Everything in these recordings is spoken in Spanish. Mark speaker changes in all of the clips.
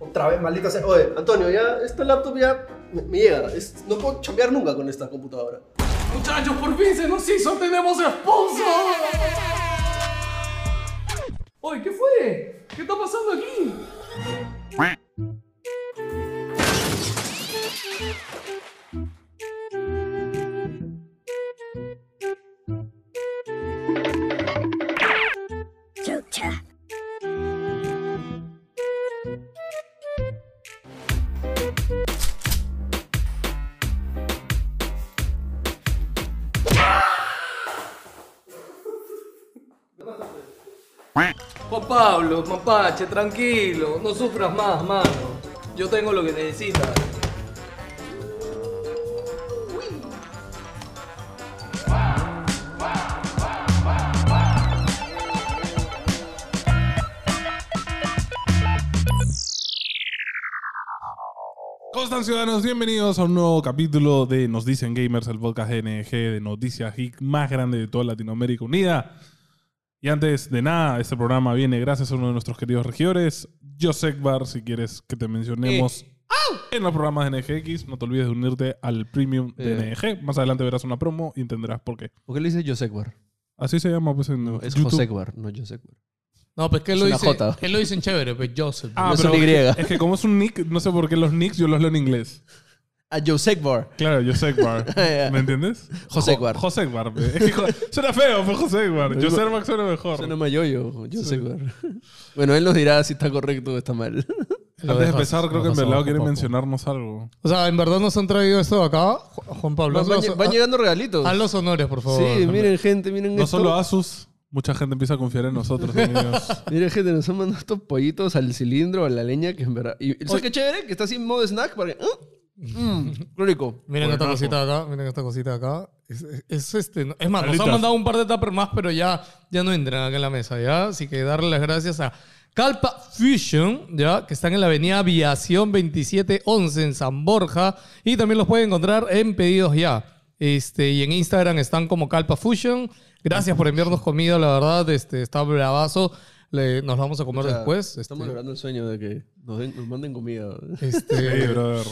Speaker 1: otra vez, maldita sea. Oye, Antonio, ya esta laptop ya me, me llega. Es- no puedo chambear nunca con esta computadora.
Speaker 2: Muchachos, por fin se nos hizo, tenemos sponsor. Oye, ¿qué fue? ¿Qué está pasando aquí?
Speaker 3: Chucha.
Speaker 2: Juan Pablo, mapache, tranquilo, no sufras más, mano. Yo tengo lo que necesitas.
Speaker 4: ¿Cómo están ciudadanos? Bienvenidos a un nuevo capítulo de Nos Dicen Gamers, el podcast GNG de Noticias Geek más grande de toda Latinoamérica Unida. Y antes de nada, este programa viene gracias a uno de nuestros queridos regidores, Josek Bar, si quieres que te mencionemos
Speaker 5: Eh.
Speaker 4: en los programas de NGX. No te olvides de unirte al premium de
Speaker 5: Eh.
Speaker 4: NG. Más adelante verás una promo y entenderás por qué.
Speaker 5: ¿Por qué le dice Joseguar?
Speaker 4: Así se llama pues en
Speaker 5: Es
Speaker 4: YouTube.
Speaker 5: Joseguar, no Joseguar.
Speaker 6: No, pues que él
Speaker 5: Es
Speaker 6: lo
Speaker 5: una
Speaker 6: dice.
Speaker 5: jota.
Speaker 6: Él lo dicen chévere, pues Joseph.
Speaker 4: Ah,
Speaker 5: No es
Speaker 4: pero
Speaker 5: una Y.
Speaker 4: es que- es que como es un nick, no sé por qué los nicks yo los leo en inglés.
Speaker 5: A Joseguar.
Speaker 4: Claro, Josek Bar.
Speaker 5: Ya.
Speaker 4: ¿Me entiendes?
Speaker 5: Joseguar.
Speaker 4: Jo- Joseguar. pe. Es que jo- suena feo, pero Joseguar. Josermac suena mejor.
Speaker 5: Eso no me yoyo, Joseguar. bueno, él nos dirá si está correcto o está mal.
Speaker 6: Lo
Speaker 4: Antes de
Speaker 6: dejo-
Speaker 4: empezar, creo
Speaker 6: lo
Speaker 4: que en
Speaker 6: dejo
Speaker 4: verdad
Speaker 6: abajo,
Speaker 4: quieren
Speaker 6: papo.
Speaker 4: mencionarnos algo.
Speaker 6: O sea, en verdad nos han traído esto de acá, Ju- Juan Pablo.
Speaker 5: Van,
Speaker 6: Haz
Speaker 5: van-
Speaker 6: los-
Speaker 5: van
Speaker 6: haz-
Speaker 5: llegando regalitos.
Speaker 6: haz los honores, por favor.
Speaker 5: sí, miren gente, miren
Speaker 4: No
Speaker 5: esto.
Speaker 4: solo Asus, mucha gente empieza a confiar en nosotros, amigos.
Speaker 5: Miren gente, nos han mandado estos pollitos al cilindro, a la leña, que en verdad... Y ¿sabes qué chévere? Que está así en modo snack para que... Mm, qué rico.
Speaker 6: Miren
Speaker 4: Por
Speaker 6: esta
Speaker 4: el
Speaker 6: cosita de acá, miren esta cosita de acá. Es, es- es este, no- es más, nos
Speaker 4: Alitas.
Speaker 6: han mandado un par de tupper más, pero ya, ya no entran acá en la mesa, ¿ya? Así que darle las gracias a Calpa Fusion, ¿ya? Que están en la avenida Aviación 2711 en San Borja. Y también los pueden encontrar en pedidos ya. Este, y en Instagram están como Calpa Fusion. Gracias por enviarnos comida, la verdad, este, está bravazo. Le- nos lo vamos a comer
Speaker 5: O sea,
Speaker 6: después. este,
Speaker 5: Estamos logrando el sueño de que nos, den- nos manden comida.
Speaker 4: Sí,
Speaker 6: este,
Speaker 4: brother.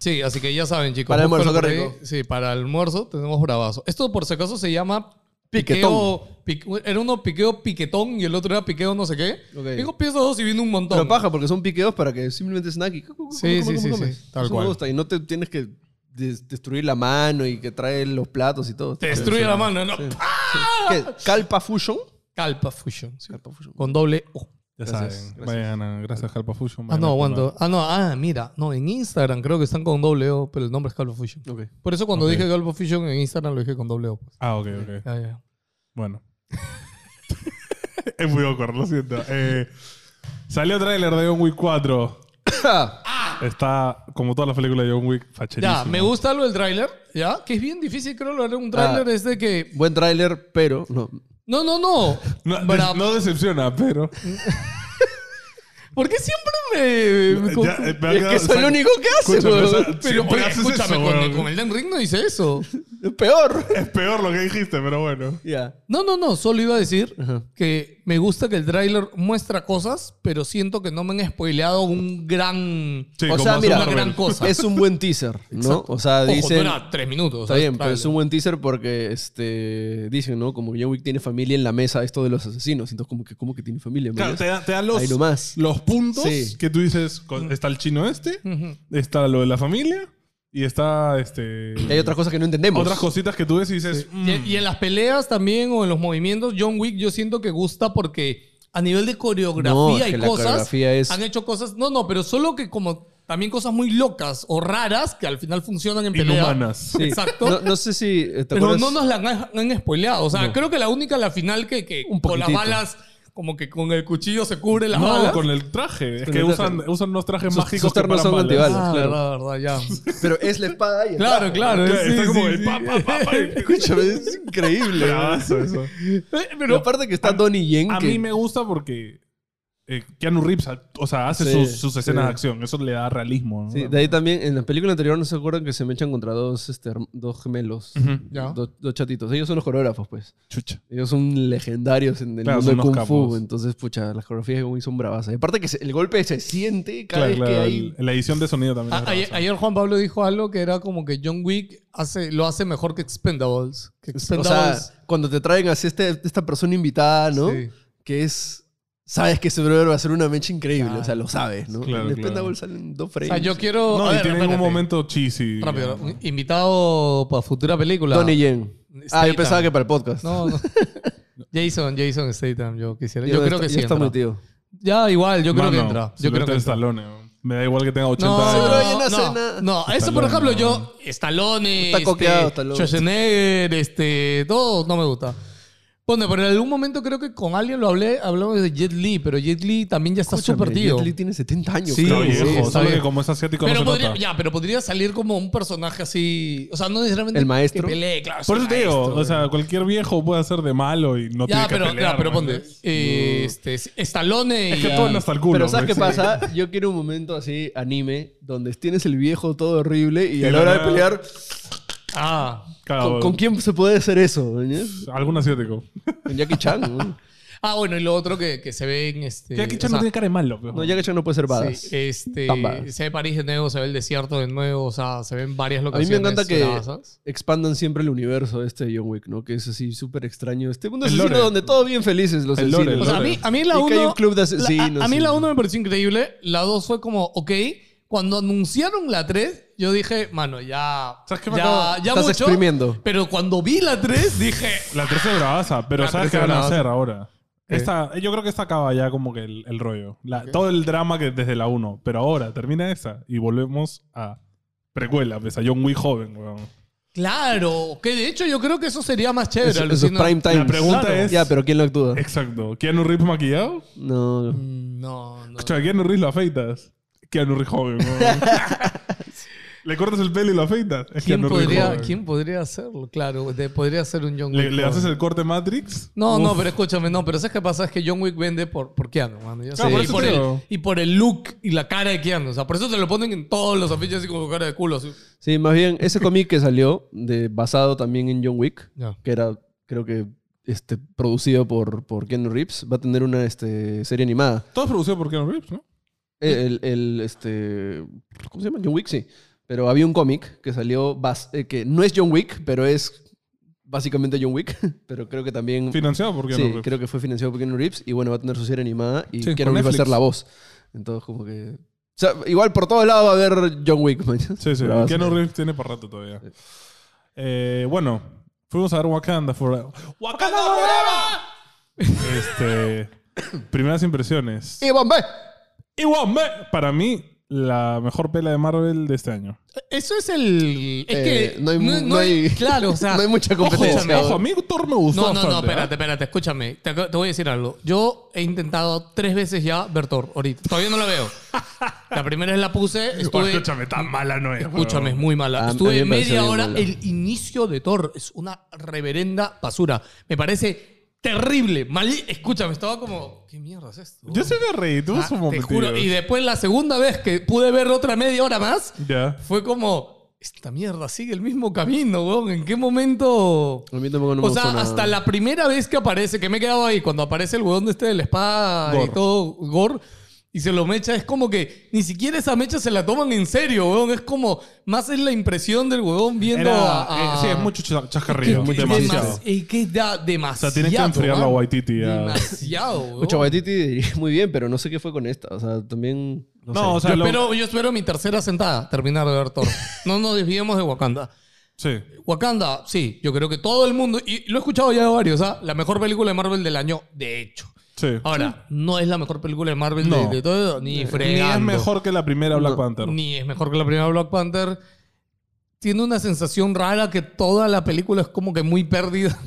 Speaker 6: Sí, así que ya saben, chicos.
Speaker 5: Para el almuerzo,
Speaker 6: búscalo
Speaker 5: qué
Speaker 6: por
Speaker 5: rico.
Speaker 6: ahí. Sí, para el almuerzo tenemos bravazo. Esto, por si acaso, se llama
Speaker 5: Piquetón.
Speaker 6: piqueo. pique- era uno piqueo piquetón y el otro era piqueo no sé qué.
Speaker 5: Ok.
Speaker 6: Digo, piezas dos y viene un montón.
Speaker 5: Pero paja, porque son piqueos para que simplemente snack y... cu- cu- cu-
Speaker 6: Sí,
Speaker 5: come,
Speaker 6: sí,
Speaker 5: come,
Speaker 6: sí,
Speaker 5: come.
Speaker 6: sí, tal
Speaker 5: Eso me
Speaker 6: cual.
Speaker 5: gusta. Y no te tienes que des- destruir la mano y que trae los platos y todo.
Speaker 6: Te destruye la mano, ¿no?
Speaker 5: ¿Qué? ¿Calpa Fusion?
Speaker 6: Calpa Fusion. sí.
Speaker 5: Calpa Fusion.
Speaker 6: Con doble O.
Speaker 4: Ya
Speaker 5: Gracias,
Speaker 4: saben.
Speaker 5: gracias.
Speaker 4: Vayan a, gracias, Halpa Fusion.
Speaker 6: Ah,
Speaker 4: vayan a
Speaker 6: no,
Speaker 4: tomar.
Speaker 6: aguanto. Ah, no, ah, mira. No, en Instagram creo que están con doble O, pero el nombre es Calpa Fusion.
Speaker 5: Ok.
Speaker 6: Por eso cuando
Speaker 4: Ok.
Speaker 6: dije Calpa Fusion en Instagram lo dije con doble O. pues.
Speaker 4: Ah, ok, ok.
Speaker 6: Ya, ya.
Speaker 4: Bueno. es muy awkward, lo siento. Eh, salió tráiler de John Wick 4. Está, como todas las películas de John Wick, facherísimo.
Speaker 6: Ya, me gusta lo del tráiler, ¿ya? Que es bien difícil, creo, lograr un tráiler.
Speaker 5: Ah.
Speaker 6: Es de que
Speaker 5: Buen tráiler, pero... No.
Speaker 6: No, no, no.
Speaker 4: No, de-
Speaker 6: Bra-
Speaker 4: no decepciona, pero...
Speaker 6: ¿Por qué siempre me.? me-
Speaker 4: Ya, eh, me ha
Speaker 5: Es que
Speaker 4: quedado-
Speaker 5: soy el único que hace,
Speaker 4: Escúchame,
Speaker 5: weón.
Speaker 4: o sea,
Speaker 6: pero,
Speaker 4: siempre
Speaker 6: pero,
Speaker 4: haces
Speaker 6: escúchame,
Speaker 4: eso,
Speaker 6: con,
Speaker 4: weón.
Speaker 6: con el Dan Ring no hice eso.
Speaker 5: Es peor.
Speaker 4: Es peor lo que dijiste, pero bueno.
Speaker 5: Ya.
Speaker 6: No, no, no. Solo iba a decir
Speaker 5: Ajá.
Speaker 6: que me gusta que el tráiler muestra cosas, pero siento que no me han spoileado un gran.
Speaker 4: Sí,
Speaker 5: O
Speaker 4: como
Speaker 5: sea,
Speaker 4: hace
Speaker 5: mira,
Speaker 6: una
Speaker 4: Marvel.
Speaker 6: gran cosa.
Speaker 5: Es un buen teaser, ¿no? O sea,
Speaker 6: Ojo,
Speaker 5: dicen...
Speaker 6: dura tres minutos.
Speaker 5: Está
Speaker 6: o sea,
Speaker 5: bien, pero
Speaker 6: tráiler.
Speaker 5: es un buen teaser porque este, dicen, ¿no? Como John Wick tiene familia en la mesa, esto de los asesinos. Entonces, como que, ¿cómo que tiene familia?
Speaker 4: Claro,
Speaker 5: manes?
Speaker 4: te, da- te dan
Speaker 5: Ahí
Speaker 4: los,
Speaker 5: nomás.
Speaker 4: los puntos
Speaker 5: Sí.
Speaker 4: que tú dices, con- está el chino este,
Speaker 6: Ujú.
Speaker 4: está lo de la familia y está este
Speaker 5: Y hay otras cosas que no entendemos.
Speaker 4: otras cositas que tú ves y dices, mm,
Speaker 6: Y, y en las peleas también o en los movimientos, John Wick yo siento que gusta porque a nivel de coreografía
Speaker 5: No, es que
Speaker 6: y
Speaker 5: la
Speaker 6: cosas,
Speaker 5: coreografía es-
Speaker 6: han hecho cosas, no, no, pero solo que como también cosas muy locas o raras que al final funcionan en pelea.
Speaker 4: Inhumanas.
Speaker 5: Sí.
Speaker 6: Exacto.
Speaker 5: No, no sé si eh, te
Speaker 6: pero
Speaker 5: acuerdas.
Speaker 6: no nos la han, han spoileado. O sea, creo que la única, la final que, que
Speaker 5: Un
Speaker 6: con las
Speaker 5: poquitito.
Speaker 6: balas, como que con el cuchillo se cubre las
Speaker 4: no,
Speaker 6: balas.
Speaker 4: con el traje. Es
Speaker 5: Con
Speaker 4: que
Speaker 5: el traje.
Speaker 4: usan, usan unos trajes
Speaker 5: Sus-
Speaker 4: mágicos
Speaker 5: sus
Speaker 4: que
Speaker 5: ternos
Speaker 4: paran
Speaker 5: son
Speaker 4: balas.
Speaker 5: antibalas.
Speaker 6: Ah,
Speaker 5: claro.
Speaker 6: verdad, verdad, ya.
Speaker 5: Pero es la espada y el
Speaker 6: Claro, claro.
Speaker 4: Claro,
Speaker 6: sí,
Speaker 4: está
Speaker 6: sí,
Speaker 4: como
Speaker 6: sí.
Speaker 4: el pa, pa, pa, pa, y-
Speaker 5: Escúchame, es increíble.
Speaker 4: Bravazo eso.
Speaker 6: Eh,
Speaker 5: Pero
Speaker 6: Pero
Speaker 5: aparte que está Donnie Yen.
Speaker 4: A
Speaker 5: que-
Speaker 4: mí me gusta porque eh, Keanu Reeves, o sea, hace
Speaker 5: Sí,
Speaker 4: sus, sus escenas
Speaker 5: sí.
Speaker 4: de acción. Eso le da realismo. ¿no?
Speaker 5: Sí, de ahí también, en la película anterior no se acuerdan que se mechan contra dos, este, herm- dos gemelos,
Speaker 4: Ujú.
Speaker 6: Ya. Ah,
Speaker 5: dos, dos chatitos. Ellos son los coreógrafos, pues.
Speaker 4: Chucha.
Speaker 5: Ellos son legendarios en el
Speaker 4: Claro,
Speaker 5: mundo
Speaker 4: son
Speaker 5: del
Speaker 4: unos
Speaker 5: Kung Fu.
Speaker 4: capos.
Speaker 5: Entonces, pucha, las coreografías de Kung Fu son bravas. Y aparte que se- el golpe se siente cada
Speaker 4: Claro,
Speaker 5: vez que
Speaker 4: claro,
Speaker 5: hay...
Speaker 4: el- la edición de sonido también.
Speaker 6: A-
Speaker 4: es
Speaker 6: ayer,
Speaker 4: bravaza.
Speaker 6: ayer Juan Pablo dijo algo que era como que John Wick hace, lo hace mejor que Expendables. Que
Speaker 5: O
Speaker 6: Expendables.
Speaker 5: sea, cuando te traen así este, esta persona invitada, ¿no?
Speaker 6: Sí.
Speaker 5: Que es... Sabes que ese brother va a ser una mecha increíble.
Speaker 6: Claro.
Speaker 5: O sea, lo sabes, ¿no?
Speaker 4: Claro,
Speaker 5: en el
Speaker 4: claro.
Speaker 5: Pentágono salen dos
Speaker 6: O
Speaker 5: frames.
Speaker 6: sea, yo quiero.
Speaker 4: No,
Speaker 6: a
Speaker 4: y
Speaker 6: ver,
Speaker 4: tienen un
Speaker 6: espérate.
Speaker 4: momento cheesy.
Speaker 6: Rápido,
Speaker 4: digamos.
Speaker 6: un invitado para futura película.
Speaker 5: Donnie Yen. Ah,
Speaker 6: Statham.
Speaker 5: yo pensaba que para el podcast.
Speaker 6: No, no. Jason, Jason Statham, yo quisiera. Yo,
Speaker 5: Ya
Speaker 6: creo
Speaker 5: está-
Speaker 6: que sí.
Speaker 5: ya está
Speaker 6: entra.
Speaker 5: metido.
Speaker 6: Ya, igual, yo creo que
Speaker 4: Mano,
Speaker 6: entra. Yo
Speaker 4: Silvestre
Speaker 6: creo que entra.
Speaker 4: Stallone. ¿no? eh. Me da igual que tenga 80
Speaker 6: No,
Speaker 4: años.
Speaker 5: pero ya no
Speaker 6: no,
Speaker 5: hace nada.
Speaker 6: no, eso por
Speaker 4: Stallone,
Speaker 6: ejemplo
Speaker 4: no.
Speaker 6: yo, Stallone,
Speaker 5: Está coqueado,
Speaker 6: este,
Speaker 5: Stallone.
Speaker 6: Schwarzenegger, este, todo no me gusta. Bueno, pero en algún momento creo que con alguien lo hablé, hablamos de Jet Li, pero Jet Li también ya está súper tío.
Speaker 5: Jet Li tiene 70 años.
Speaker 6: Sí,
Speaker 5: creo.
Speaker 4: Está viejo,
Speaker 6: sí, está
Speaker 4: solo que
Speaker 6: bien.
Speaker 4: como es asiático no
Speaker 6: Pero
Speaker 4: se
Speaker 6: podría,
Speaker 4: nota.
Speaker 6: ya, pero podría salir como un personaje así, o sea, no necesariamente
Speaker 5: ¿El maestro?
Speaker 6: que pelee, claro.
Speaker 4: Por
Speaker 6: sí,
Speaker 4: eso te digo,
Speaker 6: maestro.
Speaker 4: o sea, cualquier viejo puede hacer de malo y no
Speaker 6: eh. ya,
Speaker 4: tiene
Speaker 6: pero,
Speaker 4: que pelear.
Speaker 6: ya, pero
Speaker 4: ¿no?
Speaker 6: ponte, eh, este, Stallone
Speaker 4: Es
Speaker 6: y
Speaker 4: que
Speaker 6: a-
Speaker 4: todo es hasta el culo.
Speaker 5: Pero ¿sabes qué
Speaker 4: pues, sí.
Speaker 5: pasa? Yo quiero un momento así, anime, donde tienes el viejo todo horrible y
Speaker 4: Y
Speaker 5: a
Speaker 4: la
Speaker 5: la hora de
Speaker 4: nada-
Speaker 5: pelear,
Speaker 6: ah.
Speaker 4: Claro,
Speaker 5: ¿con, con quién se puede hacer eso? ¿no?
Speaker 4: Algún asiático.
Speaker 5: Con Jackie Chan. ¿no?
Speaker 6: Ah, bueno, y lo otro que, que se ve en este
Speaker 4: Jackie Chan
Speaker 6: o sea,
Speaker 4: no tiene cara de malo. pero-
Speaker 5: No, Jackie Chan no puede ser badass.
Speaker 6: Sí, este,
Speaker 5: Tan badass.
Speaker 6: se ve París de nuevo, se ve el desierto de nuevo, o sea, se ven varias
Speaker 5: a mí
Speaker 6: locaciones.
Speaker 5: me encanta que
Speaker 6: bravas.
Speaker 5: expandan siempre el universo este de John Wick, ¿no? Que es así súper extraño. Este mundo
Speaker 4: El
Speaker 5: asesino
Speaker 4: lore.
Speaker 5: donde todos bien felices los
Speaker 4: El lore,
Speaker 5: asesinos.
Speaker 4: el
Speaker 6: O sea, a
Speaker 4: lore.
Speaker 6: mí, a mí la
Speaker 5: Y que hay un
Speaker 6: 1...
Speaker 5: club de
Speaker 6: A,
Speaker 5: asesinos.
Speaker 6: a mí
Speaker 5: y-
Speaker 6: la 1 me pareció increíble, la 2 fue como, ok, cuando anunciaron la 3, yo dije, mano, ya...
Speaker 4: ¿Sabes qué me
Speaker 6: ya,
Speaker 4: acabo-
Speaker 6: ya
Speaker 5: Estás
Speaker 6: mucho,
Speaker 5: exprimiendo.
Speaker 6: Pero cuando vi la 3, dije...
Speaker 4: La 13 es bravaza, pero
Speaker 6: La
Speaker 4: ¿sabes qué
Speaker 6: 13
Speaker 4: van a
Speaker 6: bravaza.
Speaker 4: hacer ahora?
Speaker 6: ¿Qué?
Speaker 4: Esta, yo creo que esta acaba ya como que el, el rollo. La- Todo el drama que desde la 1. Pero ahora termina esa y volvemos a precuela, pues a John Wick joven, weón.
Speaker 6: Claro, que de hecho yo creo que eso sería más chévere.
Speaker 5: Eso- eso es
Speaker 6: alucina.
Speaker 5: prime time.
Speaker 4: La pregunta es-
Speaker 5: Ya, pero ¿quién lo actúa?
Speaker 4: Exacto. ¿Keanu Reeves maquillado?
Speaker 5: No.
Speaker 6: Mm, No, no.
Speaker 4: O sea, Keanu Reeves lo afeitas. Keanu Reeves joven, weón. Le cortas el pelo y lo afeitas. Es
Speaker 6: ¿Quién
Speaker 4: Keanu Reeves
Speaker 6: podría,
Speaker 4: joven.
Speaker 6: ¿Quién podría hacerlo? Claro, de- podría ser un John
Speaker 4: Le,
Speaker 6: Wick
Speaker 4: le
Speaker 6: joven.
Speaker 4: haces el corte Matrix?
Speaker 6: No, no, pero escúchame, no, pero ¿sabes qué pasa? Es que John Wick vende por, por Keanu, mano. Ya
Speaker 4: Claro,
Speaker 6: sé.
Speaker 4: por
Speaker 6: y,
Speaker 4: eso
Speaker 6: por
Speaker 4: te
Speaker 6: el,
Speaker 4: digo.
Speaker 6: y por el look y la cara de Keanu. O sea, por eso te lo ponen en todos los afiches así como cara de culo. así.
Speaker 5: Sí, más bien, ese cómic que salió, de, basado también en John Wick,
Speaker 6: Ya.
Speaker 5: que era, creo que, este, producido por, por Ken Reeves, va a tener una este, serie animada.
Speaker 4: Todo es producido por Keanu Reeves, ¿no?
Speaker 5: El, el, este, ¿cómo se llama? John Wick, sí. Pero había un cómic que salió, bas- eh, que no es John Wick, pero es básicamente John Wick, pero creo que también...
Speaker 4: Financiado por Keanu
Speaker 5: sí,
Speaker 4: Reeves.
Speaker 5: creo que fue financiado por Ken Reeves y bueno, va a tener su serie animada y
Speaker 4: Sí, por
Speaker 5: Keanu Reeves va a
Speaker 4: Netflix.
Speaker 5: ser la voz. Entonces, como que... O sea, igual por todos lados va a haber John Wick, man.
Speaker 4: Sí, sí.
Speaker 5: Pero va a
Speaker 4: Keanu
Speaker 5: ser-
Speaker 4: Reeves tiene para rato todavía. Eh, bueno, fuimos a ver Wakanda Forever. ¡Wakanda Forever! este, primeras impresiones.
Speaker 5: ¡Y Bombay!
Speaker 4: Igual, me- para mí, la mejor pela de Marvel de este año.
Speaker 6: Eso es el. Es
Speaker 5: Eh,
Speaker 6: que.
Speaker 5: no hay- no hay-
Speaker 6: Claro, o sea.
Speaker 5: no hay mucha competencia.
Speaker 6: escúchame,
Speaker 4: Ojo, a mí Thor me gustó
Speaker 6: No, no, no,
Speaker 4: bastante, ¿eh?
Speaker 6: espérate, espérate, escúchame. Te, ac- te voy a decir algo. Yo he intentado tres veces ya ver Thor ahorita. Todavía no la veo. La primera vez la puse,
Speaker 4: Bueno,
Speaker 6: estuve
Speaker 4: escúchame, tan mala no es.
Speaker 6: Escúchame, es
Speaker 4: weón.
Speaker 6: muy
Speaker 5: A-
Speaker 6: mala.
Speaker 5: a mí
Speaker 6: Estuve
Speaker 5: me pareció
Speaker 6: media
Speaker 5: bien
Speaker 6: hora
Speaker 5: mala.
Speaker 6: el inicio de Thor. Es una reverenda basura. Me parece terrible. Mal... Escúchame, estaba como... ¿Qué mierda es esto?
Speaker 4: Yo sí me reí, tuve
Speaker 6: Ah,
Speaker 4: su
Speaker 6: Te
Speaker 4: momentito.
Speaker 6: juro. Y después la segunda vez que pude ver otra media hora más,
Speaker 4: Ya.
Speaker 6: fue como... Esta mierda sigue el mismo camino, weón. ¿En qué momento...?
Speaker 5: A mí tampoco no me
Speaker 6: o sea,
Speaker 5: gustó nada.
Speaker 6: hasta la primera vez que aparece, que me he quedado ahí, cuando aparece el huevón de este de la espada y
Speaker 4: Gore.
Speaker 6: todo, Gore, y se lo mecha, es como que ni siquiera esa mecha se la toman en serio, huevón. Es como, más es la impresión del huevón viendo
Speaker 4: Era,
Speaker 6: a.
Speaker 4: eh,
Speaker 6: a-
Speaker 4: sí, es mucho cha- chascarrillo.
Speaker 6: que- que-
Speaker 4: demasiado.
Speaker 6: demas- Y que da demasiado.
Speaker 4: O sea, tienes que enfriar la
Speaker 6: huevón.
Speaker 4: Waititi. a-
Speaker 6: Demasiado, huevón.
Speaker 5: Mucho Waititi dirige muy bien, pero no sé qué fue con esta. O sea, también. No,
Speaker 4: No,
Speaker 5: sé.
Speaker 4: o sea,
Speaker 6: yo,
Speaker 4: lo-
Speaker 6: espero, yo espero mi tercera sentada terminar de ver Thor. No nos desviemos de Wakanda.
Speaker 4: Sí.
Speaker 6: Wakanda, sí, yo creo que todo el mundo, y lo he escuchado ya de varios, ¿ah? la mejor película de Marvel del año, de hecho.
Speaker 4: Sí.
Speaker 6: Ahora, no es la mejor película de Marvel de-
Speaker 4: No.
Speaker 6: de, todo, ni
Speaker 4: Ni
Speaker 6: fregando.
Speaker 4: es mejor que la primera Black
Speaker 5: No,
Speaker 4: Panther.
Speaker 6: Ni es mejor que la primera Black Panther. Tiene una sensación rara que toda la película es como que muy pérdida.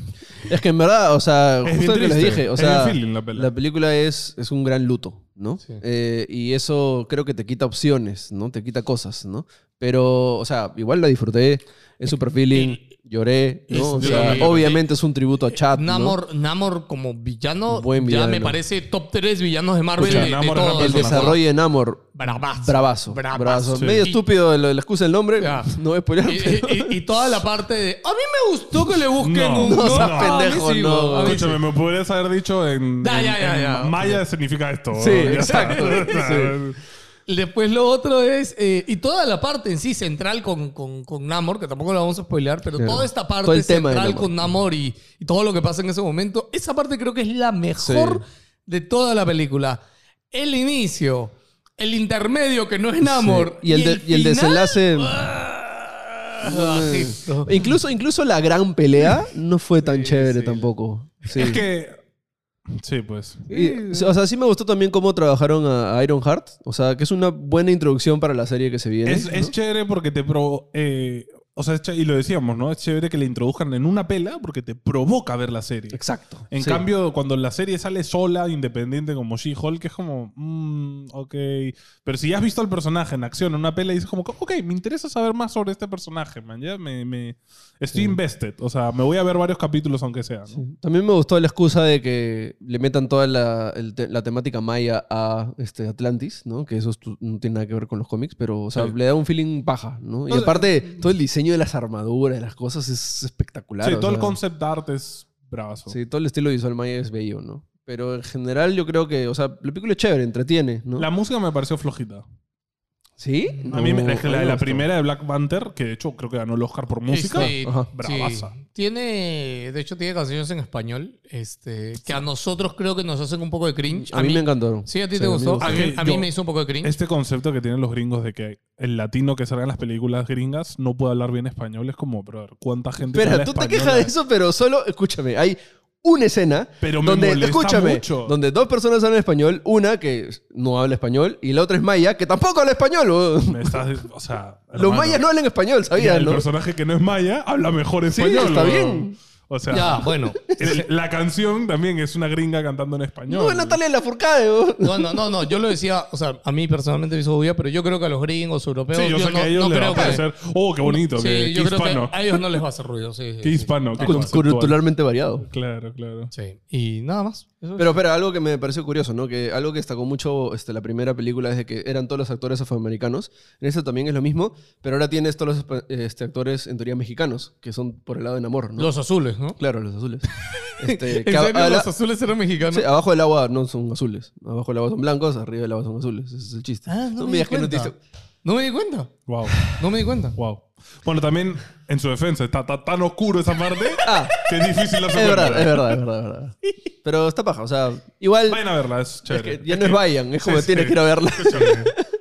Speaker 5: Es que en verdad, o sea,
Speaker 4: Es
Speaker 5: justo
Speaker 4: bien
Speaker 5: lo que les
Speaker 4: triste.
Speaker 5: dije. O
Speaker 4: Es
Speaker 5: sea,
Speaker 4: bien feeling la pela.
Speaker 5: película es, es un gran luto, ¿no?
Speaker 6: Sí.
Speaker 5: Eh, y eso creo que te quita opciones, ¿no? Te quita cosas, ¿no? Pero, o sea, igual la disfruté. Es super feeling. Lloré. ¿no? O
Speaker 4: Sí.
Speaker 5: sea, obviamente es un tributo a
Speaker 4: Ah,
Speaker 5: Chat. ¿no?
Speaker 6: Namor, Namor como villano,
Speaker 5: Buen
Speaker 6: ya me
Speaker 5: villano.
Speaker 6: parece top 3 villanos de Marvel
Speaker 4: Escucha,
Speaker 6: de, de
Speaker 4: Namor es una
Speaker 6: todos.
Speaker 5: El
Speaker 4: persona.
Speaker 5: desarrollo de Namor.
Speaker 6: Bravazo.
Speaker 5: Bravazo. Bravazo. Medio
Speaker 6: Y-
Speaker 5: estúpido lo de la excusa del nombre.
Speaker 6: Ya.
Speaker 5: No voy a spoilear,
Speaker 6: Y,
Speaker 5: pero-
Speaker 6: y- y- y toda la parte de. A mí me gustó que le busquen
Speaker 4: No,
Speaker 6: un.
Speaker 4: no seas
Speaker 6: a mí
Speaker 5: pendejo,
Speaker 6: sí,
Speaker 5: no.
Speaker 6: bro, a mí sí.
Speaker 4: Escúchame, me podrías haber dicho en,
Speaker 6: Ya,
Speaker 4: en-
Speaker 6: ya, ya,
Speaker 4: en
Speaker 6: ya.
Speaker 4: maya significa esto.
Speaker 5: Sí,
Speaker 4: Ya
Speaker 5: exacto.
Speaker 4: sabes.
Speaker 5: Sí.
Speaker 6: Después lo otro es. eh, y toda la parte en sí central con, con, con Namor, que tampoco la vamos a spoilear, pero
Speaker 5: Claro.
Speaker 6: toda esta parte
Speaker 5: Todo el tema de
Speaker 6: central
Speaker 5: Namor.
Speaker 6: con Namor y, y todo lo que pasa en ese momento, esa parte creo que es la mejor de toda la película. El inicio, el intermedio que no es Namor.
Speaker 5: Sí. Y el de- y el
Speaker 6: final,
Speaker 5: desenlace-
Speaker 6: ah,
Speaker 5: No
Speaker 6: bajito.
Speaker 5: me- incluso, incluso la gran pelea no fue tan chévere tampoco. Sí.
Speaker 4: Es que. Sí, pues.
Speaker 5: Y, o sea, sí me gustó también cómo trabajaron a Ironheart. O sea, que es una buena introducción para la serie que se viene.
Speaker 4: Es, es chévere porque te pro, eh, o sea, es ch- y lo decíamos, ¿no? Es chévere que le introduzcan en una pela porque te provoca ver la serie.
Speaker 5: Exacto.
Speaker 4: En
Speaker 5: Sí.
Speaker 4: cambio, cuando la serie sale sola, independiente, como She-Hulk, es como, mm, ok. Pero si ya has visto al personaje en acción en una pela, dices como, ok, me interesa saber más sobre este personaje, man. Ya me, me- estoy invested. O sea, me voy a ver varios capítulos aunque sea, ¿no?
Speaker 5: También me gustó la excusa de que le metan toda la, el te- la temática maya a este, Atlantis, ¿no? Que eso es tu- no tiene nada que ver con los cómics, pero o sea,
Speaker 4: Sí.
Speaker 5: le da un feeling baja, ¿no? Y
Speaker 4: No, eh,
Speaker 5: aparte, todo el diseño de las armaduras, de las cosas es espectacular.
Speaker 4: sí,
Speaker 5: o
Speaker 4: todo el
Speaker 5: sea,
Speaker 4: concept art es bravazo.
Speaker 5: Sí, todo el estilo visual maya es bello, ¿no? Pero en general yo creo que, o sea, la película es chévere, entretiene, ¿no?
Speaker 4: La música me pareció flojita.
Speaker 5: ¿Sí?
Speaker 4: a mí me,
Speaker 5: No,
Speaker 4: es que
Speaker 5: a mí
Speaker 4: la,
Speaker 5: me
Speaker 4: la
Speaker 5: gustó.
Speaker 4: primera de Black Panther, que de hecho creo que ganó el Oscar por música.
Speaker 6: Este,
Speaker 5: Ajá.
Speaker 6: sí.
Speaker 4: Bravaza.
Speaker 6: Tiene, de hecho, tiene canciones en español, este, que a nosotros creo que nos hacen un poco de cringe.
Speaker 5: A mí, me encantaron.
Speaker 6: Sí, a ti
Speaker 5: Sí,
Speaker 6: te
Speaker 5: a mí me
Speaker 6: gustó.
Speaker 5: gustó.
Speaker 6: A mí, a
Speaker 4: Yo-
Speaker 6: mí me hizo un poco de cringe.
Speaker 4: Este concepto que tienen los gringos de que el latino que salga en las películas gringas no puede hablar bien español es como, brother, ¿cuánta gente
Speaker 5: Espera,
Speaker 4: habla
Speaker 5: tú te
Speaker 4: español?
Speaker 5: quejas de eso, pero solo, escúchame, hay una escena
Speaker 4: Pero me
Speaker 5: donde,
Speaker 4: molesta
Speaker 5: escúchame,
Speaker 4: mucho.
Speaker 5: donde dos personas hablan español, una que no habla español y la otra es maya, que tampoco habla español. huevón.
Speaker 4: Me estás- o sea,
Speaker 5: Los mayas no hablan español, ¿sabías,
Speaker 4: El
Speaker 5: no?
Speaker 4: personaje que no es maya habla mejor español.
Speaker 5: está
Speaker 4: ¿no?
Speaker 5: bien.
Speaker 4: O sea,
Speaker 6: ya, bueno.
Speaker 4: el- la canción también es una gringa cantando en español.
Speaker 5: No, Natalia Lafourcade, huevón.
Speaker 6: No, no, no, no. Yo lo decía, o sea, a mí personalmente me hizo obvia, pero yo creo que a los gringos europeos.
Speaker 4: Sí, yo, sé
Speaker 6: no,
Speaker 4: que a ellos
Speaker 6: no
Speaker 4: les va
Speaker 6: creo
Speaker 4: a
Speaker 6: que-
Speaker 4: parecer, oh, qué bonito,
Speaker 6: Sí,
Speaker 4: qué,
Speaker 6: yo
Speaker 4: qué
Speaker 6: creo
Speaker 4: hispano.
Speaker 6: que a ellos no les va a hacer ruido. Sí, sí,
Speaker 4: Qué
Speaker 6: sí.
Speaker 4: hispano, qué
Speaker 5: Cu-
Speaker 4: conceptual.
Speaker 5: Culturalmente variado.
Speaker 4: Claro, claro.
Speaker 6: Sí. Y nada más. Eso es.
Speaker 5: Pero espera, algo que me pareció curioso, ¿no? Que algo que destacó mucho este, la primera película es de que eran todos los actores afroamericanos. En esta también es lo mismo, pero ahora tienes todos los espa- este, actores en teoría mexicanos, que son por el lado de Namor, ¿no?
Speaker 6: Los azules, ¿no?
Speaker 5: Claro, los azules. Este,
Speaker 6: ¿En
Speaker 5: que a-
Speaker 6: serio
Speaker 5: habla-
Speaker 6: los azules eran mexicanos?
Speaker 5: Sí, ah, abajo del agua no son azules. Abajo del agua son blancos, arriba del agua son azules. Ese es el chiste.
Speaker 6: Ah, no, me
Speaker 5: Tú me
Speaker 6: di
Speaker 5: digas que no te
Speaker 6: cuenta.
Speaker 5: hizo-
Speaker 6: No me di cuenta.
Speaker 4: Wow,
Speaker 6: No me di cuenta.
Speaker 4: wow. Bueno, también en su defensa está, ta- tan oscuro esa parte
Speaker 5: Ah,
Speaker 4: que es difícil darse
Speaker 5: es
Speaker 4: cuenta.
Speaker 5: verdad, es verdad, es verdad, es verdad. Pero está paja, o sea, igual
Speaker 4: Vayan a verla, es
Speaker 5: es
Speaker 4: chévere.
Speaker 5: que ya no es vayan, es como
Speaker 4: Sí, sí.
Speaker 5: tienes que ir a verla.
Speaker 4: Escúchame,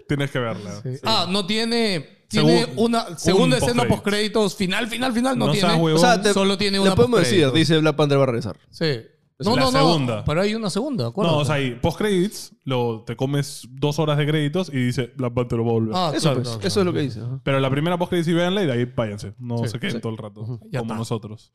Speaker 4: Tienes que verla.
Speaker 6: Ah, no tiene. Tiene
Speaker 4: Segun-
Speaker 6: una segunda
Speaker 4: un
Speaker 6: escena
Speaker 4: post-créditos.
Speaker 6: post créditos final, final, final. No,
Speaker 4: No
Speaker 6: tiene.
Speaker 4: seas huevón.
Speaker 5: O sea, te-
Speaker 6: solo tiene una.
Speaker 5: Lo podemos decir,
Speaker 6: post-créditos.
Speaker 5: dice Black Panther va a regresar.
Speaker 6: Sí. No,
Speaker 4: La
Speaker 6: no, no.
Speaker 4: segunda.
Speaker 6: Pero hay una segunda, acuérdate.
Speaker 4: No, o sea, ahí, post-credits, lo- te comes dos horas de créditos y dice Black Panther va a volver.
Speaker 6: Ah,
Speaker 5: Eso,
Speaker 6: claro,
Speaker 5: pues,
Speaker 6: claro,
Speaker 5: eso es lo que dice. ajá.
Speaker 4: Pero la primera post-credits y véanla y de ahí váyanse. No
Speaker 6: Sí,
Speaker 4: se queden todo el rato. Como
Speaker 6: Ya está.
Speaker 4: nosotros.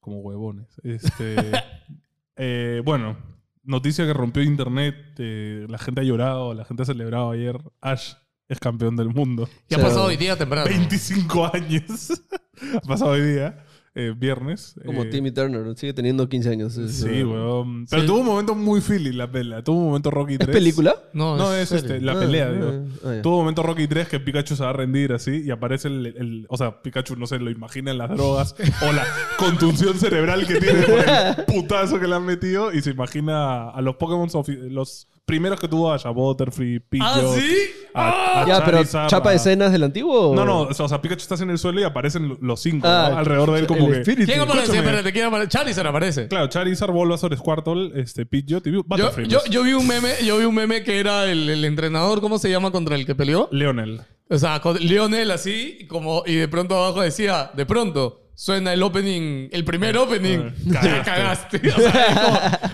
Speaker 4: Como huevones. Este, eh, bueno, noticia que rompió internet. eh, la gente ha llorado, la gente ha celebrado ayer. Ash es campeón del mundo.
Speaker 6: ¿Qué ha
Speaker 5: Claro.
Speaker 6: pasado hoy día temprano?
Speaker 4: 25 años. ha pasado hoy día. eh, viernes.
Speaker 5: Como
Speaker 4: eh,
Speaker 5: Timmy Turner, sigue teniendo 15 años. es- eh,
Speaker 4: Sí,
Speaker 5: es-
Speaker 4: weón. Pero
Speaker 6: Sí.
Speaker 4: tuvo un momento muy Philly la pela. Tuvo un momento Rocky
Speaker 5: ¿Es
Speaker 4: 3.
Speaker 5: película?
Speaker 6: No,
Speaker 4: No, es
Speaker 6: serio.
Speaker 4: este, la
Speaker 5: Ah,
Speaker 4: pelea,
Speaker 5: ah,
Speaker 4: digo.
Speaker 5: ah, ya.
Speaker 4: Tuvo un momento Rocky 3 que Pikachu se va a rendir así y aparece el, el- O sea, Pikachu, no sé, lo imagina en las drogas o la contunción cerebral que tiene por el putazo que le han metido y se imagina a los Pokémon, ofi- los primeros que tuvo Ash, a Butterfree,
Speaker 6: ¿Ah,
Speaker 4: Pidgeot,
Speaker 6: sí? Ah.
Speaker 4: a- a
Speaker 5: Ya, pero
Speaker 4: Charizard,
Speaker 5: chapa
Speaker 4: a-
Speaker 5: de escenas del antiguo. o-
Speaker 4: No, no, o sea, o sea, Pikachu está en el suelo y aparecen los cinco
Speaker 5: Ah,
Speaker 4: ¿no? alrededor de él como
Speaker 5: el
Speaker 4: que...
Speaker 5: espíritu.
Speaker 6: ¿Quién aparece?
Speaker 4: Escúchame.
Speaker 6: Espérate, ¿quién aparece? Charizard aparece.
Speaker 4: Claro, Charizard, Bulbasaur, Squirtle, este, Pidgeot y
Speaker 6: Yo,
Speaker 4: Butterfree.
Speaker 6: yo,
Speaker 4: pues.
Speaker 6: yo vi un meme, yo vi un meme que era el, el entrenador, ¿cómo se llama contra el que peleó?
Speaker 4: Leonel.
Speaker 6: O sea, con Lionel así, como, y de pronto abajo decía, de pronto, suena el opening, el primer opening.
Speaker 4: Ah,
Speaker 6: Ya
Speaker 4: cagaste.
Speaker 6: cagaste. O sea, es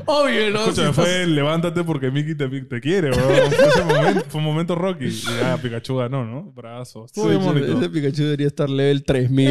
Speaker 6: como, obvio, ¿no?
Speaker 4: Escúchame,
Speaker 6: Si
Speaker 4: fue el levántate porque Mickey te, te quiere, weón. Fue, ese momento, fue un momento Rocky. Y ya, Pikachu ganó, ¿no? Brazo. Estuvo bien
Speaker 5: Oye,
Speaker 4: bonito.
Speaker 5: Ese Pikachu debería estar level 3000,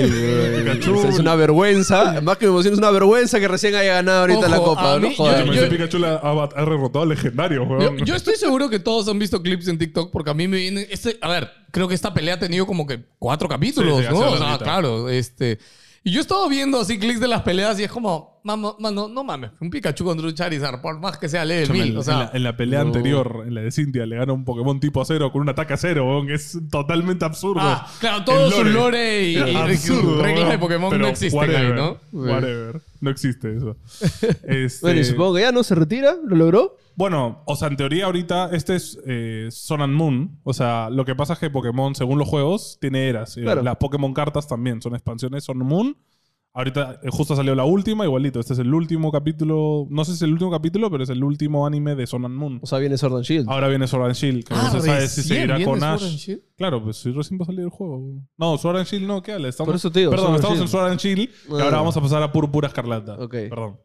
Speaker 5: güey.
Speaker 4: Pikachu.
Speaker 5: O sea, Es una vergüenza. Más que me emociona, es una vergüenza que recién haya ganado ahorita
Speaker 6: Ojo,
Speaker 5: la copa.
Speaker 6: a
Speaker 5: ¿no?
Speaker 6: mí-
Speaker 5: Joder.
Speaker 4: Escúchame,
Speaker 6: yo-
Speaker 4: ese Pikachu la ha, ha derrotado al legendario,
Speaker 6: Yo,
Speaker 4: weón.
Speaker 6: yo estoy seguro que todos han visto clips en TikTok porque a mí me vienen. este- a ver, creo que esta pelea ha tenido como que cuatro capítulos,
Speaker 4: Sí, sí,
Speaker 6: ¿no?
Speaker 4: hace
Speaker 6: O sea,
Speaker 4: larguita.
Speaker 6: claro, este. Y yo he estado viendo así clics de las peleas y es como, mamo- mano, no mames, un Pikachu contra un Charizard, por más que sea level
Speaker 4: Escúchame,
Speaker 6: 1000. O
Speaker 4: en,
Speaker 6: sea,
Speaker 4: la, en la pelea anterior, en la de Cintia, le gana un Pokémon tipo cero con un ataque a cero, weón, que es totalmente absurdo.
Speaker 6: ah, claro, todo
Speaker 4: El
Speaker 6: su lore y, y
Speaker 4: Absurdo,
Speaker 6: reglas
Speaker 4: weón.
Speaker 6: de Pokémon
Speaker 4: Pero
Speaker 6: no existen ahí,
Speaker 4: whatever,
Speaker 6: ¿no?
Speaker 4: Whatever. No existe eso. Este,
Speaker 5: Bueno, y supongo que ya no se retira, lo logró.
Speaker 4: Bueno, o sea, en teoría ahorita este es eh, Sun and Moon. O sea, lo que pasa es que Pokémon, según los juegos, tiene eras. Eh,
Speaker 5: Claro.
Speaker 4: Las Pokémon cartas también son expansiones Sun and Moon. Ahorita eh, justo salió la última, igualito. Este es el último capítulo. No sé si es el último capítulo, pero es el último anime de Sun and Moon.
Speaker 5: O sea, viene Sword and Shield.
Speaker 4: Ahora viene Sword and Shield, que
Speaker 6: Ah,
Speaker 4: no se sabe si
Speaker 6: recién
Speaker 4: seguirá
Speaker 6: viene
Speaker 4: con
Speaker 6: Sword
Speaker 4: Ash.
Speaker 6: and Shield.
Speaker 4: Claro, pues si recién va a salir el juego. güey. No, Sword and Shield no, ¿qué habla? Estamos,
Speaker 5: Por eso te digo,
Speaker 4: Perdón,
Speaker 5: Sword and
Speaker 4: estamos en
Speaker 5: Shield.
Speaker 4: Sword and Shield y
Speaker 5: Ah.
Speaker 4: ahora vamos a pasar a Púrpura Escarlata.
Speaker 5: Ok.
Speaker 4: Perdón.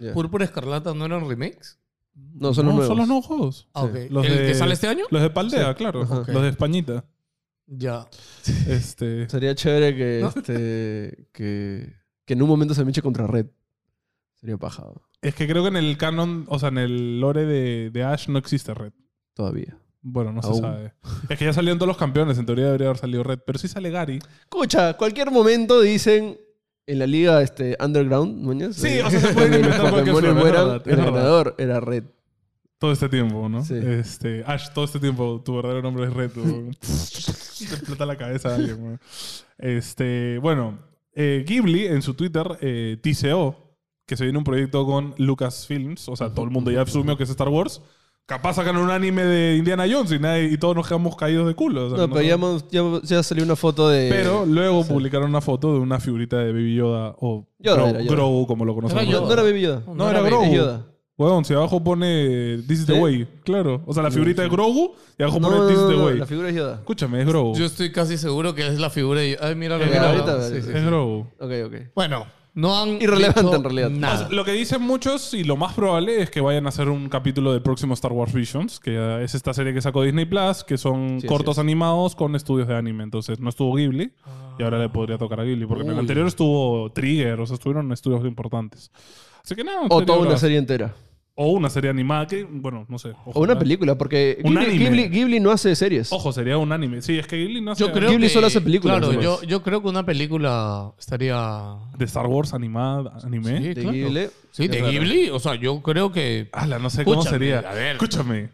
Speaker 5: Ya.
Speaker 6: ¿Púrpura Escarlata no eran remakes?
Speaker 5: No, son los
Speaker 4: No,
Speaker 5: nuevos.
Speaker 4: son los nuevos juegos.
Speaker 6: Ah, ok.
Speaker 5: Sí.
Speaker 4: Los
Speaker 6: ¿El
Speaker 4: de-
Speaker 6: que sale este año?
Speaker 4: Los de Paldea, claro.
Speaker 5: Ajá.
Speaker 4: Los de Españita.
Speaker 6: Ya.
Speaker 4: Este,
Speaker 5: Sería chévere que, este, que, que en un momento se me eche contra Red. Sería pajado.
Speaker 4: es que creo que en el canon, o sea, en el lore de, de Ash no existe Red.
Speaker 5: Todavía.
Speaker 4: Bueno, no se
Speaker 5: Aún.
Speaker 4: sabe. Es que ya salieron todos los campeones, en teoría debería haber salido Red, pero sí sale Gary.
Speaker 5: Escucha, cualquier momento dicen en la liga este, underground, mañas.
Speaker 4: Sí,
Speaker 5: eh,
Speaker 4: o sea, se pueden
Speaker 5: cuando los
Speaker 4: inventar cualquier
Speaker 5: Pokémones
Speaker 4: flor, es
Speaker 5: mueran,
Speaker 4: verdad, es
Speaker 5: el
Speaker 4: verdad.
Speaker 5: ganador era Red.
Speaker 4: Todo este tiempo, ¿no?
Speaker 5: Sí.
Speaker 4: Este, Ash, todo este tiempo tu verdadero nombre es Red. weón. Te explota la cabeza a alguien, weón. Este, bueno, eh, Ghibli en su Twitter eh, tiseó que se viene un proyecto con Lucasfilms. O sea, todo el mundo ya asumió que es Star Wars. Capaz sacan un anime de Indiana Jones y, nadie- y todos nos quedamos caídos de culo. o sea,
Speaker 5: No,
Speaker 4: no
Speaker 5: pero ya,
Speaker 4: sabemos.
Speaker 5: hemos- ya, ya salió una foto de.
Speaker 4: Pero luego publicaron una foto de una figurita de Baby Yoda o
Speaker 5: Yoda
Speaker 4: Gro-
Speaker 5: era Yoda.
Speaker 4: Grogu, como lo conocemos.
Speaker 6: Era
Speaker 5: No, no era Baby Yoda.
Speaker 4: No, era
Speaker 5: Baby
Speaker 4: Grogu.
Speaker 5: Yoda.
Speaker 4: Weón, si abajo pone This is the
Speaker 5: ¿Sí?
Speaker 4: way, claro. O sea, la figurita de Grogu y abajo pone This is the way.
Speaker 5: la figura es Yoda.
Speaker 4: Escúchame, es Grogu.
Speaker 6: Yo estoy casi seguro que es la figura de... Ay, mira lo
Speaker 5: Eh,
Speaker 6: que era.
Speaker 5: ahorita-
Speaker 6: Sí, sí,
Speaker 4: es
Speaker 6: sí.
Speaker 4: Grogu.
Speaker 5: Ok, ok.
Speaker 6: Bueno, no han...
Speaker 5: Irrelevante
Speaker 6: dicho
Speaker 5: en realidad.
Speaker 4: O
Speaker 6: Nada.
Speaker 4: sea, Lo que dicen muchos y lo más probable es que vayan a hacer un capítulo del próximo Star Wars Visions, que eh, es esta serie que sacó Disney Plus, que son
Speaker 5: Sí,
Speaker 4: cortos animados con estudios de anime. Entonces no estuvo Ghibli y ahora le podría tocar a Ghibli, porque en el
Speaker 6: Ah. Uy.
Speaker 4: anterior estuvo Trigger, o sea, estuvieron estudios importantes. Así que nada, en
Speaker 5: O
Speaker 4: teoría
Speaker 5: toda una
Speaker 4: ahora-
Speaker 5: serie entera.
Speaker 4: o una serie animada que, bueno, no sé.
Speaker 5: O una
Speaker 4: ojalá.
Speaker 5: película, porque
Speaker 4: Un
Speaker 5: Ghibli,
Speaker 4: anime.
Speaker 5: Ghibli- Ghibli no hace series.
Speaker 4: Ojo, sería un anime. Sí, es que Ghibli no hace
Speaker 6: Yo creo
Speaker 5: Ghibli
Speaker 6: que,
Speaker 5: solo hace películas, pues.
Speaker 6: Claro,
Speaker 5: ¿no?
Speaker 6: yo, yo creo que una película estaría...
Speaker 4: de Star Wars animada, anime.
Speaker 6: Sí,
Speaker 5: De
Speaker 6: claro.
Speaker 5: Ghibli.
Speaker 6: Sí, de
Speaker 5: Es raro.
Speaker 6: Ghibli. O sea, yo creo que...
Speaker 5: Ah,
Speaker 4: Ala, no sé cómo
Speaker 6: Escúchame,
Speaker 4: sería.
Speaker 6: a ver.
Speaker 4: Escúchame.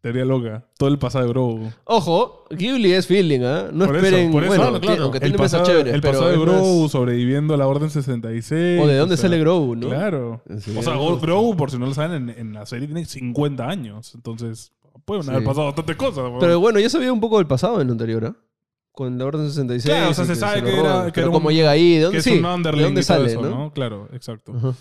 Speaker 4: Teoría loca. Todo el pasado de Grogu.
Speaker 5: Ojo, Ghibli es feeling, ¿ah? No
Speaker 4: Por eso,
Speaker 5: esperen.
Speaker 4: por eso.
Speaker 5: bueno,
Speaker 4: Claro,
Speaker 5: ti-
Speaker 6: claro.
Speaker 5: aunque
Speaker 4: El
Speaker 5: tiene mesas
Speaker 4: pasado,
Speaker 5: chéveres.
Speaker 4: el
Speaker 5: pero
Speaker 4: pasado de
Speaker 5: es más-
Speaker 4: Grogu sobreviviendo a la Orden 66.
Speaker 5: O de dónde sale Grogu, ¿no?
Speaker 4: Claro.
Speaker 5: Sí,
Speaker 4: o sea,
Speaker 5: algo-
Speaker 4: Grogu, por si no lo saben, en, en la serie tiene 50 años. Entonces, pueden haber
Speaker 5: Sí.
Speaker 4: pasado bastantes cosas. weón.
Speaker 5: Pero bueno, ya sabía un poco del pasado en la anterior, ¿ah? Con la Orden 66.
Speaker 4: Claro, o sea,
Speaker 5: y
Speaker 4: se sabe
Speaker 5: lo
Speaker 4: que era-
Speaker 5: roban.
Speaker 4: que
Speaker 5: Pero
Speaker 4: era un-
Speaker 5: cómo llega ahí, ¿de
Speaker 4: que
Speaker 5: dónde,
Speaker 4: es
Speaker 5: sí,
Speaker 4: un
Speaker 5: ¿de
Speaker 4: underling
Speaker 5: dónde
Speaker 4: y todo
Speaker 5: sale,
Speaker 4: eso,
Speaker 5: no?
Speaker 4: ¿no? Claro, exacto.
Speaker 5: Ajá.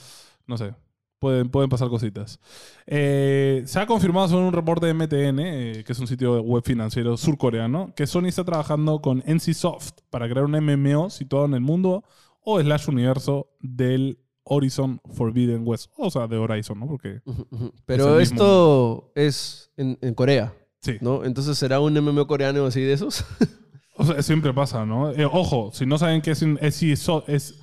Speaker 4: No sé. Pueden, pueden pasar cositas. Eh, se ha confirmado según un reporte de MTN, eh, que es un sitio web financiero surcoreano, que Sony está trabajando con NCSoft para crear un MMO situado en el mundo o slash universo del Horizon Forbidden West. O sea, de Horizon, ¿no? Porque
Speaker 5: Ujú, ujú.
Speaker 4: Es el
Speaker 5: Pero
Speaker 4: mismo.
Speaker 5: esto es en, en Corea,
Speaker 4: sí.
Speaker 5: ¿no? Entonces será un MMO coreano así de esos.
Speaker 4: O sea, siempre pasa, ¿no? Eh, ojo, si no saben qué es un NCSoft, es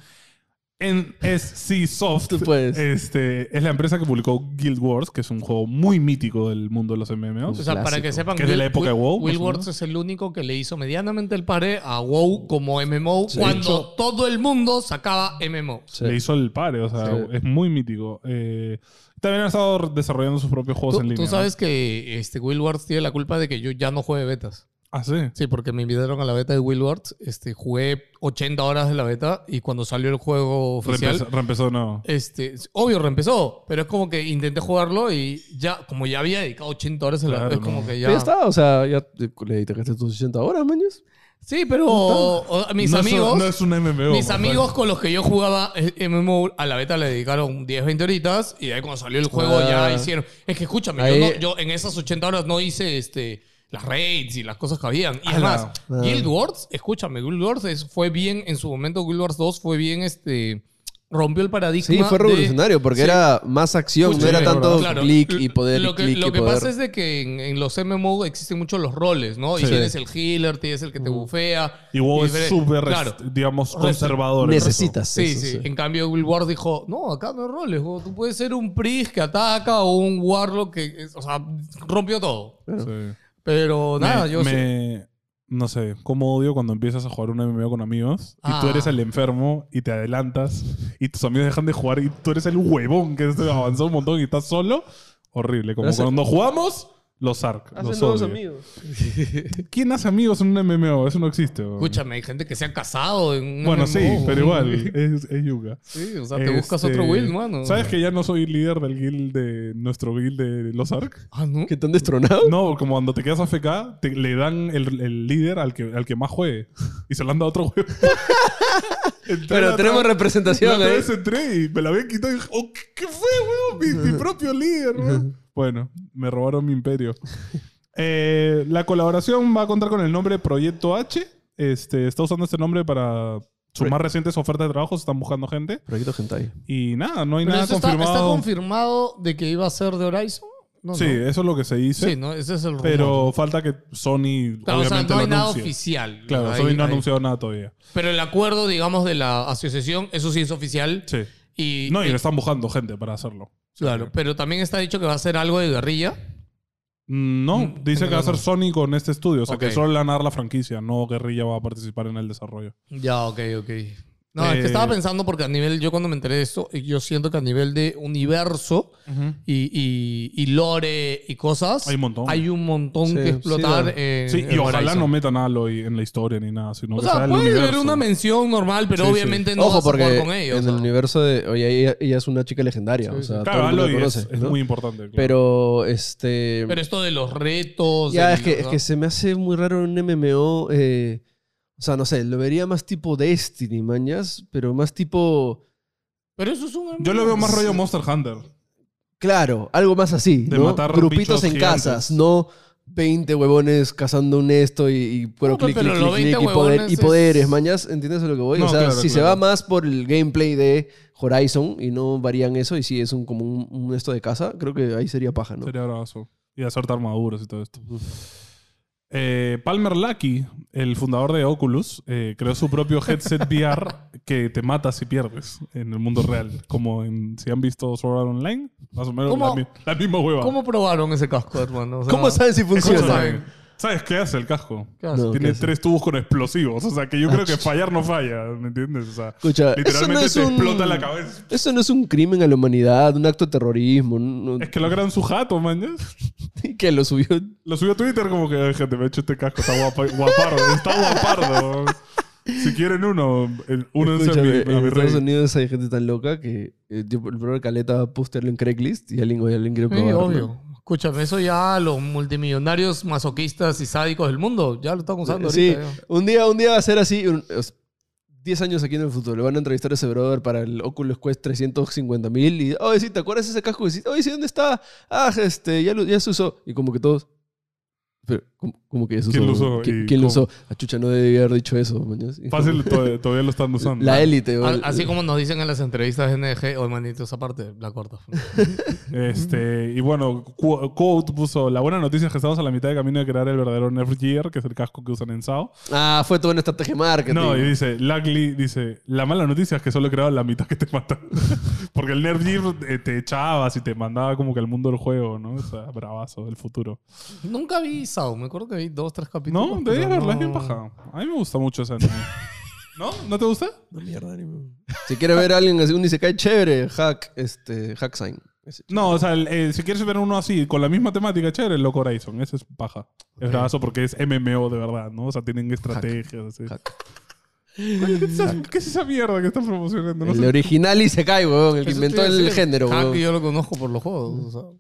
Speaker 4: NSC Soft,
Speaker 5: Tú puedes.
Speaker 4: este, es la empresa que publicó Guild Wars, que es un juego muy mítico del mundo de los MMOs.
Speaker 6: O sea, para
Speaker 5: clásico.
Speaker 6: que sepan
Speaker 4: Que es de la época de WoW, pues, más o
Speaker 6: Wars
Speaker 4: menos.
Speaker 6: es el único que le hizo medianamente el pare a WoW como MMO cuando todo el mundo sacaba MMO.
Speaker 4: Le hizo el pare, o sea,
Speaker 5: Sí.
Speaker 4: es muy mítico. Eh, también ha estado desarrollando sus propios juegos
Speaker 6: Tú,
Speaker 4: en
Speaker 6: tú
Speaker 4: línea. ¿no?
Speaker 6: sabes que este, Will Wars tiene la culpa de que yo ya no juegue betas.
Speaker 4: Ah, sí.
Speaker 6: Sí, porque me invitaron a la beta de Will Wars. Este, jugué 80 horas de la beta y cuando salió el juego oficial,
Speaker 4: Reempezó, reempezó de nuevo.
Speaker 6: Este, obvio, reempezó, pero es como que intenté jugarlo y ya, como ya había dedicado 80 horas, a la-
Speaker 4: Claro,
Speaker 6: es como
Speaker 4: no.
Speaker 6: que
Speaker 5: Ya.
Speaker 6: ya.
Speaker 5: está, o sea, ya te- le dedicaste tus 60 horas, mañas.
Speaker 6: Sí, pero o- mis
Speaker 4: No es un-
Speaker 6: amigos,
Speaker 4: no es un MMO.
Speaker 6: mis
Speaker 4: papá.
Speaker 6: amigos con los que yo jugaba el MMO a la beta le dedicaron 10, 20 horitas y ahí cuando salió el juego
Speaker 5: Ah.
Speaker 6: ya hicieron. Es que escúchame,
Speaker 5: Ahí-
Speaker 6: yo, no- yo en esas 80 horas no hice este, las raids y las cosas que habían. Y
Speaker 4: Ah,
Speaker 6: además,
Speaker 5: no. Ah.
Speaker 6: Guild Wars, escúchame, Guild Wars es- fue bien, en su momento Guild Wars 2 fue bien, este, rompió el paradigma.
Speaker 5: Sí, fue
Speaker 6: de-
Speaker 5: revolucionario porque
Speaker 6: Sí.
Speaker 5: era más acción,
Speaker 6: Justo,
Speaker 5: no era
Speaker 6: sí,
Speaker 5: tanto
Speaker 6: claro.
Speaker 5: clic y poder
Speaker 6: Lo
Speaker 5: y
Speaker 6: que,
Speaker 5: clic
Speaker 6: lo
Speaker 5: y
Speaker 6: que
Speaker 5: poder.
Speaker 6: pasa es de que en, en los MMO existen muchos los roles, ¿no? Y
Speaker 4: Sí.
Speaker 6: tienes el healer, tienes el que te bufea.
Speaker 4: Mm. Y WoW es
Speaker 6: diferente-
Speaker 4: súper,
Speaker 6: Claro.
Speaker 4: rest- digamos, conservador. en eso.
Speaker 5: Necesitas
Speaker 6: Sí,
Speaker 5: eso,
Speaker 6: sí, En cambio, Will Ward dijo, no, acá no hay roles. güey. Tú puedes ser un priest que ataca o un warlock que... O sea, rompió todo.
Speaker 4: Sí.
Speaker 6: Pero Pues nada,
Speaker 4: Me-
Speaker 6: yo sí-
Speaker 4: me- No sé, cómo odio cuando empiezas a jugar un MMO con amigos y tú
Speaker 6: Ah.
Speaker 4: eres el enfermo y te adelantas y tus amigos dejan de jugar y tú eres el huevón que se avanzó un montón y estás solo. Horrible. Como
Speaker 5: Pero hace-
Speaker 4: cuando jugamos los ARC.
Speaker 5: Hacen
Speaker 4: los
Speaker 5: nuevos
Speaker 4: odio.
Speaker 5: amigos.
Speaker 4: ¿Quién hace amigos en un MMO? Eso no existe. weón.
Speaker 6: Escúchame, hay gente que se ha casado en un
Speaker 4: Bueno,
Speaker 6: MMO,
Speaker 4: sí, pero
Speaker 6: güey.
Speaker 4: igual. Es, es Yuga.
Speaker 6: Sí, o sea, te buscas otro
Speaker 4: Este,
Speaker 6: Will, mano.
Speaker 4: ¿Sabes que ya no soy líder del guild de nuestro guild de los ARC?
Speaker 6: Ah, ¿no?
Speaker 5: ¿Que te han destronado?
Speaker 4: No, como cuando te quedas AFK, te, le dan el, el líder al que, al que más juegue. Y se lo han dado a otro huevo.
Speaker 5: Pero tenemos representación
Speaker 4: La
Speaker 5: ¿eh?
Speaker 4: otra
Speaker 6: ¿eh?
Speaker 5: ahí.
Speaker 4: vez entré y me la habían quitado y dije, "Oh, ¿qué, qué fue, huevón? Mi, mi propio líder, huevón". Bueno, me robaron mi imperio. Eh, la colaboración va a contar con el nombre Proyecto H. Este, está usando este nombre para sus más recientes ofertas de trabajo. se Están buscando gente.
Speaker 5: Proyecto Gentai.
Speaker 4: Y nada, no hay
Speaker 6: Pero
Speaker 4: nada
Speaker 6: eso está, está
Speaker 4: confirmado.
Speaker 6: confirmado de que iba a ser de Horizon? No,
Speaker 4: sí,
Speaker 6: no.
Speaker 4: eso es lo que se dice.
Speaker 6: Sí, no, ese es el rumor.
Speaker 4: pero falta que Sony
Speaker 6: Claro, o sea,
Speaker 4: obviamente
Speaker 6: no hay
Speaker 4: lo
Speaker 6: nada
Speaker 4: anuncie.
Speaker 6: oficial.
Speaker 4: Claro,
Speaker 6: Ahí-
Speaker 4: Sony no ha
Speaker 6: ahí.
Speaker 4: anunciado nada todavía.
Speaker 6: Pero el acuerdo, digamos, de la asociación, eso sí es oficial.
Speaker 4: Sí.
Speaker 6: Y,
Speaker 4: No, y
Speaker 6: y-
Speaker 4: lo están buscando gente para hacerlo.
Speaker 6: Claro, pero también está dicho que va a ser algo de guerrilla.
Speaker 4: Mm, No,
Speaker 6: Mm,
Speaker 4: dice que va a ser Sony con este estudio. O sea,
Speaker 6: Ok.
Speaker 4: que solo le van a dar la franquicia, no Guerrilla va a participar en el desarrollo.
Speaker 6: Ya, ok, ok. No, es
Speaker 4: Eh,
Speaker 6: que estaba pensando porque a nivel, yo cuando me enteré de esto, yo siento que a nivel de universo y, y- y lore y cosas,
Speaker 4: Hay un montón.
Speaker 6: hay un montón
Speaker 5: Sí,
Speaker 6: que
Speaker 5: sí,
Speaker 6: explotar.
Speaker 5: da.
Speaker 6: en-
Speaker 4: Sí,
Speaker 6: en
Speaker 4: y ojalá
Speaker 6: Horizon.
Speaker 4: no metan algo y- en la historia ni nada, sino
Speaker 6: Eh, O
Speaker 4: que
Speaker 6: sea,
Speaker 4: sea el
Speaker 6: puede haber
Speaker 4: universo.
Speaker 6: una mención normal, pero
Speaker 4: Sí, sí.
Speaker 6: obviamente no
Speaker 5: Ojo,
Speaker 6: vas a jugar
Speaker 5: porque
Speaker 6: con ellos.
Speaker 5: en
Speaker 6: ¿no?
Speaker 5: el universo de. Oye, ella, ella es una chica legendaria.
Speaker 6: Sí,
Speaker 5: o sea,
Speaker 4: Claro,
Speaker 5: todo el mundo
Speaker 4: Aloy
Speaker 5: la
Speaker 4: es,
Speaker 5: conoce.
Speaker 4: es
Speaker 5: ¿no?
Speaker 4: muy importante. claro.
Speaker 5: Pero este.
Speaker 6: Pero esto de los retos.
Speaker 5: ya,
Speaker 6: del-
Speaker 5: es que, es
Speaker 6: ¿no?
Speaker 5: que se me hace muy raro un MMO. eh, o sea, no sé, lo vería más tipo Destiny, mañas, pero más tipo.
Speaker 6: Pero eso es un.
Speaker 4: Yo lo veo más rollo Monster Hunter.
Speaker 5: Claro, algo más así.
Speaker 4: De
Speaker 5: ¿no?
Speaker 4: matar bichos
Speaker 5: Grupitos en
Speaker 4: gigantes.
Speaker 5: casas, no 20 huevones cazando un esto y, y puro
Speaker 6: No, pero-
Speaker 5: clic,
Speaker 6: pero
Speaker 5: clic,
Speaker 6: los
Speaker 5: clic,
Speaker 6: 20
Speaker 5: clic y, poder-
Speaker 6: huevones
Speaker 5: y
Speaker 6: es-
Speaker 5: poderes, mañas. ¿Entiendes a lo que voy?
Speaker 4: No,
Speaker 5: o sea,
Speaker 4: claro,
Speaker 5: si se
Speaker 4: claro.
Speaker 5: va más por el gameplay de Horizon y no varían eso, y si es un, como un, un esto de casa, creo que ahí sería paja, ¿no?
Speaker 4: Sería bravazo. Y hacerte armaduras y todo esto. Eh, Palmer Lucky, el fundador de Oculus, eh, creó su propio headset VR que te mata si pierdes en el mundo real. Como en, si han visto Sword Art Online, más o menos la,
Speaker 6: ¿Cómo?
Speaker 4: mi- la misma hueva.
Speaker 6: ¿Cómo probaron ese casco, hermano? O sea,
Speaker 5: ¿Cómo saben si
Speaker 4: Escúchame,
Speaker 5: funciona?
Speaker 6: saben?
Speaker 4: ¿Sabes qué hace el casco?
Speaker 6: ¿qué haces?
Speaker 5: No.
Speaker 4: Tiene
Speaker 5: hace?
Speaker 4: tres tubos con explosivos. O sea, que yo creo que fallar no falla, ¿me entiendes? O sea,
Speaker 5: Escucha, Eh, eso no
Speaker 4: literalmente
Speaker 5: es
Speaker 4: te
Speaker 5: un-
Speaker 4: explota la cabeza.
Speaker 5: Eso no es un crimen a la humanidad, un acto de terrorismo. no-
Speaker 4: Es que logran su jato, man. ¿ya?
Speaker 5: que lo subió.
Speaker 4: Lo subió a Twitter como que, "Ay, gente, me he hecho este casco, está guapa- guapardo, está guapardo. Si quieren uno, el- únanse a mi,
Speaker 5: Escúchame,
Speaker 4: a
Speaker 5: en
Speaker 4: mi
Speaker 5: Estados
Speaker 4: rey.
Speaker 5: Unidos hay gente tan loca que eh, yo, el brother Caleta postearlo en Craigslist y alguien, oye, alguien quiere
Speaker 6: Sí,
Speaker 5: probarlo.
Speaker 6: obvio. Escúchame, eso ya los multimillonarios masoquistas y sádicos del mundo ya lo están usando
Speaker 5: sí,
Speaker 6: ahorita. ya.
Speaker 5: un día, un día va a ser así. un- es- 10 años aquí en el futuro. Le van a entrevistar a ese brother para el Oculus Quest 350 mil. Y, oye, sí, ¿te acuerdas de ese casco? Y sí, Oye, sí, ¿dónde está? Ah, este, ya, lo- ya se usó. Y como que todos. Pero, ¿cómo, cómo que ya se usó?
Speaker 4: ¿Quién lo usó?
Speaker 5: ¿Qui-
Speaker 4: ¿Y
Speaker 5: ¿Quién lo
Speaker 4: cómo?
Speaker 5: usó? A Chucha no debía haber dicho eso. mañas. Y
Speaker 4: Fácil, to- todavía lo están
Speaker 5: como-
Speaker 4: usando.
Speaker 5: La élite. o el-
Speaker 6: A- Ah, Así como nos dicen en las entrevistas NG, oye, manito, esa parte la cortas.
Speaker 4: Este, y bueno, Qu- Quote puso, la buena noticia es que estamos a la mitad de camino de crear el verdadero Nerfgear, que es el casco que usan en SAO.
Speaker 5: Ah, fue toda una estrategia de marketing.
Speaker 4: No, y dice, Luckily dice, la mala noticia es que solo he creado la mitad que te mata. Porque el Nerf Gear eh, te echabas y te mandaba como que al mundo del juego, ¿no? O sea, bravazo, del futuro.
Speaker 6: Nunca vi Sao, me acuerdo que vi dos, tres capítulos.
Speaker 4: No,
Speaker 6: pero
Speaker 4: deberías verla, es
Speaker 6: no-
Speaker 4: bien paja. A mí me gusta mucho ese anime. ¿No? ¿No te gusta?
Speaker 5: No, mierda, ni me- Si quiere ver a alguien así, un Isekai chévere, hack, este, hack sign. Ese ch-
Speaker 4: No, o sea, el- eh, si quieres ver uno así, con la misma temática, chévere, el Loco Horizon. Ese es paja. Es bravazo porque es MMO de verdad, ¿no? O sea, tienen estrategias. así.
Speaker 5: hack.
Speaker 4: Oye, ¿Qué, es esa, qué es esa mierda que están promocionando? No
Speaker 5: El
Speaker 4: sé.
Speaker 5: original Isekai, weón, el que
Speaker 6: Eso
Speaker 5: inventó
Speaker 6: te iba a
Speaker 5: el
Speaker 6: decir,
Speaker 5: género,
Speaker 6: Hack,
Speaker 5: weón.
Speaker 6: yo lo conozco por los juegos. o sea.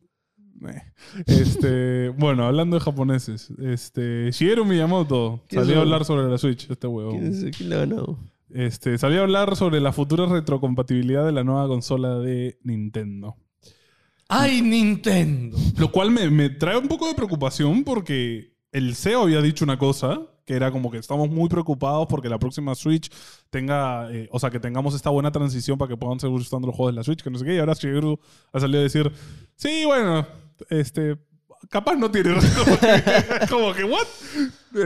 Speaker 4: Eh, Este, bueno, hablando de japoneses, este, Shigeru Miyamoto
Speaker 5: ¿Quién es
Speaker 4: salió a
Speaker 5: ese?
Speaker 4: hablar sobre la Switch, este huevón.
Speaker 5: ¿Quién es- quién le ha ganado?
Speaker 4: Este, salió a hablar sobre la futura retrocompatibilidad de la nueva consola de Nintendo.
Speaker 6: ¡Ay, Nintendo!
Speaker 4: Lo cual me, me trae un poco de preocupación porque el CEO había dicho una cosa que era como que estamos muy preocupados porque la próxima Switch tenga, eh, o sea, que tengamos esta buena transición para que puedan seguir usando los juegos de la Switch, que no sé qué, y ahora Shigeru ha salido a decir, sí, bueno, este, capaz no tiene razón. como que, ¿what?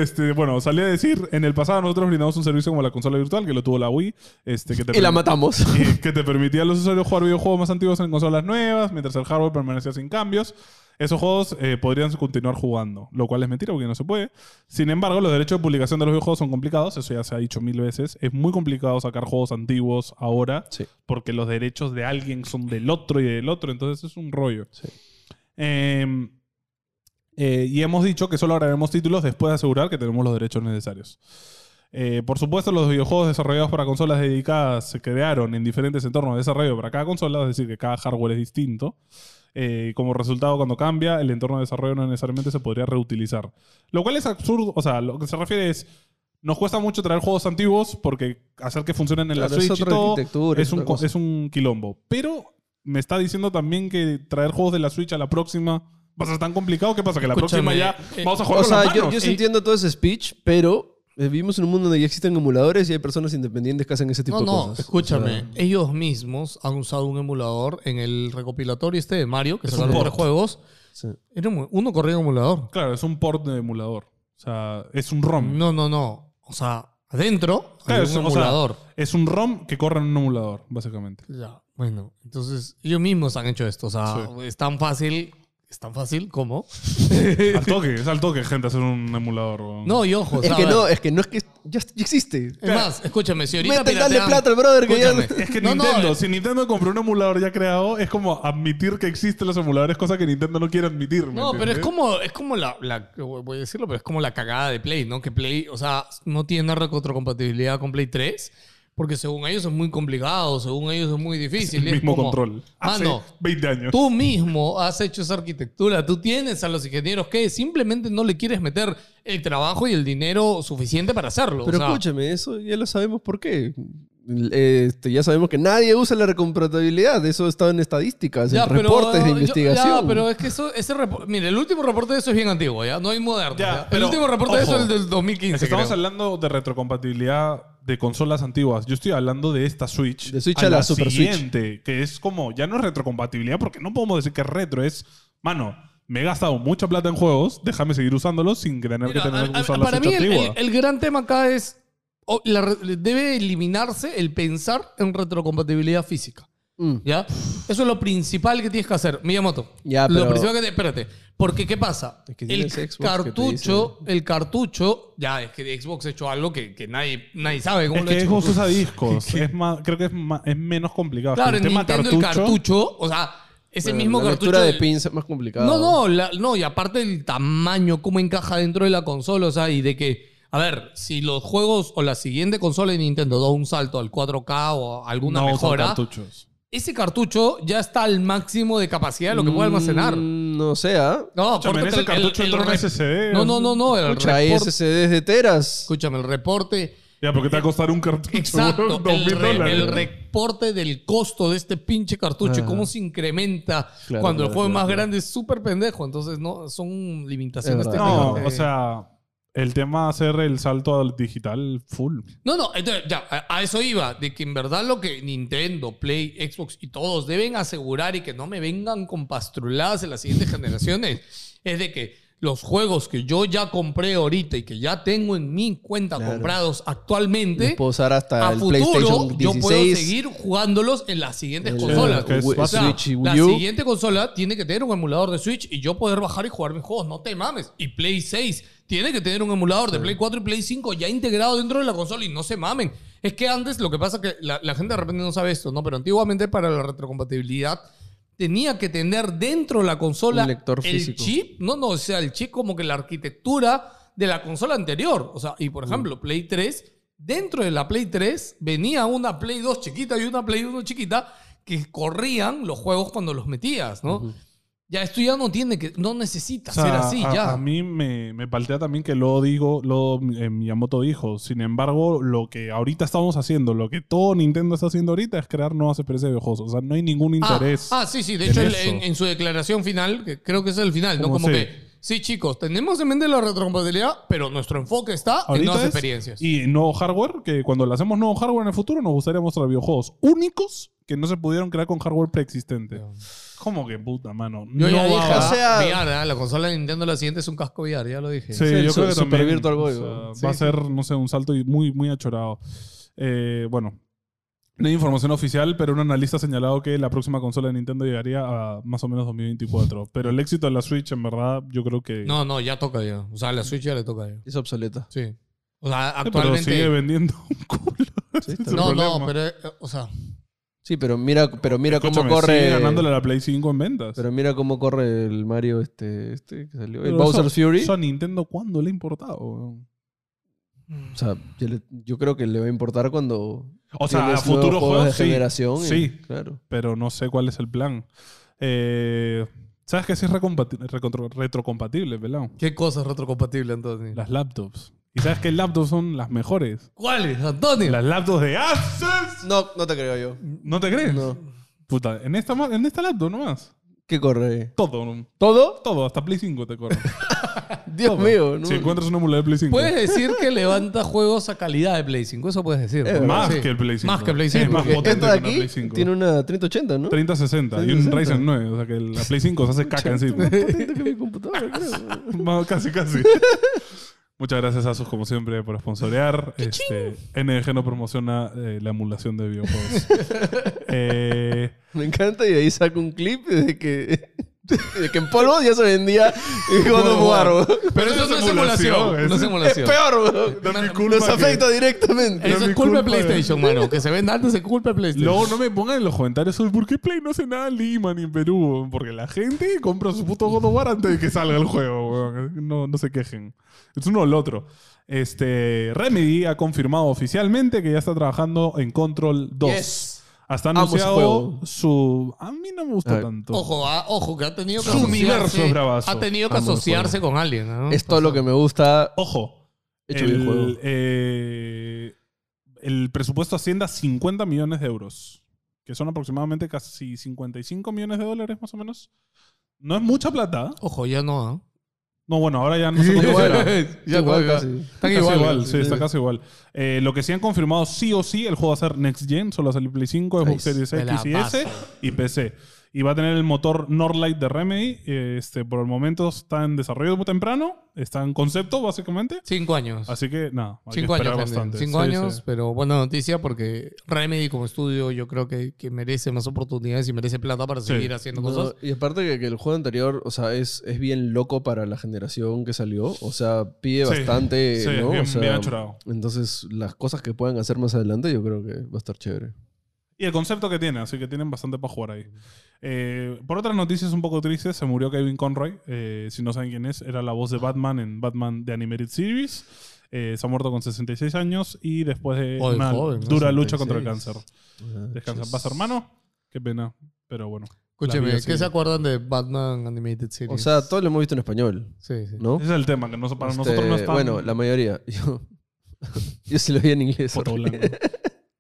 Speaker 4: Este, bueno, salió a decir, en el pasado nosotros brindamos un servicio como la consola virtual, que lo tuvo la Wii, este, que te
Speaker 5: Y la
Speaker 4: permite-
Speaker 5: matamos.
Speaker 4: y que te permitía a los usuarios jugar videojuegos más antiguos en consolas nuevas, mientras el hardware permanecía sin cambios. Esos juegos eh, podrían continuar jugando, lo cual es mentira porque no se puede. Sin embargo, los derechos de publicación de los videojuegos son complicados, eso ya se ha dicho mil veces. Es muy complicado sacar juegos antiguos ahora
Speaker 5: Sí.
Speaker 4: porque los derechos de alguien son del otro y del otro, entonces es un rollo. Eh, eh, y hemos dicho que solo agregaremos títulos después de asegurar que tenemos los derechos necesarios. Eh, por supuesto, los videojuegos desarrollados para consolas dedicadas se crearon en diferentes entornos de desarrollo para cada consola, es decir, que cada hardware es distinto. Eh, como resultado, cuando cambia, el entorno de desarrollo no necesariamente se podría reutilizar. Lo cual es absurdo, o sea, lo que se refiere es, nos cuesta mucho traer juegos antiguos porque hacer que funcionen en la
Speaker 5: Claro, es
Speaker 4: Switch y
Speaker 5: otra
Speaker 4: todo
Speaker 5: arquitectura,
Speaker 4: es
Speaker 5: es
Speaker 4: un,
Speaker 5: otra
Speaker 4: co-
Speaker 5: cosa.
Speaker 4: es un quilombo. Pero me está diciendo también que traer juegos de la Switch a la próxima va a ser tan complicado. ¿Qué pasa? Que la
Speaker 6: Escúchame,
Speaker 4: próxima ya
Speaker 6: eh,
Speaker 4: vamos a jugar
Speaker 5: O
Speaker 4: con las
Speaker 5: sea, yo,
Speaker 4: manos.
Speaker 5: yo sí
Speaker 4: Y-
Speaker 5: entiendo todo ese speech, pero eh, vivimos en un mundo donde ya existen emuladores y hay personas independientes que hacen ese tipo
Speaker 6: No,
Speaker 5: de
Speaker 6: no,
Speaker 5: cosas. O sea,
Speaker 6: escúchame. ellos mismos han usado un emulador en el recopilatorio este de Mario, que
Speaker 4: Es un
Speaker 6: sacaron
Speaker 4: port.
Speaker 6: tres juegos.
Speaker 5: sí.
Speaker 6: Era un- uno corría en emulador.
Speaker 4: Claro, es un port de emulador. O sea, es un ROM.
Speaker 6: No, no, no. O sea, adentro
Speaker 4: Claro,
Speaker 6: había
Speaker 4: es- o
Speaker 6: un
Speaker 4: sea-
Speaker 6: emulador.
Speaker 4: Es un ROM que corre en un emulador, básicamente.
Speaker 6: Ya, bueno. Entonces, ellos mismos han hecho esto. O sea,
Speaker 4: Sí.
Speaker 6: es tan fácil. Es tan fácil como.
Speaker 4: Al toque, es al toque, gente, hacer un emulador. weón.
Speaker 6: No, y ojo. o
Speaker 5: Es
Speaker 6: sea,
Speaker 5: que
Speaker 6: a ver,
Speaker 5: no, es que no es que ya, ya existe.
Speaker 6: Es más, escúchame, si ahorita.
Speaker 5: Mete, dale
Speaker 6: piratean-
Speaker 5: plata al brother que ya...
Speaker 6: Escúchame.
Speaker 4: Es que
Speaker 6: No, no,
Speaker 4: Nintendo,
Speaker 6: eh.
Speaker 4: si Nintendo compró un emulador ya creado, es como admitir que existen los emuladores, cosa que Nintendo no quiere admitir. ¿me
Speaker 6: No, pero es
Speaker 4: entiendes?
Speaker 6: como, es como la, la- Voy a decirlo, pero es como la cagada de Play, ¿no? Que Play, o sea, no tiene una retrocompatibilidad con Play 3. Porque según ellos es muy complicado, según ellos es muy difícil.
Speaker 4: el
Speaker 6: y es
Speaker 4: mismo
Speaker 6: como,
Speaker 4: control. Ah, Hace
Speaker 6: Mano,
Speaker 4: 20 años.
Speaker 6: tú mismo has hecho esa arquitectura. Tú tienes a los ingenieros que simplemente no le quieres meter el trabajo y el dinero suficiente para hacerlo. o
Speaker 5: Pero
Speaker 6: sea,
Speaker 5: escúchame, eso ya lo sabemos por qué. Este, ya sabemos que nadie usa la recompatibilidad. Eso está en estadísticas,
Speaker 6: ya,
Speaker 5: en
Speaker 6: pero-
Speaker 5: reportes de
Speaker 6: yo-
Speaker 5: investigación.
Speaker 6: ya, pero es que eso, ese reporte. Mire, el último reporte de eso es bien antiguo, ¿ya? No hay moderno.
Speaker 4: Ya,
Speaker 6: ¿ya? el
Speaker 4: pero,
Speaker 6: último reporte de eso
Speaker 4: ojo,
Speaker 6: es el del 2015.
Speaker 4: Es que estamos
Speaker 6: creo.
Speaker 4: hablando de retrocompatibilidad de consolas antiguas. Yo estoy hablando de esta Switch.
Speaker 5: De Switch a la Super Switch.
Speaker 4: siguiente, que es como, ya no es retrocompatibilidad porque no podemos decir que es retro, es, mano, me he gastado mucha plata en juegos, déjame seguir usándolos sin tener
Speaker 6: Mira,
Speaker 4: que tener
Speaker 6: a-
Speaker 4: que
Speaker 6: a-
Speaker 4: usar la
Speaker 6: para
Speaker 4: Switch
Speaker 6: mí el,
Speaker 4: antigua.
Speaker 6: el- el gran tema acá es, o la re- debe eliminarse el pensar en retrocompatibilidad física.
Speaker 5: Mm.
Speaker 6: ¿Ya? Eso es lo principal que tienes que hacer, Miyamoto.
Speaker 5: Ya,
Speaker 6: Lo
Speaker 5: pero-
Speaker 6: principal que te- espérate, porque ¿qué pasa?
Speaker 5: Es que
Speaker 6: el
Speaker 5: tienes Xbox que te
Speaker 6: cartucho, el cartucho, ya, es que Xbox ha hecho algo que, que nadie, nadie sabe cómo
Speaker 4: es
Speaker 6: lo ha
Speaker 4: que
Speaker 6: hecho.
Speaker 4: Xbox usa discos. es más, creo que es, más- es menos complicado.
Speaker 6: Claro,
Speaker 4: el
Speaker 6: en
Speaker 4: tema
Speaker 6: Nintendo
Speaker 4: cartucho,
Speaker 6: el cartucho, o sea, es el
Speaker 5: Bueno,
Speaker 6: mismo
Speaker 5: la
Speaker 6: cartucho
Speaker 5: lectura de
Speaker 6: del-
Speaker 5: pins es más complicado.
Speaker 6: No, no, la- no, y aparte el tamaño, cómo encaja dentro de la consola, o sea, y de que, a ver, si los juegos o la siguiente consola de Nintendo da un salto al 4K o alguna
Speaker 4: no usan
Speaker 6: mejora,
Speaker 4: cartuchos.
Speaker 6: ese cartucho ya está al máximo de capacidad de lo que puede almacenar.
Speaker 5: Mm, No sé, ¿ah?
Speaker 6: No,
Speaker 4: Escúchame, en
Speaker 6: aparte
Speaker 4: ese cartucho entra un
Speaker 6: rep-
Speaker 4: SSD.
Speaker 6: No, no, no, no, el
Speaker 5: Escucha, hay
Speaker 6: reporte-
Speaker 5: SSDs de teras.
Speaker 6: escúchame, el reporte...
Speaker 4: Ya, porque te va a costar un cartucho.
Speaker 6: Exacto,
Speaker 4: dos
Speaker 6: el,
Speaker 4: mil
Speaker 6: re-
Speaker 4: dólares.
Speaker 6: el reporte del costo de este pinche cartucho y
Speaker 5: Ah.
Speaker 6: cómo se incrementa
Speaker 5: Claro,
Speaker 6: cuando el
Speaker 5: claro,
Speaker 6: juego es
Speaker 5: claro,
Speaker 6: más
Speaker 5: claro.
Speaker 6: grande es súper pendejo. Entonces, no, son
Speaker 5: Es
Speaker 6: limitaciones
Speaker 5: verdad.
Speaker 6: técnicas
Speaker 4: No,
Speaker 6: que-
Speaker 4: o sea, el tema hacer el salto al digital full.
Speaker 6: No, no, entonces, ya, a, a eso iba, de que en verdad lo que Nintendo, Play, Xbox y todos deben asegurar y que no me vengan con pastruladas en las siguientes generaciones, es de que los juegos que yo ya compré ahorita y que ya tengo en mi cuenta
Speaker 5: Claro.
Speaker 6: comprados
Speaker 5: Los
Speaker 6: actualmente,
Speaker 5: puedo usar hasta
Speaker 6: a
Speaker 5: el
Speaker 6: futuro
Speaker 5: PlayStation 16.
Speaker 6: yo puedo seguir jugándolos en las siguientes
Speaker 5: el, eh,
Speaker 6: consolas.
Speaker 4: que es
Speaker 5: Wii-
Speaker 6: O sea,
Speaker 5: Switch y
Speaker 6: la
Speaker 5: Wii U.
Speaker 6: siguiente consola tiene que tener un emulador de Switch y yo poder bajar y jugar mis juegos, no te mames. Y Play 6 tiene que tener un emulador de Play 4 y Play 5 ya integrado dentro de la consola y no se mamen. Es que antes lo que pasa es que la, la gente de repente no sabe esto, ¿no? Pero antiguamente para la retrocompatibilidad tenía que tener dentro de la consola
Speaker 5: Un lector
Speaker 6: el
Speaker 5: físico.
Speaker 6: chip, no, no, o sea, el chip como que la arquitectura de la consola anterior. O sea, y por
Speaker 4: Mm.
Speaker 6: ejemplo, Play 3, dentro de la Play 3 venía una Play 2 chiquita y una Play 1 chiquita que corrían los juegos cuando los metías, ¿no? Ya esto ya no tiene que, no necesita
Speaker 4: O sea,
Speaker 6: ser así,
Speaker 4: a,
Speaker 6: ya.
Speaker 4: a mí me, me paltea también que lo digo, lo eh, Miyamoto dijo. Sin embargo, lo que ahorita estamos haciendo, lo que todo Nintendo está haciendo ahorita es crear nuevas experiencias de videojuegos. O sea, no hay ningún
Speaker 6: Ah,
Speaker 4: interés.
Speaker 6: Ah, sí, sí. De
Speaker 4: en
Speaker 6: hecho, él
Speaker 4: eso.
Speaker 6: en, en su declaración final, que creo que es el final, ¿no?
Speaker 4: Como
Speaker 6: Como
Speaker 4: sí.
Speaker 6: que, sí, chicos, tenemos en mente la retrocompatibilidad, pero nuestro enfoque está en
Speaker 4: Ahorita
Speaker 6: nuevas
Speaker 4: es-
Speaker 6: experiencias.
Speaker 4: Y nuevo hardware, que cuando le hacemos nuevo hardware en el futuro, nos gustaría mostrar videojuegos únicos que no se pudieron crear con hardware preexistente. ¿Cómo que puta mano?
Speaker 6: Yo
Speaker 4: no
Speaker 6: ya dije,
Speaker 4: va.
Speaker 5: o sea-
Speaker 6: VR, ¿ah? la consola de Nintendo la siguiente es un casco VR, ya lo dije.
Speaker 4: Sí,
Speaker 5: Sí, el
Speaker 4: yo
Speaker 5: su-
Speaker 4: creo que
Speaker 5: Super
Speaker 4: también,
Speaker 5: Virtual Boy,
Speaker 4: o sea,
Speaker 5: weón.
Speaker 4: va a
Speaker 6: Sí,
Speaker 4: ser, no sé, un salto y muy, muy achorado. Eh, bueno. No hay información oficial, pero un analista ha señalado que la próxima consola de Nintendo llegaría a más o menos 2024. Pero el éxito de la Switch, en verdad, yo creo que.
Speaker 6: No, no, ya toca ya. O sea, la Switch ya le toca ya.
Speaker 5: Es obsoleta.
Speaker 6: Sí. O sea,
Speaker 4: Eh, Pero
Speaker 6: actualmente.
Speaker 4: sigue vendiendo un culo. Ese es el
Speaker 6: no, no,
Speaker 4: problema.
Speaker 6: pero. eh, O sea,
Speaker 5: Sí, pero mira, pero mira cómo
Speaker 4: Escúchame, Sigue
Speaker 5: corre.
Speaker 4: ganándole a la Play 5 en ventas.
Speaker 5: Pero mira cómo corre el Mario este, este que salió. El
Speaker 4: Pero
Speaker 5: Bowser
Speaker 4: eso-
Speaker 5: Fury.
Speaker 4: eso a Nintendo cuándo le ha importado? weón?
Speaker 5: O sea, yo, le- yo creo que le va a importar cuando.
Speaker 4: O sea,
Speaker 5: tienes
Speaker 4: a futuros
Speaker 5: nuevos juegos de
Speaker 4: juegos, sí.
Speaker 5: generación. y-
Speaker 4: Sí.
Speaker 5: claro.
Speaker 4: Pero no sé cuál es el plan. Eh, ¿Sabes qué sí es recompati- recontro- retrocompatible, pelado?
Speaker 6: ¿qué cosa es retrocompatible, Antonio?
Speaker 4: Las laptops. ¿Y sabes que laptops son las mejores?
Speaker 6: ¿Cuáles, Antonio?
Speaker 4: Las laptops de Asus.
Speaker 5: No, no te creo yo.
Speaker 4: ¿No te crees?
Speaker 5: No.
Speaker 4: Puta, en esta, ma- en esta laptop nomás.
Speaker 5: ¿Qué corre?
Speaker 4: Todo,
Speaker 5: ¿Todo?
Speaker 4: todo, hasta Play 5 te corre.
Speaker 5: Dios
Speaker 4: Todo.
Speaker 5: mío. No.
Speaker 4: Si encuentras un emulador de Play 5.
Speaker 6: Puedes decir que levanta juegos a calidad de Play 5. Eso puedes decir.
Speaker 5: Es
Speaker 6: ¿no?
Speaker 4: Más
Speaker 6: Sí.
Speaker 4: que el Play 5.
Speaker 6: Más que el Play
Speaker 4: Es
Speaker 6: 5.
Speaker 4: más
Speaker 6: porque-
Speaker 4: potente
Speaker 5: Esta de
Speaker 4: que una Play
Speaker 5: aquí
Speaker 4: 5.
Speaker 5: tiene una 3080, ¿no?
Speaker 4: 3060 y un
Speaker 5: 3060.
Speaker 4: Ryzen 9. O sea que la Play 5 se hace caca encima.
Speaker 5: Más potente que mi computadora, creo.
Speaker 4: Más- casi, casi. Muchas gracias, Asus, como siempre, por sponsorear. Este, NG no promociona eh, la emulación de videojuegos. eh,
Speaker 5: Me encanta y de ahí saco un clip de que, de que en polvo ya se vendía y God of War. weón.
Speaker 6: Pero eso no es emulación.
Speaker 4: es-
Speaker 6: No es
Speaker 5: Es
Speaker 6: emulación.
Speaker 5: peor,
Speaker 4: No es mi
Speaker 5: weón.
Speaker 4: culpa Eh,
Speaker 5: Nos afecta directamente.
Speaker 4: no
Speaker 6: Eso
Speaker 4: es mi
Speaker 6: es culpa de
Speaker 4: culpa,
Speaker 6: PlayStation, mano. Que se venda antes es culpa de
Speaker 5: Este,
Speaker 6: PlayStation.
Speaker 4: Luego no me pongan en los comentarios "Uy, por qué Play no hace nada en Lima ni en Perú. weón?" Porque la gente compra su puto God of War antes de que salga el juego. weón. No, no se quejen. Es uno o el otro. Este, Remedy ha confirmado oficialmente que ya está trabajando en Control 2. Hasta ha
Speaker 5: Amo ese
Speaker 4: anunciado
Speaker 5: juego.
Speaker 4: su... A mí no me gusta
Speaker 5: A ver.
Speaker 4: tanto.
Speaker 6: Ojo, ah, ojo, que ha tenido que
Speaker 4: Su universo es
Speaker 6: asociarse.
Speaker 4: bravazo.
Speaker 6: Ha tenido que
Speaker 5: Vamos,
Speaker 6: asociarse con alguien, ¿no?
Speaker 5: Es todo lo que me gusta
Speaker 4: Ojo.
Speaker 5: hecho
Speaker 4: el,
Speaker 5: videojuego.
Speaker 4: eh, el presupuesto asciende a 50 millones de euros, que son aproximadamente casi 55 millones de dólares más o menos. No es mucha plata.
Speaker 6: Ojo, ya no. ¿ah?
Speaker 4: No, bueno, ahora ya no sé cuánto
Speaker 5: Igual,
Speaker 4: será.
Speaker 6: ya
Speaker 5: igual
Speaker 6: ya.
Speaker 5: casi.
Speaker 6: Están
Speaker 4: Casi
Speaker 6: igual.
Speaker 4: igual, sí, está
Speaker 5: Sí.
Speaker 4: casi igual. Eh, lo que sí han confirmado sí o sí, el juego va a ser Next Gen, solo va a salir Play 5, Xbox
Speaker 5: Nice.
Speaker 4: Series
Speaker 6: Me la
Speaker 4: X y S
Speaker 6: paso.
Speaker 4: y PC. Y va a tener el motor Norlight de Remedy. eh, Este, por el momento está en desarrollo muy temprano, está en concepto básicamente.
Speaker 6: Cinco años.
Speaker 4: Así que nada, hay
Speaker 6: Cinco
Speaker 4: que
Speaker 6: años,
Speaker 4: esperar
Speaker 6: gente.
Speaker 4: bastante.
Speaker 6: Cinco
Speaker 4: Sí,
Speaker 6: años,
Speaker 4: sí.
Speaker 6: pero buena noticia porque Remedy como estudio yo creo que, que merece más oportunidades y merece plata para
Speaker 4: Sí.
Speaker 6: seguir haciendo
Speaker 5: No,
Speaker 6: cosas.
Speaker 5: y aparte que, que el juego anterior, o sea, es, es bien loco para la generación que salió. O sea, pide
Speaker 4: Sí,
Speaker 5: bastante,
Speaker 4: sí,
Speaker 5: ¿no? O
Speaker 4: bien-
Speaker 5: sea,
Speaker 4: bien achorado.
Speaker 5: Entonces, las cosas que puedan hacer más adelante yo creo que va a estar chévere.
Speaker 4: Y el concepto que tiene, así que tienen bastante para jugar ahí. Eh, por otras noticias un poco tristes, se murió Kevin Conroy. Eh, si no saben quién es, era la voz
Speaker 6: Ah.
Speaker 4: de Batman en Batman The Animated Series. Eh, se ha muerto con 66 años y después de
Speaker 6: Joder,
Speaker 4: una
Speaker 6: Oh, joven, ¿no?
Speaker 4: dura lucha
Speaker 6: 66.
Speaker 4: contra el cáncer.
Speaker 5: Ah,
Speaker 4: Descansa en
Speaker 5: chis.
Speaker 4: paz, hermano. Qué pena, pero bueno. La
Speaker 6: Escúcheme,
Speaker 4: vida
Speaker 6: ¿qué
Speaker 4: sigue.
Speaker 6: se acuerdan de Batman Animated Series?
Speaker 5: O sea, todo lo hemos visto en español,
Speaker 6: sí, sí.
Speaker 5: ¿no?
Speaker 4: Ese es el tema, que no, para
Speaker 5: Este,
Speaker 4: nosotros no está
Speaker 5: Bueno, la mayoría. Yo, yo sí lo vi en inglés.
Speaker 4: Foto
Speaker 5: horrible.
Speaker 4: blanco.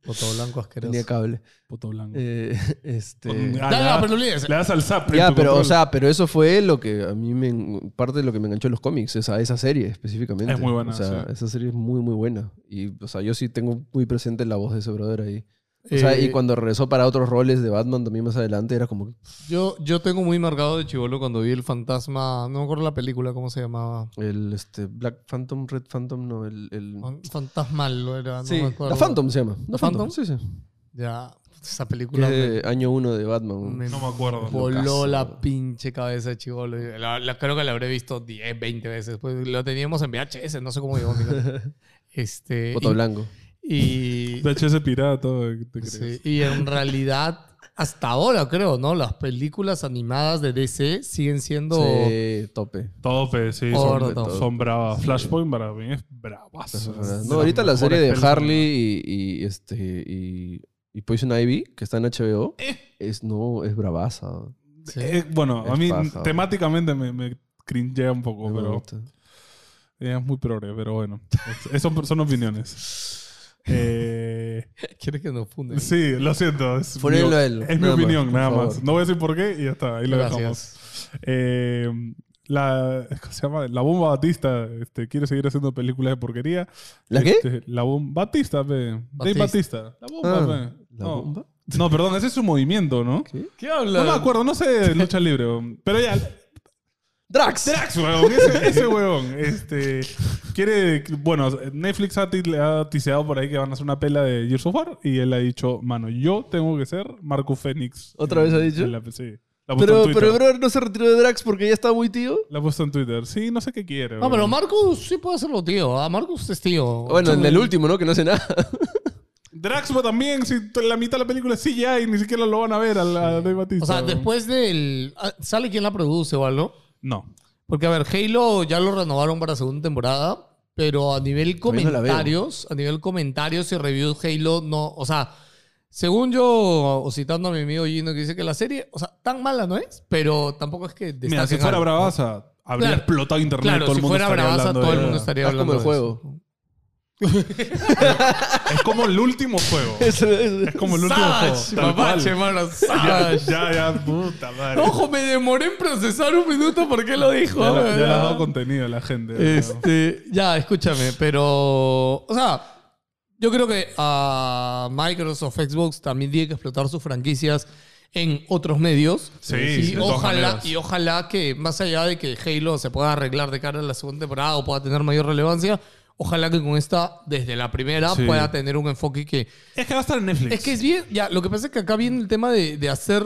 Speaker 6: Foto blanco asqueroso.
Speaker 5: Tenía cable.
Speaker 4: Puto blanco.
Speaker 5: Eh, este...
Speaker 4: Con- ah,
Speaker 6: Dale, no,
Speaker 4: le das-
Speaker 6: pero no olvides.
Speaker 4: le das al zap. en
Speaker 5: Ya,
Speaker 4: tu
Speaker 5: pero, o
Speaker 4: control.
Speaker 5: sea, pero eso fue lo que a mí me. en- Parte de lo que me enganchó en los cómics, esa, esa serie específicamente.
Speaker 4: Es muy buena,
Speaker 5: O sea,
Speaker 4: sí.
Speaker 5: esa serie es muy, muy buena. Y, o sea, yo sí tengo muy presente la voz de ese brother ahí. O sea,
Speaker 6: Eh,
Speaker 5: y cuando regresó para otros roles de Batman también más adelante, era como.
Speaker 6: Yo, yo tengo muy marcado de chivolo cuando vi el fantasma, no me acuerdo la película, ¿cómo se llamaba?
Speaker 5: El este, Black Phantom, Red Phantom, no, el. el-
Speaker 6: Fantasma lo era, no
Speaker 5: sí,
Speaker 6: me acuerdo.
Speaker 5: la Phantom se llama.
Speaker 6: ¿La
Speaker 5: La
Speaker 6: Phantom?
Speaker 5: Phantom, sí, sí.
Speaker 6: Ya, esa
Speaker 5: Que
Speaker 6: película
Speaker 5: es
Speaker 6: me,
Speaker 5: de año uno de Batman.
Speaker 6: me
Speaker 4: No me acuerdo.
Speaker 6: voló
Speaker 5: Locazo.
Speaker 6: la pinche cabeza de chivolo. La, la- creo que la habré visto 10, 20 veces. Pues lo teníamos en VHS, no sé cómo llegó. mira. este,
Speaker 5: Foto blanco.
Speaker 6: y, y-
Speaker 4: VHS pirata, ¿qué te crees?
Speaker 6: sí, y en realidad, hasta ahora creo, ¿no? Las películas animadas de DC siguen siendo...
Speaker 5: Sí, tope.
Speaker 4: Tope, sí,
Speaker 6: Gordo,
Speaker 4: son,
Speaker 6: tope.
Speaker 4: son bravas. Flashpoint para mí es bravazo.
Speaker 5: No, ahorita la serie de Harley y, y, este y, y Poison Ivy, que está en HBO,
Speaker 6: Eh,
Speaker 5: es no, es bravaza.
Speaker 6: Sí.
Speaker 4: Eh, bueno, a
Speaker 5: Es
Speaker 4: mí
Speaker 5: paja.
Speaker 4: temáticamente me, me cringea un poco,
Speaker 5: Me
Speaker 4: Oh, pero
Speaker 5: gusta.
Speaker 4: eh, es muy progre, pero bueno. Es- son, son opiniones. Eh,
Speaker 6: ¿Quieres que nos funden?
Speaker 4: sí, lo siento. Es mi,
Speaker 5: Ponelo a él,
Speaker 4: es mi
Speaker 5: nada más,
Speaker 4: opinión,
Speaker 5: por
Speaker 4: nada más.
Speaker 5: favor.
Speaker 4: No voy a decir por qué y ya está, ahí lo dejamos.
Speaker 6: Gracias.
Speaker 4: Eh, la, ¿cómo se llama? la bomba Batista este, quiere seguir haciendo películas de porquería.
Speaker 5: ¿La qué?
Speaker 4: Este, la bomba Batista, pe. Dave Batista. La bomba,
Speaker 5: Ah,
Speaker 4: pe.
Speaker 5: ¿la
Speaker 4: no.
Speaker 5: bomba?
Speaker 4: No, perdón, ese es su movimiento, ¿no?
Speaker 5: ¿Qué?
Speaker 6: ¿Qué hablas?
Speaker 4: No me acuerdo, no sé de lucha libre. Pero ya,
Speaker 5: Drax.
Speaker 4: Drax, huevón, ese, ese huevón. Este, quiere, bueno, Netflix ha, ti- le ha tiseado por ahí que van a hacer una pela de Gears of War y él ha dicho, mano, yo tengo que ser Marco Fénix.
Speaker 5: ¿Otra vez ha dicho?
Speaker 4: La, sí. La ha puesto
Speaker 5: Pero,
Speaker 4: en Twitter.
Speaker 5: pero el brother no se retiró de Drax porque ya estaba muy tío.
Speaker 4: La ha puesto en Twitter. Sí, no sé qué quiere.
Speaker 6: No, pero
Speaker 4: huevón.
Speaker 6: Marcus sí puede hacerlo, tío. Ah, Marcus es tío.
Speaker 5: Bueno, en el último, ¿no? Que no hace nada.
Speaker 4: Drax va también, si t- la mitad de la película es CGI y ni siquiera lo van a ver a la de Batista.
Speaker 6: O sea,
Speaker 4: huevón.
Speaker 6: después del. ah, ¿Sale quién la produce o algo?
Speaker 4: No.
Speaker 6: Porque, a ver, Halo ya lo renovaron para segunda temporada, pero a nivel
Speaker 5: Todavía no la veo.
Speaker 6: comentarios, a nivel comentarios y reviews, Halo no. O sea, según yo, o citando a mi amigo Gino que dice que la serie, o sea, tan mala no es, pero tampoco es que.
Speaker 4: Mira, si
Speaker 6: destaquen
Speaker 4: fuera
Speaker 6: algo.
Speaker 4: bravaza, habría
Speaker 6: Claro.
Speaker 4: explotado internet.
Speaker 6: Claro,
Speaker 4: todo el
Speaker 6: si
Speaker 4: mundo
Speaker 6: fuera
Speaker 4: estaría
Speaker 6: bravaza,
Speaker 4: hablando de
Speaker 6: todo el
Speaker 4: ella.
Speaker 6: mundo estaría
Speaker 5: Haz
Speaker 6: hablando.
Speaker 5: como el
Speaker 6: de
Speaker 5: juego.
Speaker 6: eso.
Speaker 4: Es como el último juego. Es
Speaker 5: Eso es-
Speaker 4: como el último juego.
Speaker 6: Savage,
Speaker 4: tal cual.
Speaker 6: mapache, mano,
Speaker 4: Ya,
Speaker 6: Savage.
Speaker 4: ya, ya, puta madre.
Speaker 6: Ojo, me demoré en procesar un minuto porque lo dijo.
Speaker 4: Ya, la- ya le has
Speaker 6: ¿verdad?
Speaker 4: dado contenido a la gente. ¿no?
Speaker 6: Este, ya, escúchame, pero. O sea, yo creo que a Microsoft Xbox también tiene que explotar sus franquicias en otros medios.
Speaker 4: Sí, de
Speaker 6: y
Speaker 4: todas
Speaker 6: ojalá,
Speaker 4: maneras.
Speaker 6: y ojalá que, más allá de que Halo se pueda arreglar de cara a la segunda temporada o pueda tener mayor relevancia, ojalá que con esta, desde la primera,
Speaker 4: Sí.
Speaker 6: pueda tener un enfoque que.
Speaker 4: Es que va a estar en Netflix.
Speaker 6: Es que es bien, ya, lo que pasa es que acá viene el tema de, de hacer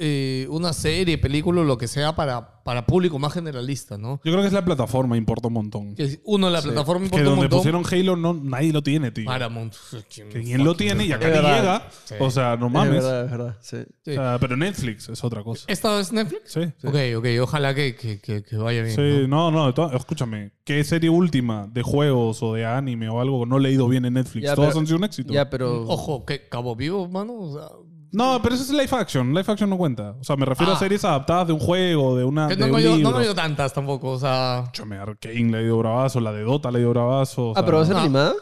Speaker 6: eh, una serie, película, o lo que sea, para, para público más generalista, ¿no?
Speaker 4: Yo creo que es la plataforma, importa un montón.
Speaker 6: Que es- uno, la plataforma
Speaker 4: que
Speaker 6: importa un
Speaker 4: donde
Speaker 6: montón.
Speaker 4: pusieron Halo no, nadie lo tiene, tío.
Speaker 6: Paramount. Pues,
Speaker 4: Que quien lo tiene y acá
Speaker 5: Es
Speaker 4: ni
Speaker 5: verdad.
Speaker 4: llega.
Speaker 6: Sí.
Speaker 4: O sea, no
Speaker 5: Es
Speaker 4: mames.
Speaker 5: verdad, es verdad. Sí.
Speaker 4: O sea, pero Netflix es otra cosa.
Speaker 6: ¿Esta es Netflix?
Speaker 4: Sí. sí.
Speaker 6: Ok, ok, ojalá que, que, que, que vaya bien.
Speaker 4: Sí,
Speaker 6: ¿no?
Speaker 4: no, no, de todas- escúchame, ¿qué serie última de juegos o de anime o algo no le ha ido bien en Netflix?
Speaker 5: Ya,
Speaker 4: Todas
Speaker 5: pero-
Speaker 4: han sido un éxito.
Speaker 5: Ya, pero. ah,
Speaker 6: Ojo, que Cabo Vivo, mano. O sea,
Speaker 4: No, pero eso es live action, live action no cuenta. O sea, me refiero a
Speaker 6: Ah.
Speaker 4: series adaptadas de un juego, de una
Speaker 6: que
Speaker 4: Ah, de
Speaker 6: no,
Speaker 4: un
Speaker 6: me dio,
Speaker 4: libro.
Speaker 6: no me dio tantas tampoco, o sea.
Speaker 4: Escúchame, Arkane le ha ido bravazo, la de Dota le ha ido bravazo. o
Speaker 5: ah,
Speaker 4: sea,
Speaker 5: pero va a ser
Speaker 6: no.
Speaker 5: animada.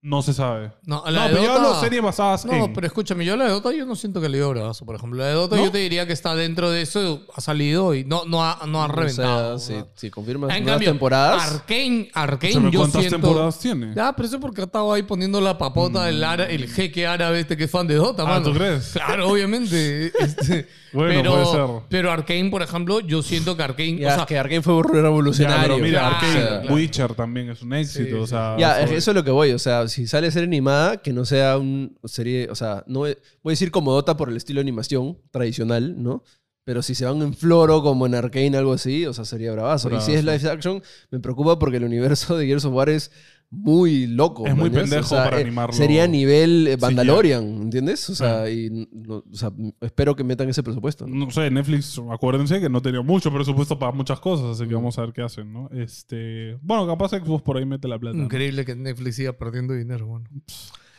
Speaker 4: No se sabe.
Speaker 6: No, a
Speaker 4: no,
Speaker 6: la de
Speaker 4: pero yo
Speaker 6: Dota-
Speaker 4: hablo de series basadas
Speaker 6: No,
Speaker 4: en...
Speaker 6: pero escúchame, yo la de Dota yo no siento que le dio bravazo, por ejemplo. La de Dota
Speaker 4: ¿No?
Speaker 6: yo te diría que está dentro de eso, ha salido y no, no, ha, no ha reventado.
Speaker 5: O sea,
Speaker 6: ¿no?
Speaker 5: si, si confirmas
Speaker 6: En
Speaker 5: nuevas
Speaker 6: cambio,
Speaker 5: temporadas.
Speaker 6: Arkane, Arkane
Speaker 4: Escúchame,
Speaker 6: yo
Speaker 4: ¿Cuántas
Speaker 6: siento...
Speaker 4: temporadas tiene?
Speaker 6: Ya, pero eso es porque ha estado ahí poniendo la papota del ara- el jeque árabe este que es fan de Dota,
Speaker 4: Ah,
Speaker 6: mano.
Speaker 4: ¿tú crees?
Speaker 6: Claro, obviamente. Este,
Speaker 4: Bueno,
Speaker 6: pero,
Speaker 4: puede ser.
Speaker 6: Pero Arkane, por ejemplo, yo siento que Arkane...
Speaker 5: Ya,
Speaker 6: o sea,
Speaker 5: que Arkane fue
Speaker 4: Ya,
Speaker 5: revolucionario.
Speaker 4: pero mira,
Speaker 6: Ah,
Speaker 4: Arkane,
Speaker 6: claro.
Speaker 4: Witcher también es un éxito.
Speaker 6: sí,
Speaker 4: o sea,
Speaker 5: Ya,
Speaker 4: fue-
Speaker 5: eso es lo que voy. O sea, si sale a ser animada, que no sea un serie. O sea, no voy voy a decir como Dota por el estilo de animación tradicional, ¿no? Pero si se van en floro, como en Arcane, algo así, o sea, sería bravazo. Y si es live action, me preocupa porque el universo de Gears of War es muy loco.
Speaker 4: Es muy
Speaker 5: ¿mañas?
Speaker 4: pendejo para
Speaker 5: eh,
Speaker 4: animarlo.
Speaker 5: Sería nivel eh, Mandalorian, ¿entiendes? O sea,
Speaker 4: Claro.
Speaker 5: y n- no- o sea, m- espero que metan ese presupuesto. ¿no?
Speaker 4: No sé, Netflix, acuérdense que no tenía mucho presupuesto para muchas cosas, así que vamos a ver qué hacen, ¿no? Este, bueno, capaz Xbox por ahí mete la plata. ¿no?
Speaker 6: increíble que Netflix siga perdiendo dinero, bueno.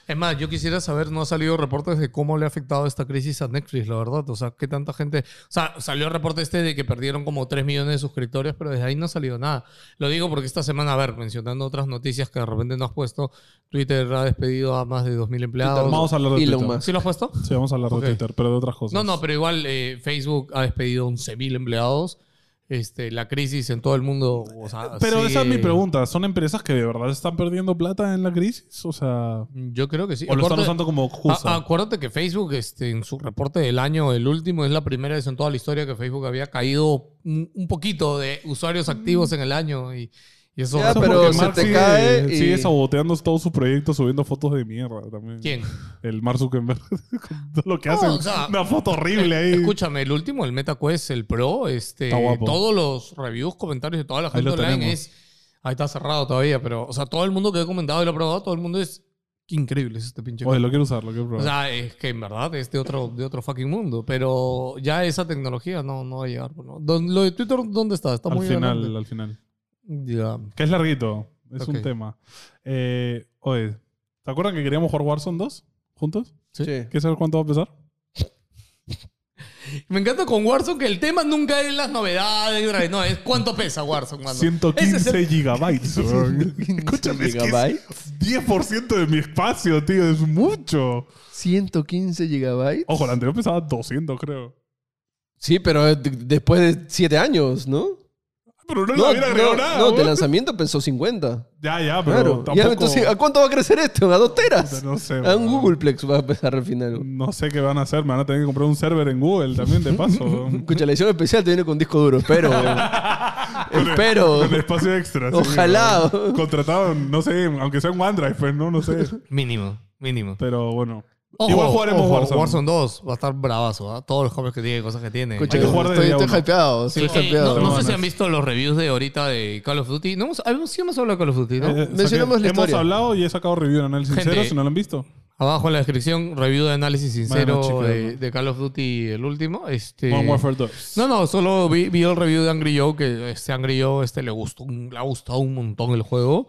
Speaker 6: Es más, yo quisiera saber, no ha salido reportes de cómo le ha afectado esta crisis a Netflix, la verdad. O sea, qué tanta gente... O sea, salió el reporte este de que perdieron como 3 millones de suscriptores, pero desde ahí no ha salido nada. Lo digo porque esta semana, a ver, mencionando otras noticias que de repente no has puesto, Twitter ha despedido a más de 2.000 empleados.
Speaker 4: Vamos a hablar de
Speaker 5: Elon
Speaker 4: Twitter.
Speaker 5: Musk.
Speaker 6: ¿Sí lo has puesto?
Speaker 4: Sí, vamos a hablar
Speaker 6: Ok.
Speaker 4: de Twitter, pero de otras cosas.
Speaker 6: No, no, pero igual eh, Facebook ha despedido 11.000 empleados. Este, la crisis en todo el mundo. o sea,
Speaker 4: Pero esa es
Speaker 6: sigue-
Speaker 4: mi pregunta. ¿Son empresas que de verdad están perdiendo plata en la crisis? O sea,
Speaker 6: Yo creo que sí.
Speaker 4: o lo están
Speaker 6: Acuérdate-
Speaker 4: usando como
Speaker 6: a-
Speaker 4: excusa.
Speaker 6: acuérdate que Facebook, este, en su reporte del año, el último, es la primera vez en toda la historia que Facebook había caído un, un poquito de usuarios
Speaker 4: Mm.
Speaker 6: activos en el año. Y, y eso.
Speaker 5: Ya,
Speaker 4: Eso
Speaker 6: razón
Speaker 5: Ah, pero
Speaker 6: porque
Speaker 4: porque
Speaker 5: se
Speaker 6: Mark-
Speaker 4: Mark
Speaker 5: te
Speaker 4: sigue,
Speaker 5: cae y-
Speaker 4: sigue saboteando todos sus proyectos subiendo fotos de mierda también.
Speaker 6: ¿Quién?
Speaker 4: El Mark Zuckerberg. con todo lo que
Speaker 6: No,
Speaker 4: hace.
Speaker 6: o sea,
Speaker 4: una foto horrible ahí.
Speaker 6: Escúchame, el último, el MetaQuest, el Pro, este,
Speaker 4: Está guapo.
Speaker 6: todos los reviews, comentarios de toda la
Speaker 4: Ahí
Speaker 6: gente
Speaker 4: lo
Speaker 6: online
Speaker 4: tenemos.
Speaker 6: es. Ahí está cerrado todavía, pero, o sea, todo el mundo que he comentado y lo he probado, todo el mundo es. Qué increíble es este pinche.
Speaker 4: Oye, lo quiero usar, lo quiero
Speaker 6: o
Speaker 4: probar.
Speaker 6: sea, es que en verdad es de otro, de otro fucking mundo, pero ya esa tecnología no, no va a llegar. ¿no? Don- ¿Lo de Twitter dónde está? Está
Speaker 4: al
Speaker 6: muy
Speaker 4: final,
Speaker 6: adelante.
Speaker 4: al final.
Speaker 6: Ya.
Speaker 4: Que es larguito. Es
Speaker 6: Ok.
Speaker 4: un tema. Eh, oye, ¿te acuerdan que queríamos jugar Warzone 2 juntos?
Speaker 5: Sí.
Speaker 4: ¿Quieres saber cuánto va a pesar?
Speaker 6: Me encanta con Warzone que el tema nunca es las novedades, no, es cuánto pesa Warzone, mano. Ese
Speaker 4: 115
Speaker 6: es el-
Speaker 4: gigabytes. weón. Escúchame, es que es
Speaker 5: ¿Gigabyte?
Speaker 4: 10% de mi espacio, tío. Es mucho.
Speaker 5: 115 gigabytes.
Speaker 4: Ojo, el anterior pesaba 200, creo.
Speaker 5: Sí, pero eh, d- después de 7 años, ¿no?
Speaker 4: Pero no, le
Speaker 5: No,
Speaker 4: hubiera agregado
Speaker 5: no,
Speaker 4: nada.
Speaker 5: no, de
Speaker 4: weón.
Speaker 5: lanzamiento pensó 50.
Speaker 4: Ya, ya, pero
Speaker 5: Claro.
Speaker 4: tampoco.
Speaker 5: Ya, entonces, ¿A cuánto va a crecer esto? ¿A dos teras?
Speaker 4: no sé.
Speaker 5: A un
Speaker 4: weón.
Speaker 5: Googleplex va a empezar al final. weón.
Speaker 4: No sé qué van a hacer. Me van a tener que comprar un server en Google también, de paso. weón.
Speaker 5: Escucha, la edición especial te viene con disco duro, espero. weón. espero.
Speaker 4: Con espacio extra. sí,
Speaker 5: Ojalá.
Speaker 4: weón. Contratado, no sé, aunque sea en OneDrive, pues no, no sé.
Speaker 6: Mínimo, mínimo.
Speaker 4: Pero bueno. Igual jugaremos
Speaker 6: ojo,
Speaker 4: Warzone.
Speaker 6: 2 va a estar bravazo, ¿ah? Todos los jóvenes que tiene, cosas que tiene.
Speaker 5: Escucha,
Speaker 4: Hay que jugar desde
Speaker 5: estoy, estoy
Speaker 4: uno.
Speaker 5: hypeado, estoy
Speaker 6: Eh,
Speaker 5: hypeado.
Speaker 6: no, no sé
Speaker 4: Bueno,
Speaker 6: si han visto los reviews de ahorita de Call of Duty. No hemos, habíamos, sí hemos hablado de Call of Duty, ¿no?
Speaker 4: Eh,
Speaker 5: Mencionemos
Speaker 4: saqué-
Speaker 5: la
Speaker 4: Hemos
Speaker 5: historia.
Speaker 4: hablado y he sacado review en análisis
Speaker 6: Gente.
Speaker 4: sincero, si no lo han visto.
Speaker 6: Abajo en la descripción, review de análisis sincero
Speaker 4: Bueno, chicos,
Speaker 6: de,
Speaker 4: ¿no?
Speaker 6: de Call of Duty, el último. Este,
Speaker 4: Modern Warfare 2.
Speaker 6: No, no, solo vi, vi el review de Angry Joe, que este Angry Joe este, le, gustó, un- le ha gustado un montón el juego.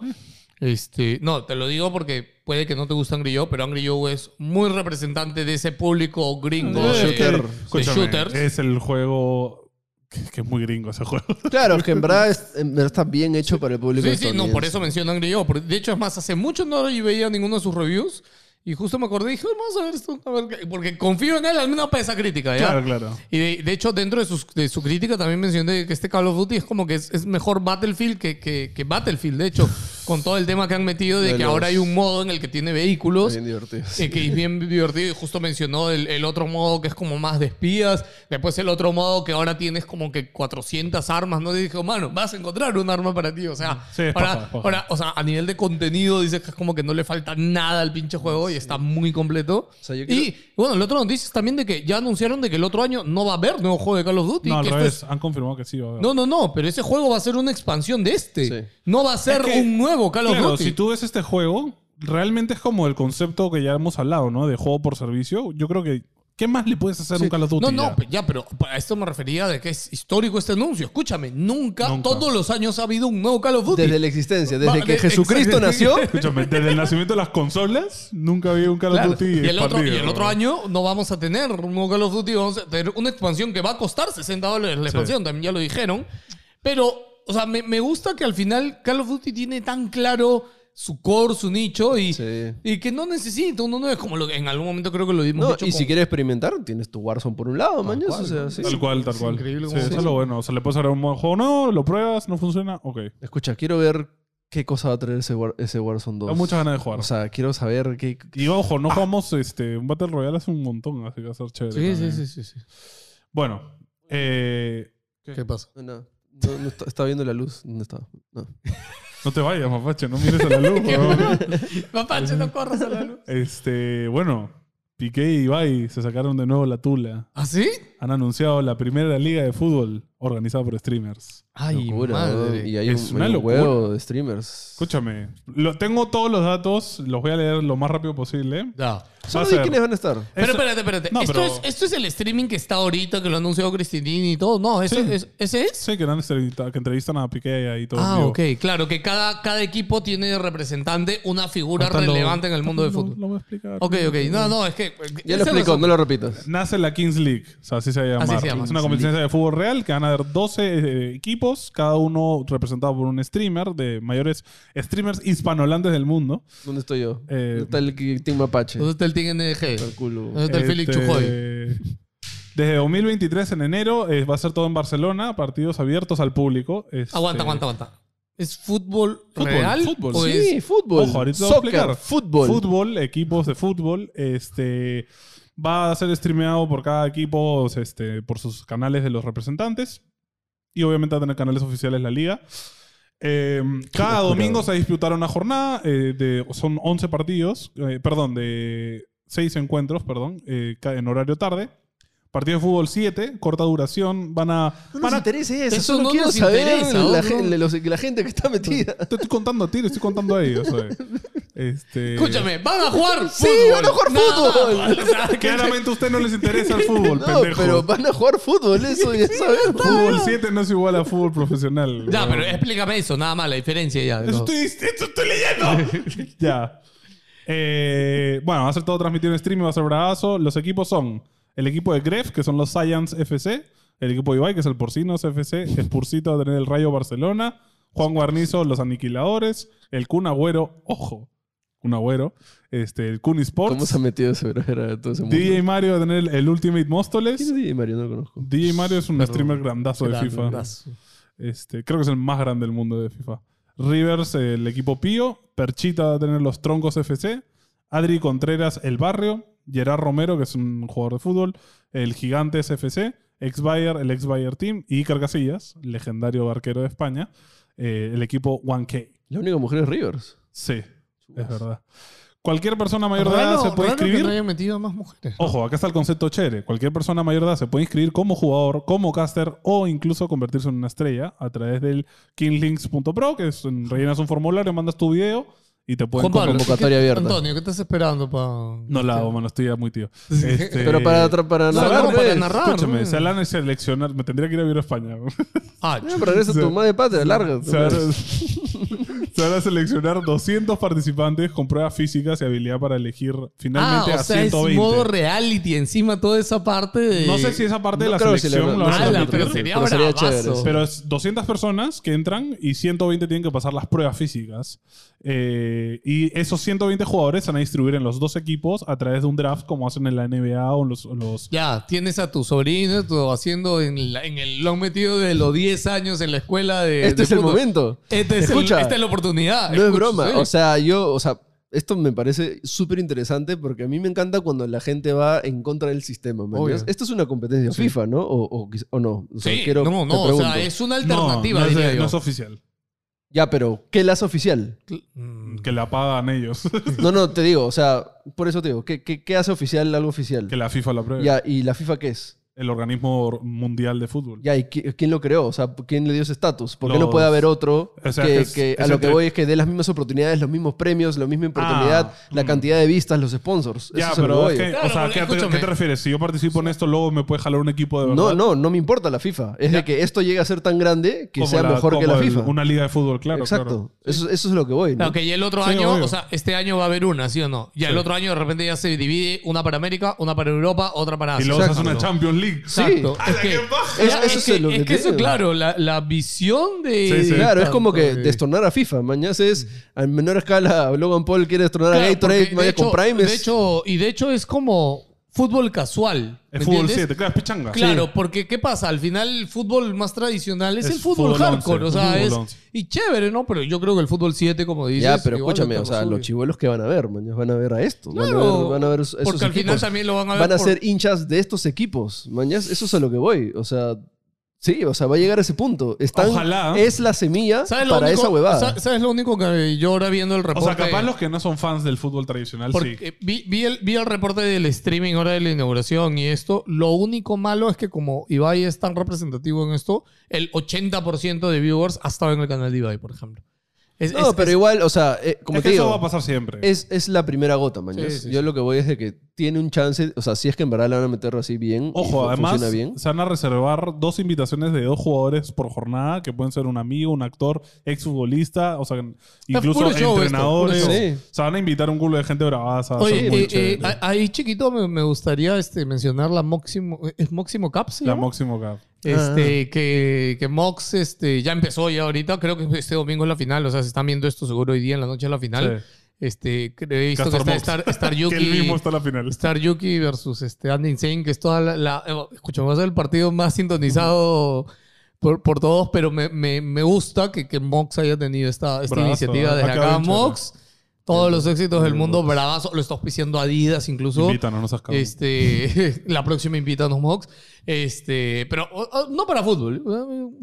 Speaker 6: Este, no, te lo digo porque puede que no te guste Angry Joe, pero Angry Joe es muy representante de ese público gringo
Speaker 5: Eh,
Speaker 6: de, eh,
Speaker 5: shooter.
Speaker 6: de
Speaker 4: Escúchame,
Speaker 6: shooters.
Speaker 4: Es el juego. que- Que es muy gringo ese juego.
Speaker 5: Claro, que en verdad, Ah, es- en verdad está bien hecho para el público.
Speaker 6: Sí, sí, no, por
Speaker 5: estadounidense.
Speaker 6: eso menciono Angry Joe. Por- De hecho, es más, hace mucho no yo veía ninguno de sus reviews y justo me acordé y dije, vamos a ver esto, a ver qué- porque confío en él, al menos para esa crítica, ¿ya?
Speaker 4: Claro, claro.
Speaker 6: Y de, de hecho, dentro de, sus- de su crítica también mencioné que este Call of Duty es como que es, es mejor Battlefield que, que- que Battlefield, de hecho, con todo el tema que han metido de,
Speaker 5: De
Speaker 6: que
Speaker 5: los-
Speaker 6: ahora hay un modo en el que tiene
Speaker 5: Está
Speaker 6: vehículos.
Speaker 5: Bien divertido. sí.
Speaker 6: eh, que es bien divertido y justo mencionó el, el otro modo que es como más de espías. Después el otro modo que ahora tienes como que 400 armas, ¿no? Y dijo, mano, vas a encontrar un arma para ti. O sea,
Speaker 4: Sí, es
Speaker 6: ahora,
Speaker 4: paja, es paja.
Speaker 6: ahora, o sea, a nivel de contenido dices que es como que no le falta nada al pinche juego y está muy completo.
Speaker 5: sea, yo
Speaker 6: Y bueno, el otro noticia es también de que ya anunciaron de que el otro año no va a haber nuevo juego de Call of Duty.
Speaker 4: No, al
Speaker 6: que esto
Speaker 4: revés.
Speaker 6: es-
Speaker 4: Han confirmado que sí. va a haber.
Speaker 6: no, no, no, pero ese juego va a ser una expansión de este.
Speaker 5: Sí.
Speaker 6: No va a ser
Speaker 4: que-
Speaker 6: un nuevo Call of
Speaker 4: Claro,
Speaker 6: Duty.
Speaker 4: si tú ves este juego, realmente es como el concepto que ya hemos hablado, ¿no? De juego por servicio. Yo creo que. ¿Qué más le puedes hacer a un Call of Duty?
Speaker 6: No, no,
Speaker 4: ya?
Speaker 6: pe- ya, pero a esto me refería de que es histórico este anuncio. Escúchame, nunca,
Speaker 4: Nunca.
Speaker 6: todos los años ha habido un nuevo Call of Duty.
Speaker 5: Desde la existencia, desde
Speaker 6: Va-
Speaker 5: que
Speaker 6: de-
Speaker 5: Jesucristo
Speaker 6: exacto.
Speaker 5: nació.
Speaker 4: Escúchame, desde el nacimiento de las consolas, nunca había un Call of
Speaker 6: Claro.
Speaker 4: Duty.
Speaker 6: y, el otro,
Speaker 4: expandido.
Speaker 6: y el otro año no vamos a tener un nuevo Call of Duty, vamos a tener una expansión que va a costar 60 dólares la expansión, también ya lo dijeron. Pero, o sea, me, me gusta que al final Call of Duty tiene tan claro su core, su nicho y,
Speaker 5: Sí.
Speaker 6: y que no necesita, uno no es como lo que en algún momento creo que lo dimos
Speaker 5: No, y si quieres experimentar, tienes tu Warzone por un lado, mañana. O sea, sí.
Speaker 4: Tal cual, tal cual.
Speaker 6: increíble
Speaker 4: Sí,
Speaker 6: cómo
Speaker 4: eso
Speaker 6: se-
Speaker 4: es lo bueno. O sea, le puedes agregar un modo de juego, no, lo pruebas, no funciona, ok.
Speaker 5: Escucha, quiero ver qué cosa va a traer ese, War- ese Warzone 2.
Speaker 4: Tengo muchas ganas de jugar.
Speaker 5: O sea, quiero saber qué.
Speaker 4: y ojo, no jugamos este, un Battle Royale hace un montón, así que va a ser chévere.
Speaker 6: Sí, sí, sí,
Speaker 4: también.
Speaker 6: sí, sí.
Speaker 4: Bueno, eh,
Speaker 6: ¿Qué pasa?
Speaker 5: No, no, no, no está, está viendo la luz. ¿Dónde está? No.
Speaker 4: no te vayas, mapache, no mires a la luz. weón.
Speaker 6: Mapache, no corras a la luz.
Speaker 4: este, bueno, Piqué y Ibai se sacaron de nuevo la tula.
Speaker 6: ¿Ah, sí?
Speaker 4: Han anunciado la primera liga de fútbol organizada por streamers.
Speaker 6: Ay,
Speaker 5: Locura,
Speaker 6: madre.
Speaker 5: ¿no? Y hay
Speaker 4: Es
Speaker 5: un,
Speaker 4: una
Speaker 5: hay un
Speaker 4: locura.
Speaker 5: huevo de streamers.
Speaker 4: Escúchame, lo, tengo todos los datos, los voy a leer lo más rápido posible.
Speaker 6: Ya.
Speaker 4: Va a
Speaker 5: Solo di
Speaker 4: ser-
Speaker 5: quiénes van a estar.
Speaker 6: Pero
Speaker 4: Eso-
Speaker 6: espérate, espérate.
Speaker 4: No,
Speaker 6: esto,
Speaker 4: pero-
Speaker 6: es, esto es el streaming que está ahorita, que lo anunció Cristinini y todo. No, ¿eso,
Speaker 4: Sí.
Speaker 6: es, ¿ese es?
Speaker 4: Sí, que, eran entrevista- que entrevistan a Piqué y ahí todo.
Speaker 6: Ah,
Speaker 4: en vivo.
Speaker 6: ok. Claro, que cada, cada equipo tiene de representante una figura
Speaker 4: Ahorita lo-
Speaker 6: relevante en el mundo del
Speaker 4: No,
Speaker 6: fútbol.
Speaker 4: Lo voy a explicar.
Speaker 6: Ok, ok. No, no, es que...
Speaker 5: Ya lo explico, no lo repitas.
Speaker 4: Nace la Kings League, o sea, así se llama.
Speaker 6: Así se llama.
Speaker 4: Es una competencia de fútbol real que van a haber 12 equipos, cada uno representado por un streamer de mayores streamers hispanolantes del mundo.
Speaker 5: ¿Dónde estoy yo?
Speaker 4: Eh,
Speaker 5: ¿Dónde está el Team Apache?
Speaker 6: ¿Dónde está el Team NG?
Speaker 5: Está el culo.
Speaker 6: ¿Dónde está el Félix
Speaker 4: Este,
Speaker 6: Chujoy?
Speaker 4: Desde 2023 en enero eh, va a ser todo en Barcelona, partidos abiertos al público. este-
Speaker 6: Aguanta, aguanta, aguanta. ¿Es fútbol,
Speaker 4: Fútbol,
Speaker 6: real?
Speaker 4: fútbol,
Speaker 6: o es-
Speaker 5: Sí, fútbol.
Speaker 4: Ojo, ahorita te voy a
Speaker 5: Soccer,
Speaker 4: explicar.
Speaker 5: fútbol.
Speaker 4: equipos de fútbol. Este va a ser streameado por cada equipo, este, por sus canales de los representantes. Y obviamente va a tener canales oficiales la liga. Eh, cada domingo se disputará una jornada. eh, de, son 11 partidos. eh, perdón, de 6 encuentros, perdón, eh, ca- en horario tarde. Partido de fútbol 7, corta duración. Van a.
Speaker 5: No nos
Speaker 4: van a-
Speaker 5: interesa eso.
Speaker 6: Eso
Speaker 5: solo
Speaker 6: no
Speaker 5: quiero
Speaker 6: nos
Speaker 5: saber
Speaker 6: interesa,
Speaker 5: la,
Speaker 6: ¿no?
Speaker 5: gen- los- la gente que está metida.
Speaker 4: te estoy contando a ti, le estoy contando a ellos. eh. Este,
Speaker 6: Escúchame, van a jugar
Speaker 5: Sí,
Speaker 6: fútbol.
Speaker 5: van a jugar
Speaker 6: Nada
Speaker 5: fútbol.
Speaker 6: más. O sea, que-
Speaker 4: Claramente a usted no les interesa el fútbol,
Speaker 5: No,
Speaker 4: pendejo.
Speaker 5: pero van a jugar fútbol, eso ya sabemos.
Speaker 4: Fútbol 7 no es igual a fútbol profesional.
Speaker 6: Ya,
Speaker 4: weón.
Speaker 6: pero explícame eso, nada más, la diferencia ya.
Speaker 4: Eso estoy, eso estoy leyendo. ya. Eh, bueno, va a ser todo transmitido en streaming, va a ser bravazo. Los equipos son el equipo de Gref, que son los Science FC. El equipo de Ibai, que es el Porcinos FC. El Purcito va a tener el Rayo Barcelona. Juan Guarnizo, los Aniquiladores. El Kun Agüero, ojo. Kun Agüero. Este, el Kun
Speaker 5: ¿Cómo se ha
Speaker 4: Sports.
Speaker 5: metido ese brother a todo ese mundo?
Speaker 4: DJ Mario va a tener el- el Ultimate
Speaker 5: ¿Quién
Speaker 4: Móstoles.
Speaker 5: es DJ Mario? No lo conozco.
Speaker 4: DJ Mario es un streamer grandazo de FIFA. Este, creo que es el más grande del mundo de FIFA. Rivers, el equipo Pío. Perchita va a tener los Troncos FC. Adri Contreras, el Barrio. Gerard Romero, que es un jugador de fútbol. El Gigantes FC. Ex Bayer, el ex Bayer Team. Y Iker Casillas, legendario barquero de España. eh, el equipo 1K.
Speaker 5: La única mujer es Rivers.
Speaker 4: Sí, es verdad. Cualquier persona mayor de edad se puede
Speaker 6: raro que
Speaker 4: inscribir.
Speaker 6: no hayan metido más mujeres.
Speaker 4: Ojo, acá está el concepto chévere. Cualquier persona mayor de edad se puede inscribir como jugador, como caster o incluso convertirse en una estrella a través del kinglinks.pro, que es, en- rellenas un formulario, mandas tu video y te pueden
Speaker 6: Juan Pablo,
Speaker 4: convocar.
Speaker 5: convocatoria
Speaker 6: ¿qué-
Speaker 5: abierta.
Speaker 6: Antonio, ¿qué estás esperando para...?
Speaker 4: No la hago, mano, estoy ya muy tío. Este,
Speaker 5: Pero para, tra- para
Speaker 6: No,
Speaker 5: narrar,
Speaker 6: no, para
Speaker 5: ¿ves?
Speaker 6: narrar.
Speaker 4: Escúchame,
Speaker 6: ¿no?
Speaker 4: se la han de seleccionar. Me tendría que ir a ver a España.
Speaker 6: Ah,
Speaker 5: Eh, pero regresa tu madre patria, larga.
Speaker 4: Se van, a, se van a seleccionar 200 participantes con pruebas físicas y habilidad para elegir finalmente
Speaker 6: Ah,
Speaker 4: a
Speaker 6: o sea, es
Speaker 4: 120.
Speaker 6: modo reality. Encima toda esa parte de...
Speaker 4: No sé si esa parte de
Speaker 5: No
Speaker 4: la
Speaker 5: creo que se le-
Speaker 4: selección la van a
Speaker 5: no se le
Speaker 6: Ala,
Speaker 4: permitir.
Speaker 6: pero
Speaker 5: Sí,
Speaker 6: sería
Speaker 5: pero sería
Speaker 6: bravazo.
Speaker 5: chévere.
Speaker 4: Pero es 200 personas que entran y 120 tienen que pasar las pruebas físicas. Eh, y esos 120 jugadores se van a distribuir en los dos equipos a través de un draft como hacen en la NBA o en los... o los-
Speaker 6: Ya, tienes a tu sobrino tu- haciendo en, la- en el... Lo han metido de los 10 años en la escuela de...
Speaker 5: Este
Speaker 6: de
Speaker 5: es el
Speaker 6: fútbol.
Speaker 5: momento.
Speaker 6: Este es el-
Speaker 5: Escucha.
Speaker 6: esta es la oportunidad.
Speaker 5: No es
Speaker 6: Escucha,
Speaker 5: broma.
Speaker 6: Ah, sí.
Speaker 5: O sea, yo, o sea, esto me parece súper interesante porque a mí me encanta cuando la gente va en contra del sistema. ¿me
Speaker 6: Obvio.
Speaker 5: entiendes? Esto es una competencia FIFA, ¿no? O, o quiz- o no. O sea,
Speaker 6: Sí,
Speaker 5: quiero-
Speaker 6: no,
Speaker 5: te
Speaker 6: no, o sea,
Speaker 5: pregunto.
Speaker 6: es una
Speaker 4: No,
Speaker 6: alternativa,
Speaker 4: no es, de-
Speaker 6: diría yo.
Speaker 4: no es oficial.
Speaker 5: Ya, pero ¿qué la hace oficial?
Speaker 6: Mm,
Speaker 4: Que la pagan ellos.
Speaker 5: No, no, te digo, o sea, por eso te digo, ¿qué, qué, qué hace oficial algo oficial?
Speaker 4: que la FIFA la pruebe.
Speaker 5: Ya, ¿y la FIFA qué es?
Speaker 4: El organismo mundial de fútbol.
Speaker 5: Ya, ¿y qui- quién lo creó? O sea, ¿quién le dio ese estatus? ¿Por qué no
Speaker 4: Los-
Speaker 5: puede haber otro
Speaker 4: O sea,
Speaker 5: que,
Speaker 4: que es-
Speaker 5: que a
Speaker 4: es
Speaker 5: lo
Speaker 4: entre-
Speaker 5: que voy es que dé las mismas oportunidades, los mismos premios, la misma oportunidad,
Speaker 4: Ah,
Speaker 5: la
Speaker 4: mm.
Speaker 5: cantidad de vistas, los sponsors?
Speaker 4: Ya,
Speaker 5: Eso es a lo
Speaker 4: pero
Speaker 5: que
Speaker 4: es
Speaker 5: voy.
Speaker 4: que,
Speaker 6: Claro,
Speaker 4: o sea,
Speaker 6: porque
Speaker 4: ¿qué, a qué
Speaker 6: escúchame.
Speaker 4: te refieres? Si yo participo en esto, luego me puede jalar un equipo de verdad.
Speaker 5: No, no, no me importa la FIFA. Es de que esto llegue a ser tan grande que
Speaker 4: Como
Speaker 5: sea
Speaker 4: la-
Speaker 5: mejor que
Speaker 4: como
Speaker 5: la
Speaker 4: el-
Speaker 5: FIFA.
Speaker 4: Una liga de fútbol, claro. claro.
Speaker 5: Exacto. Eso, eso es lo que voy. ¿no?
Speaker 6: Claro, que ya el otro
Speaker 4: Sí,
Speaker 6: año,
Speaker 4: obvio.
Speaker 6: o sea, este año va a haber una, ¿sí o no? Y el
Speaker 4: Sí.
Speaker 6: otro año de repente ya se divide una para América, una para Europa, otra para
Speaker 4: Y
Speaker 6: Asia.
Speaker 4: luego se hace
Speaker 5: Exacto.
Speaker 4: una Champions League.
Speaker 5: Sí.
Speaker 6: Exacto.
Speaker 4: ¡Ala,
Speaker 6: Es que,
Speaker 4: qué paja!
Speaker 5: Es-
Speaker 6: Ya,
Speaker 5: eso
Speaker 6: es
Speaker 5: es
Speaker 6: que,
Speaker 5: lo
Speaker 6: es
Speaker 5: que
Speaker 6: que eso,
Speaker 5: tiene.
Speaker 6: claro, la, la visión de.
Speaker 4: Sí, sí.
Speaker 5: Claro, es como que
Speaker 6: Sí.
Speaker 5: destronar a FIFA. Mañana es, a menor escala, Logan Paul quiere destronar
Speaker 6: Claro,
Speaker 5: a Gatorade,
Speaker 6: porque de
Speaker 5: mañana con
Speaker 6: hecho-
Speaker 5: Prime.
Speaker 6: de
Speaker 5: es-
Speaker 6: hecho, y de hecho es como fútbol casual. ¿me
Speaker 4: Es fútbol
Speaker 6: entiendes?
Speaker 4: 7, claro, es pichanga.
Speaker 6: Claro, porque ¿qué pasa? Al final el fútbol más tradicional es,
Speaker 4: Es
Speaker 6: el fútbol,
Speaker 4: fútbol once,
Speaker 6: hardcore, o sea,
Speaker 4: fútbol
Speaker 6: es...
Speaker 4: once.
Speaker 6: Y chévere, ¿no? Pero yo creo que el fútbol 7, como dices...
Speaker 5: ya, pero
Speaker 6: igual
Speaker 5: escúchame,
Speaker 6: está
Speaker 5: o sea,
Speaker 6: resuelto.
Speaker 5: los chivolos que van a ver, mañana van a ver a esto. van, a
Speaker 6: Claro,
Speaker 5: ver, van a ver esos
Speaker 6: Porque al final
Speaker 5: equipos.
Speaker 6: también lo van a ver
Speaker 5: van a
Speaker 6: por-
Speaker 5: ser hinchas de estos equipos. Mañana, eso es a lo que voy. O sea, sí, o sea, va a llegar a ese punto. Están,
Speaker 4: Ojalá.
Speaker 5: Es la semilla
Speaker 6: ¿Sabes lo
Speaker 5: para
Speaker 6: único-
Speaker 5: esa huevada.
Speaker 6: sa- ¿Sabes lo único que yo ahora viendo el
Speaker 4: O
Speaker 6: reporte?
Speaker 4: sea, capaz los que no son fans del fútbol tradicional, Pues sí.
Speaker 6: Porque vi, vi el, vi el reporte del streaming ahora de la inauguración y esto. Lo único malo es que como Ibai es tan representativo en esto, el 80% de viewers ha estado en el canal de Ibai, por ejemplo. Es-
Speaker 5: no,
Speaker 6: es-
Speaker 5: pero
Speaker 6: es-
Speaker 5: igual, o sea, eh, como
Speaker 4: es
Speaker 5: te
Speaker 4: que
Speaker 5: digo,
Speaker 4: eso va a pasar siempre.
Speaker 5: Es, es la primera gota, mañana.
Speaker 6: Sí, sí,
Speaker 5: Yo lo que voy es de que tiene un chance, o sea, si es que en verdad la van a meter así bien. y fu-
Speaker 4: Ojo, además,
Speaker 5: Funciona bien.
Speaker 4: se van a reservar dos invitaciones de dos jugadores por jornada, que pueden ser un amigo, un actor, exfutbolista, o sea, incluso
Speaker 6: puro show esto,
Speaker 4: entrenadores.
Speaker 5: puro show. Sí.
Speaker 4: Se van a invitar un culo de gente bravaza. va a ser
Speaker 6: Oye,
Speaker 4: muy
Speaker 6: eh,
Speaker 4: chévere.
Speaker 6: eh, a- ahí chiquito me, me gustaría este, mencionar la Móximo, ¿es Móximo Cap? se
Speaker 4: la
Speaker 6: llama?
Speaker 4: Máximo Cap.
Speaker 6: Este, que, que Mox este, ya empezó ya ahorita, creo que este domingo es la final, o sea, se están viendo esto seguro hoy día en la noche es la final.
Speaker 4: Sí.
Speaker 6: Este, que he visto
Speaker 4: Castor
Speaker 6: que
Speaker 4: Mox.
Speaker 6: está Star, Star
Speaker 4: Que él mismo
Speaker 6: Yuki.
Speaker 4: está en la final.
Speaker 6: Star Yuki versus este Andy Insane, que es toda la. la- eh, escucha, va a ser el partido más sintonizado por, por todos, pero me, me- me gusta que, que Mox haya tenido esta, esta
Speaker 4: Bravazo,
Speaker 6: iniciativa
Speaker 4: ¿eh?
Speaker 6: desde
Speaker 4: Ha quedado
Speaker 6: acá.
Speaker 4: bien chévere.
Speaker 6: Mox, todos los éxitos del mundo, bravazo, lo está auspiciando Adidas incluso.
Speaker 4: Invítanos, no seas cabrón.
Speaker 6: Este, la próxima invítanos Mox. Este, pero o- o, no para fútbol,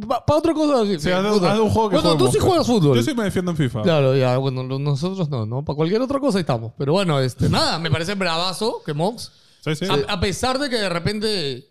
Speaker 6: para otra cosa. sí,
Speaker 4: Sí, haz de-
Speaker 6: fútbol.
Speaker 4: haz de un juego que
Speaker 6: Bueno, tú
Speaker 4: juguemos.
Speaker 6: sí juegas fútbol.
Speaker 4: Yo sí me defiendo en FIFA.
Speaker 6: Claro, ya, bueno, lo- nosotros no, ¿no? Para cualquier otra cosa estamos. Pero bueno, este, nada, me parece bravazo que Mox,
Speaker 4: Sí, sí.
Speaker 6: a, a pesar de que de repente.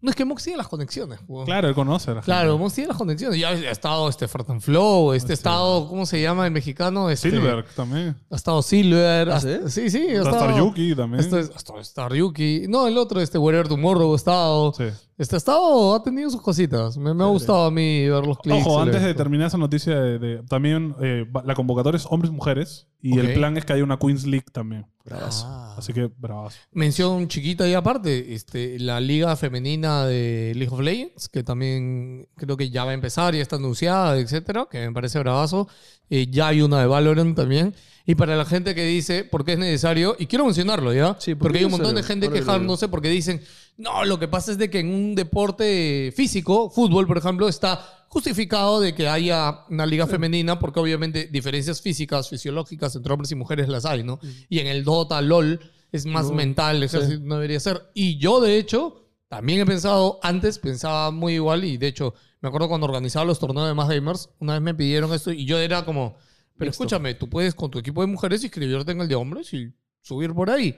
Speaker 6: No es que Mox tiene las conexiones, weón.
Speaker 4: Claro, él conoce a la gente.
Speaker 6: Claro, Mox tiene las conexiones. Ya ha ha estado este Fortan Flow,
Speaker 4: Ah,
Speaker 6: este ha estado, ¿cómo se llama el mexicano? Este,
Speaker 4: Silberg también.
Speaker 6: Ha estado Silver.
Speaker 5: ¿Ah,
Speaker 6: ha-
Speaker 5: sí?
Speaker 6: sí, sí, ha
Speaker 4: Hasta
Speaker 6: estado.
Speaker 4: Yuki también.
Speaker 6: Esto es- ha estado Star Yuki. No, el otro, este Whatever Tomorrow, ha estado.
Speaker 4: Sí.
Speaker 6: Este ha estado, ha tenido sus cositas. Me, me ha gustado a mí ver los clips.
Speaker 4: Ojo,
Speaker 6: el
Speaker 4: antes de
Speaker 6: evento.
Speaker 4: terminar esa noticia, de, de- también eh, va- la convocatoria es hombres-mujeres y
Speaker 6: Ok.
Speaker 4: el plan es que haya una Queens League también.
Speaker 6: Ah.
Speaker 4: Así que bravazo.
Speaker 6: Mención chiquita y aparte, este, la liga femenina de League of Legends, que también creo que ya va a empezar, ya está anunciada, etcétera, que me parece bravazo. Eh, ya hay una de Valorant también. Y para la gente que dice, porque es necesario, y quiero mencionarlo, ¿ya?
Speaker 5: Sí, ¿por
Speaker 6: porque
Speaker 5: qué
Speaker 6: hay un
Speaker 5: es
Speaker 6: montón de
Speaker 5: necesario?
Speaker 6: gente
Speaker 5: Ahora que lo
Speaker 6: quejándose porque dicen, no, lo que pasa es de que en un deporte físico, fútbol, por ejemplo, está justificado de que haya una liga femenina porque obviamente diferencias físicas, fisiológicas entre hombres y mujeres las hay, ¿no? Y en el Dota, LOL, es más mental, o sea, así no debería ser. Y yo, de hecho, también he pensado, antes pensaba muy igual y de hecho, me acuerdo cuando organizaba los torneos de más gamers, una vez me pidieron esto y yo era como, pero escúchame, tú puedes con tu equipo de mujeres inscribirte en el de hombres y subir por ahí.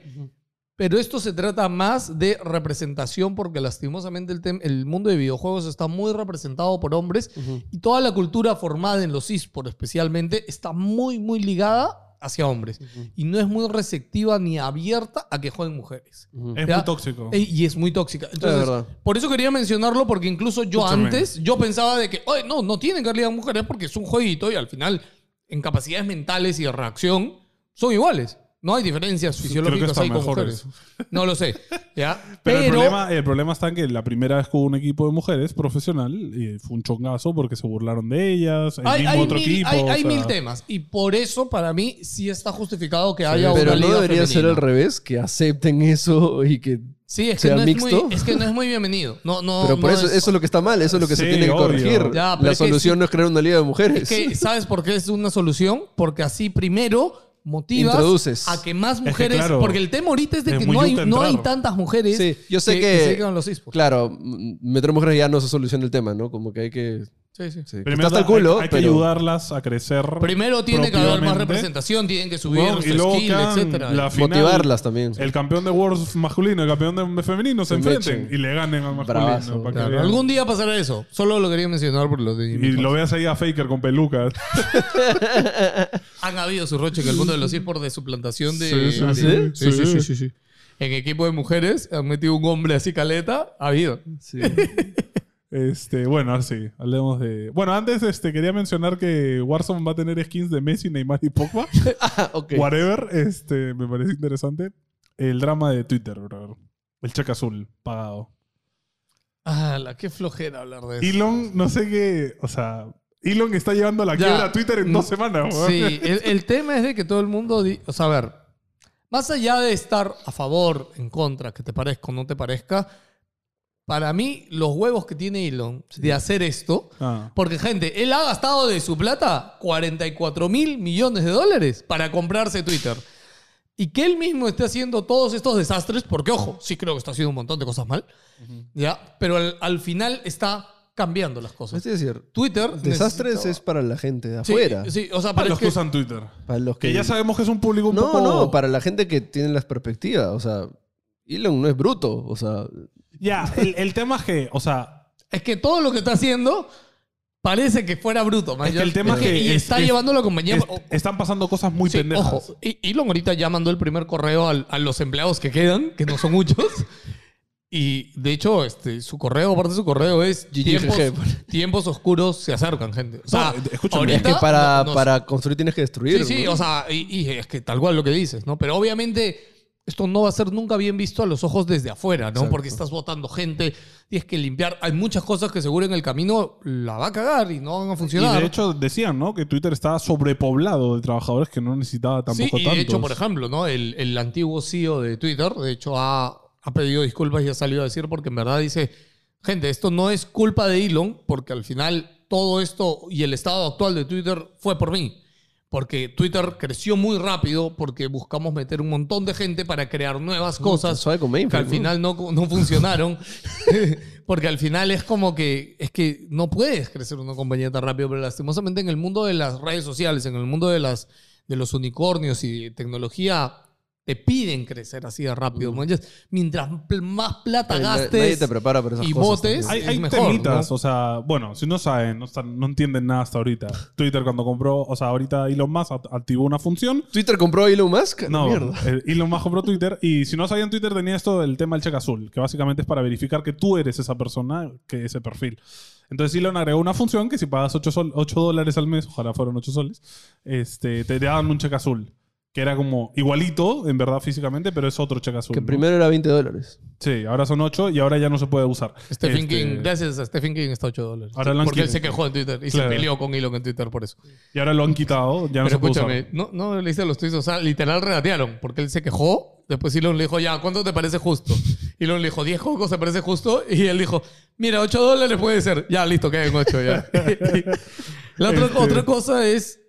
Speaker 6: Pero esto se trata más de representación porque lastimosamente el, tem- el mundo de videojuegos está muy representado por hombres y toda la cultura formada en los eSports especialmente está muy, muy ligada hacia hombres y no es muy receptiva ni abierta a que jueguen mujeres.
Speaker 4: Es
Speaker 6: Ya.
Speaker 4: muy tóxico.
Speaker 6: Ey, Y es muy tóxica. Entonces,
Speaker 5: verdad.
Speaker 6: por eso quería mencionarlo, porque incluso yo
Speaker 4: Escúchame.
Speaker 6: antes, yo pensaba de que, oye, no, no tienen que darle a mujeres porque es un jueguito y al final, en capacidades mentales y de reacción, son iguales. No hay diferencias fisiológicas
Speaker 4: hasta
Speaker 6: ahí con
Speaker 4: mejores.
Speaker 6: mujeres. No lo sé. ¿ya?
Speaker 4: Pero, el, problema, el problema está en que la primera vez que hubo un equipo de mujeres profesional eh, fue un chongazo porque se burlaron de ellas. El
Speaker 6: hay,
Speaker 4: mismo
Speaker 6: hay
Speaker 4: otro
Speaker 6: mil,
Speaker 4: equipo.
Speaker 6: hay-
Speaker 4: o
Speaker 6: hay
Speaker 4: sea,
Speaker 6: mil temas. Y por eso, para mí, sí está justificado que haya
Speaker 5: Pero
Speaker 6: una
Speaker 5: no
Speaker 6: liga
Speaker 5: debería ser
Speaker 6: femenina.
Speaker 5: al revés, que acepten eso y que...
Speaker 6: Sí, es que,
Speaker 5: sea
Speaker 6: no es, muy,
Speaker 5: mixto.
Speaker 6: es que no es muy bienvenido. No, no,
Speaker 5: Pero por
Speaker 6: no
Speaker 5: eso, eso es lo que está mal, eso es lo que
Speaker 4: Sí,
Speaker 5: se tiene que
Speaker 4: obvio.
Speaker 5: corregir.
Speaker 6: Ya, pero
Speaker 5: la
Speaker 6: es que
Speaker 5: solución
Speaker 6: sí.
Speaker 5: no es crear una liga de mujeres.
Speaker 6: Es que, ¿sabes por qué es una solución? Porque así primero motivas
Speaker 5: Introduces.
Speaker 6: a que más
Speaker 4: que,
Speaker 6: mujeres,
Speaker 4: claro,
Speaker 6: porque el tema ahorita es de
Speaker 4: es
Speaker 6: que
Speaker 4: muy
Speaker 6: no hay,
Speaker 4: yuta
Speaker 6: no hay
Speaker 4: entrar.
Speaker 6: tantas mujeres
Speaker 5: Sí, yo sé que-
Speaker 6: se dedican a los esports.
Speaker 5: Claro, m- meter mujeres ya no se soluciona el tema, ¿no? Como que hay que...
Speaker 6: Sí, sí.
Speaker 5: sí, que
Speaker 4: primero
Speaker 5: está hasta el
Speaker 4: hay-
Speaker 5: culo,
Speaker 4: hay, que
Speaker 5: pero-
Speaker 4: ayudarlas a crecer.
Speaker 6: Primero tiene que haber más
Speaker 4: propiamente.
Speaker 6: representación, tienen que subir
Speaker 4: Bueno,
Speaker 6: su
Speaker 4: y luego
Speaker 6: skill,
Speaker 4: quedan
Speaker 6: etcétera.
Speaker 4: la final,
Speaker 5: Motivarlas también.
Speaker 4: El campeón de Worlds masculino y el campeón de femenino se
Speaker 5: Se mechen.
Speaker 4: enfrenten y le ganen al masculino.
Speaker 5: Bravazo.
Speaker 4: para que
Speaker 6: Claro,
Speaker 4: vean.
Speaker 6: algún día pasará eso. Solo lo quería mencionar por los de
Speaker 4: Y lo veas ahí a Faker con pelucas.
Speaker 6: Han habido su roche en el mundo de los esports de suplantación de...
Speaker 4: Sí, sí,
Speaker 5: ¿Ah,
Speaker 6: de- sí,
Speaker 4: sí.
Speaker 6: sí,
Speaker 4: Sí.
Speaker 6: sí, sí, sí. En equipo de mujeres han metido un hombre así caleta. Ha habido.
Speaker 4: Este, bueno, ahora sí, hablemos de. Bueno, antes este, quería mencionar que Warzone va a tener skins de Messi, Neymar y Pogba.
Speaker 5: Ah, ok.
Speaker 4: Whatever, este, me parece interesante. El drama de Twitter, brother. El cheque azul pagado.
Speaker 6: Ah, la qué flojera hablar de eso.
Speaker 4: Elon, no sé qué. O sea, Elon está llevando la
Speaker 6: Ya.
Speaker 4: quiebra a Twitter en
Speaker 6: Mm,
Speaker 4: dos semanas, weón.
Speaker 6: Sí, el, el tema es de que todo el mundo, di- o sea, a ver, más allá de estar a favor, en contra, que te parezca o no te parezca, para mí los huevos que tiene Elon de hacer esto,
Speaker 4: Ah.
Speaker 6: porque gente, él ha gastado de su plata 44 mil millones de dólares para comprarse Twitter. Y que él mismo esté haciendo todos estos desastres, porque ojo, sí creo que está haciendo un montón de cosas mal, ya, pero al, al final está cambiando las cosas.
Speaker 5: Es decir,
Speaker 6: Twitter
Speaker 5: Este desastres
Speaker 6: necesita-
Speaker 5: es para la gente de
Speaker 6: Sí,
Speaker 5: afuera.
Speaker 6: Sí, o sea,
Speaker 4: Para
Speaker 6: pero
Speaker 4: los
Speaker 6: es
Speaker 4: que,
Speaker 6: que-
Speaker 4: usan Twitter.
Speaker 5: Para los que,
Speaker 4: Que ya sabemos que es un público un
Speaker 5: no,
Speaker 4: poco.
Speaker 5: no, para la gente que tiene las perspectivas. O sea, Elon no es bruto. O sea,
Speaker 4: Ya, el, el tema es que, o sea,
Speaker 6: Es que todo lo que está haciendo parece que fuera bruto. man.
Speaker 4: Es que el tema es que
Speaker 6: y
Speaker 4: es-
Speaker 6: está
Speaker 4: es-
Speaker 6: llevando la compañía.
Speaker 4: est-
Speaker 6: o-
Speaker 4: están pasando cosas muy
Speaker 6: sí,
Speaker 4: pendejas.
Speaker 6: ojo, y- Elon ahorita ya mandó el primer correo al- a los empleados que quedan, que no son muchos. Y de hecho, este, su correo, aparte de su correo, es tiempos,
Speaker 5: GGG.
Speaker 6: tiempos oscuros se acercan, gente. O sea,
Speaker 4: No, eh, escúchame.
Speaker 6: ahorita
Speaker 5: es que para,
Speaker 6: no- nos-
Speaker 5: para construir tienes que destruir.
Speaker 6: Sí, sí,
Speaker 5: ¿no?
Speaker 6: o sea, y, y es que tal cual lo que dices, ¿no? Pero obviamente esto no va a ser nunca bien visto a los ojos desde afuera, ¿no? Porque estás votando gente, tienes que limpiar. Hay muchas cosas que seguro en el camino la va a cagar y no van a funcionar.
Speaker 4: Y de hecho decían, ¿no? Que Twitter estaba sobrepoblado de trabajadores que no necesitaba
Speaker 6: Sí,
Speaker 4: tampoco
Speaker 6: y
Speaker 4: tantos.
Speaker 6: de hecho, por ejemplo, ¿no? El, el antiguo CEO de Twitter, de hecho, ha, ha pedido disculpas y ha salido a decir porque en verdad dice, gente, esto no es culpa de Elon, porque al final todo esto y el estado actual de Twitter fue por mí. Porque Twitter creció muy rápido, porque buscamos meter un montón de gente para crear nuevas cosas
Speaker 5: suave con
Speaker 6: que
Speaker 5: mainframe,
Speaker 6: al
Speaker 5: ¿no?
Speaker 6: final no, no funcionaron. porque al final es como que es que no puedes crecer una compañía tan rápido, pero lastimosamente en el mundo de las redes sociales, en el mundo de las de los unicornios y de tecnología te piden crecer así de rápido. manches. Mientras pl- más plata
Speaker 5: Nadie-
Speaker 6: gastes
Speaker 5: Eh, nadie te prepara para esas
Speaker 6: y
Speaker 5: cosas,
Speaker 6: botes,
Speaker 5: ¿no?
Speaker 4: Hay,
Speaker 6: es
Speaker 4: hay
Speaker 6: mejor,
Speaker 4: temitas,
Speaker 6: ¿no?
Speaker 4: o sea, bueno, si no saben, no, están- no entienden nada hasta ahorita. Twitter cuando compró, o sea, ahorita Elon Musk act- activó una función.
Speaker 5: ¿Twitter compró a Elon Musk?
Speaker 4: No,
Speaker 5: Mierda.
Speaker 4: el- Elon Musk compró Twitter y si no sabían Twitter tenía esto del tema del cheque azul, que básicamente es para verificar que tú eres esa persona, que ese perfil. Entonces Elon agregó una función que si pagas 8, sol, 8 dólares al mes, ojalá fueron 8 soles, este, te daban un cheque azul, que era como igualito, en verdad, físicamente, pero es otro cheque azul.
Speaker 5: Que
Speaker 4: ¿no?
Speaker 5: primero era 20 dólares.
Speaker 4: Sí, ahora son 8 y ahora ya no se puede usar.
Speaker 6: Stephen
Speaker 4: Este,
Speaker 6: King, gracias a Stephen King está 8 dólares.
Speaker 4: Ahora lo han
Speaker 6: Porque él
Speaker 4: quitado.
Speaker 6: se quejó en Twitter y
Speaker 4: Claro.
Speaker 6: se peleó con Elon en Twitter por eso.
Speaker 4: Y ahora lo han quitado, ya no
Speaker 6: Pero
Speaker 4: se puede usar.
Speaker 6: escúchame, no, no le hice los tweets, o sea, literal regatearon, porque él se quejó, después Elon le dijo, ya, ¿cuánto te parece justo? Y luego le dijo, 10 cocos, se parece justo. Y él dijo, mira, 8 dólares puede ser. Ya, listo, queden 8 ya. La otra,
Speaker 4: Este.
Speaker 6: otra cosa es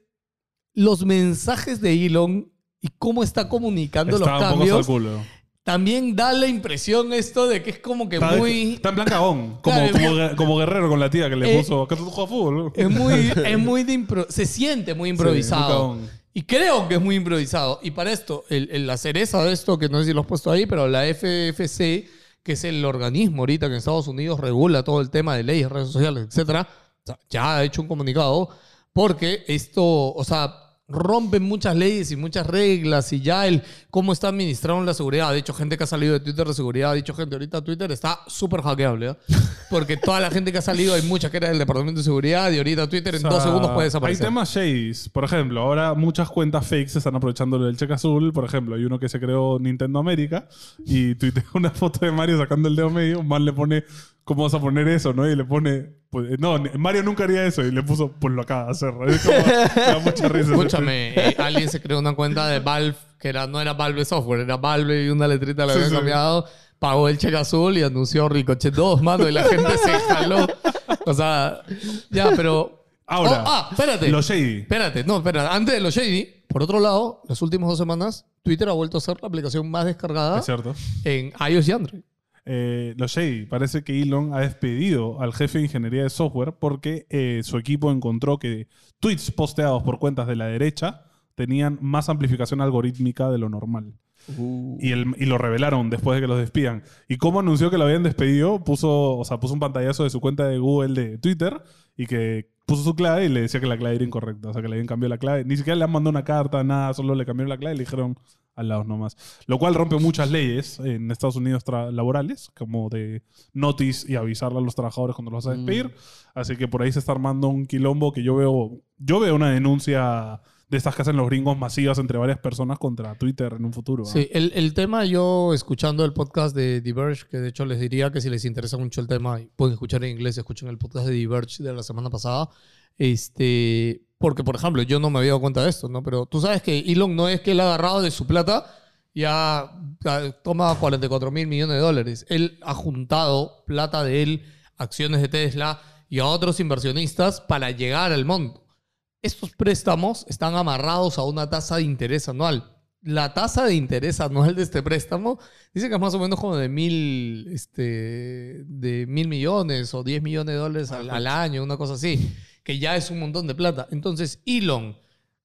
Speaker 6: los mensajes de Elon y cómo está comunicando
Speaker 4: Está
Speaker 6: los
Speaker 4: un poco hasta el
Speaker 6: cambios. eh,
Speaker 4: culo.
Speaker 6: También da la impresión esto de que es como que
Speaker 4: Está,
Speaker 6: muy...
Speaker 4: está en plan cagón, como,
Speaker 6: Claro,
Speaker 4: como, gue- como guerrero con la tía que le
Speaker 6: Eh,
Speaker 4: puso. ¿Qué tú juegas fútbol?
Speaker 6: Es muy, es muy de impro- se siente muy improvisado.
Speaker 4: Sí, muy cagón.
Speaker 6: y creo que es muy improvisado. Y para esto, el, el- la cereza de esto, que no sé si lo has puesto ahí, pero la FFC, que es el organismo ahorita que en Estados Unidos regula todo el tema de leyes, redes sociales, etcétera, o sea, ya ha hecho un comunicado porque esto, o sea, rompen muchas leyes y muchas reglas y ya el cómo está administrando la seguridad. De hecho, gente que ha salido de Twitter de seguridad, ha dicho gente, ahorita Twitter está súper hackeable, ¿eh? porque toda la gente que ha salido, hay mucha que era del Departamento de Seguridad y ahorita Twitter en
Speaker 4: O
Speaker 6: dos
Speaker 4: sea,
Speaker 6: segundos puede desaparecer.
Speaker 4: Hay temas shadies. Por ejemplo, ahora muchas cuentas fake se están aprovechando del cheque azul. Por ejemplo, hay uno que se creó Nintendo América y tuitea una foto de Mario sacando el dedo medio. Un man le pone, ¿cómo vas a poner eso? ¿no? Y le pone, pues, no, ni- Mario nunca haría eso. Y le puso, pues lo acaba de hacer. Es como- me da mucha risa. ese tweet.
Speaker 6: Escúchame, eh, alguien se creó una cuenta de Valve que era, no era Valve Software, era Valve y una letrita la
Speaker 4: Sí,
Speaker 6: habían
Speaker 4: sí.
Speaker 6: cambiado, pagó el cheque azul y anunció Ricochet 2, mano, y la gente se jaló. O sea, ya, pero...
Speaker 4: Ahora,
Speaker 6: Oh, ah, espérate.
Speaker 4: Lo shady.
Speaker 6: Espérate, no, espérate. Antes de los Shady, por otro lado, las últimas dos semanas, Twitter ha vuelto a ser la aplicación más descargada
Speaker 4: Es cierto.
Speaker 6: en iOS y Android.
Speaker 4: Eh, lo shady. Parece que Elon ha despedido al jefe de ingeniería de software porque eh, su equipo encontró que tweets posteados por cuentas de la derecha tenían más amplificación algorítmica de lo normal. Y, el- y lo revelaron después de que los despidan. Y como anunció que lo habían despedido, puso, o sea, puso un pantallazo de su cuenta de Google de Twitter y que puso su clave y le decía que la clave era incorrecta. O sea, que le habían cambiado la clave. Ni siquiera le han mandado una carta, nada, solo le cambiaron la clave y le dijeron al lado nomás. Lo cual rompe muchas leyes en Estados Unidos tra- laborales, como de notice y avisarle a los trabajadores cuando los vas a despedir. Así que por ahí se está armando un quilombo que yo veo, yo veo una denuncia de estas que hacen los gringos masivas entre varias personas contra Twitter en un futuro. ¿ah?
Speaker 6: Sí, el, el tema yo escuchando el podcast de Diverge, que de hecho les diría que si les interesa mucho el tema, y pueden escuchar en inglés, escuchen el podcast de Diverge de la semana pasada, este, porque por ejemplo yo no me había dado cuenta de esto, ¿no? Pero tú sabes que Elon no es que él ha agarrado de su plata, ya ah, toma 44 mil millones de dólares, él ha juntado plata de él, acciones de Tesla y a otros inversionistas para llegar al monto. Estos préstamos están amarrados a una tasa de interés anual. La tasa de interés anual de este préstamo dice que es más o menos como de mil, este, de mil millones o diez millones de dólares al, al año, una cosa así, que ya es un montón de plata. Entonces, Elon,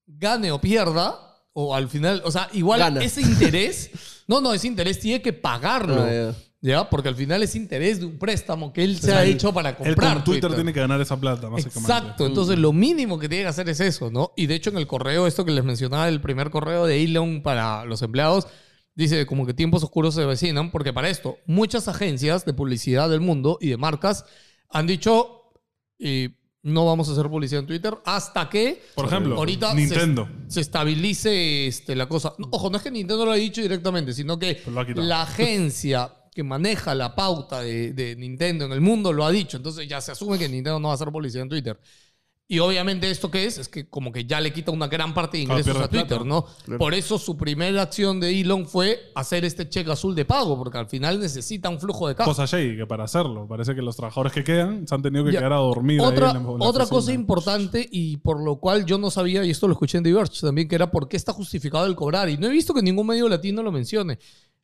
Speaker 6: gane o pierda, o al final, o sea, igual
Speaker 5: Gana.
Speaker 6: ese interés, no, no, ese interés tiene que pagarlo.
Speaker 5: Ah,
Speaker 6: ¿Ya? Porque al final es interés de un préstamo que él se
Speaker 4: sea,
Speaker 6: ha
Speaker 4: el-
Speaker 6: hecho para
Speaker 4: Él con
Speaker 6: comprar.
Speaker 4: Twitter, tiene que ganar esa plata, básicamente.
Speaker 6: Exacto, entonces lo mínimo que tiene que hacer es eso, ¿no? Y de hecho en el correo, esto que les mencionaba, el primer correo de Elon para los empleados, dice como que tiempos oscuros se vecinan, porque para esto muchas agencias de publicidad del mundo y de marcas han dicho, eh, no vamos a hacer publicidad en Twitter hasta que
Speaker 4: Por ejemplo,
Speaker 6: ahorita se-
Speaker 4: Nintendo.
Speaker 6: Se, estabilice este, la cosa. No, ojo, no es que Nintendo lo haya dicho directamente, sino que
Speaker 4: Pero Pues lo ha quitado.
Speaker 6: la agencia que maneja la pauta de, de Nintendo en el mundo lo ha dicho. Entonces ya se asume que Nintendo no va a hacer publicidad en Twitter. Y obviamente esto que es, es que como que ya le quita una gran parte de
Speaker 4: Claro,
Speaker 6: ingresos
Speaker 4: pierde
Speaker 6: a Twitter,
Speaker 4: plata.
Speaker 6: ¿no? Por eso su primera acción de Elon fue hacer este cheque azul de pago, porque al final necesita un flujo de caja.
Speaker 4: Cosa shady, que para hacerlo, parece que los trabajadores que quedan se han tenido que
Speaker 6: Ya.
Speaker 4: quedar a dormir. ahí
Speaker 6: Otra,
Speaker 4: en la- en la
Speaker 6: otra
Speaker 4: oficina.
Speaker 6: cosa importante y por lo cual yo no sabía, y esto lo escuché en Diverge también, que era por qué está justificado el cobrar. Y no he visto que ningún medio latino lo mencione.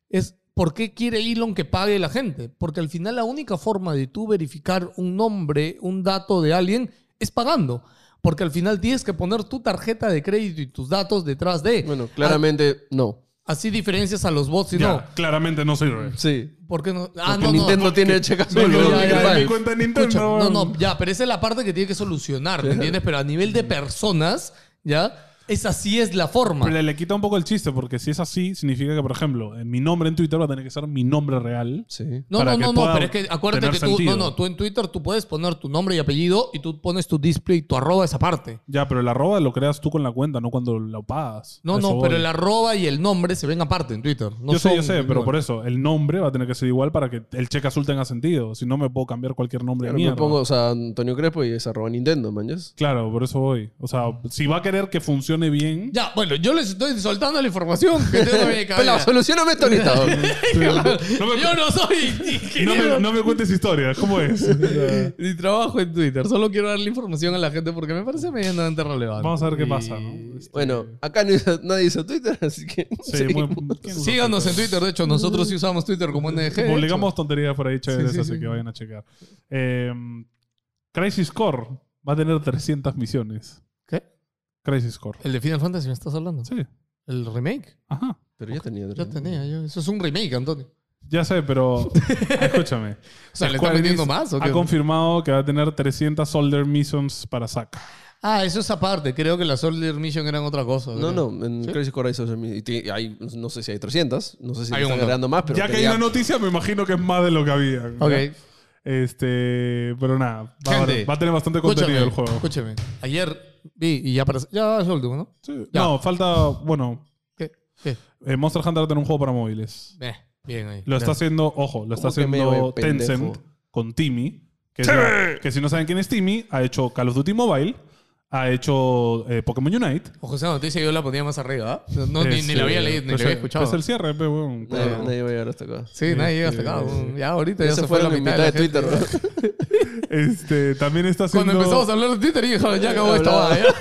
Speaker 6: Es por qué quiere Elon que pague la gente. Porque al final la única forma de tú verificar un nombre, un dato de alguien, es pagando. Porque al final tienes que poner tu tarjeta de crédito y tus datos detrás de.
Speaker 5: ya. Bueno, claramente no.
Speaker 6: Así diferencias a los bots y
Speaker 4: Ya,
Speaker 6: no.
Speaker 4: claramente no sirve.
Speaker 5: Sí.
Speaker 6: ¿Por qué no? Ah,
Speaker 5: Porque
Speaker 6: no, no.
Speaker 5: Nintendo tiene cheque azul.
Speaker 4: no,
Speaker 5: ¿no?
Speaker 4: ya,
Speaker 5: ¿Qué
Speaker 4: ya,
Speaker 5: tal?
Speaker 4: mi cuenta de Nintendo,
Speaker 6: Escucha, no,
Speaker 4: bueno.
Speaker 6: no, ya, pero esa es la parte que tiene que solucionar, ¿me entiendes? Pero a nivel de personas, ¿ya? Esa sí es la forma.
Speaker 4: Pero le quita un poco el chiste, porque si es así, significa que, por ejemplo, en mi nombre en Twitter va a tener que ser mi nombre real.
Speaker 5: Sí.
Speaker 6: No,
Speaker 4: para
Speaker 6: no,
Speaker 4: que
Speaker 6: no, no,
Speaker 4: pueda
Speaker 6: pero es que acuérdate que
Speaker 4: tener
Speaker 6: tú,
Speaker 4: sentido.
Speaker 6: no, no, tú en Twitter tú puedes poner tu nombre y apellido y tú pones tu display, tu arroba esa parte.
Speaker 4: Ya, pero el arroba lo creas tú con la cuenta, no cuando lo pagas.
Speaker 6: No,
Speaker 4: A eso
Speaker 6: no, pero
Speaker 4: voy.
Speaker 6: el arroba y el nombre se ven aparte en Twitter. No
Speaker 4: yo sé, yo
Speaker 6: son-
Speaker 4: sé, pero por eso el nombre va a tener que ser igual para que el cheque azul tenga sentido. Si no, me puedo cambiar cualquier nombre de
Speaker 5: Claro,
Speaker 4: mierda.
Speaker 5: me pongo, o sea, Antonio Crespo y es arroba Nintendo, man. ¿yes?
Speaker 4: Claro, por eso voy. O sea, si va a querer que solucione bien.
Speaker 6: Ya, bueno, yo les estoy soltando la información que tengo en mi
Speaker 5: Pelado,
Speaker 6: cabeza.
Speaker 5: solucioname esto ahorita. don.
Speaker 4: Pero no me-
Speaker 6: Yo no soy
Speaker 4: no
Speaker 6: ingeniero
Speaker 4: me, no me cuentes historias, ¿cómo es? O sea,
Speaker 6: ni trabajo en Twitter. Solo quiero darle información a la gente porque me parece medianamente relevante.
Speaker 4: Vamos a ver qué
Speaker 6: Y-
Speaker 4: pasa, ¿no? Este,
Speaker 5: Bueno, acá no hizo- nadie hizo Twitter, así que.
Speaker 4: sí,
Speaker 5: seguimos.
Speaker 4: bueno, ¿quién usa
Speaker 6: Síganos en
Speaker 4: Twitter?
Speaker 6: Twitter. De hecho, nosotros sí usamos Twitter como NG. de
Speaker 4: Publicamos tonterías por ahí chéveres,
Speaker 6: Sí, sí,
Speaker 4: así
Speaker 6: sí.
Speaker 4: que vayan a checar. Eh, Crisis Core va a tener 300 misiones.
Speaker 6: ¿Qué?
Speaker 4: Crisis Core.
Speaker 6: hecho. El de Final Fantasy me estás hablando.
Speaker 4: Sí,
Speaker 6: El remake.
Speaker 4: ajá.
Speaker 5: Pero ya tenía.
Speaker 6: Ya tenía yo. Eso es un remake, Antonio.
Speaker 4: Ya sé, pero escúchame.
Speaker 6: O sea, ¿le está
Speaker 4: Square
Speaker 6: vendiendo
Speaker 4: Enix
Speaker 6: más o
Speaker 4: Ha
Speaker 6: qué?
Speaker 4: confirmado que va a tener 300 Soldier Missions para saca.
Speaker 6: Ah, eso es aparte. Creo que las Soldier Mission eran otra cosa.
Speaker 5: No,
Speaker 6: creo.
Speaker 5: no, en Crazy Core hay social media. Y ti- hay- no sé si hay 300, no sé si
Speaker 6: Hay un
Speaker 5: hay están
Speaker 6: montón.
Speaker 5: agregando más, pero.
Speaker 4: ya que hay
Speaker 5: tenía-
Speaker 4: una noticia, me imagino que es más de lo que había. ¿ya?
Speaker 6: Ok.
Speaker 4: Este, pero nada, va, a-
Speaker 6: Gente,
Speaker 4: va a tener bastante contenido el juego.
Speaker 6: Escúcheme. Ayer vi y ya para Ya es el último, ¿no?
Speaker 4: Sí.
Speaker 6: Ya.
Speaker 4: No, falta, bueno,
Speaker 6: ¿Qué? ¿Qué?
Speaker 4: eh, Monster Hunter va a tener un juego para móviles.
Speaker 6: Eh, bien ahí.
Speaker 4: Lo está haciendo, ojo, lo está
Speaker 5: ¿Cómo que medio
Speaker 4: haciendo
Speaker 5: de pendejo?
Speaker 4: Tencent con Timmy. Que, es la- que si no saben quién es Timmy, ha hecho Call of Duty Mobile, ha hecho eh, Pokémon Unite.
Speaker 6: O José, la noticia yo la ponía más arriba. ¿ah? No, ni, ni la había leído, ni la
Speaker 4: Pues,
Speaker 6: había
Speaker 4: eh,
Speaker 6: escuchado. Eh,
Speaker 4: pues el cierre, pe, weón.
Speaker 5: Nadie, nadie va a llegar hasta acá.
Speaker 6: Sí, nadie llega hasta acá. bueno, Ya ahorita ya
Speaker 5: Ese
Speaker 6: se
Speaker 5: fue
Speaker 6: fue
Speaker 5: lo
Speaker 6: la
Speaker 5: que
Speaker 6: mitad,
Speaker 5: mitad de
Speaker 6: la gente.
Speaker 5: Twitter, ¿no?
Speaker 4: Este, también está haciendo.
Speaker 6: Cuando empezamos a hablar de Twitter, dije, ya acabó esta
Speaker 5: Hablaba.
Speaker 6: boda. ya.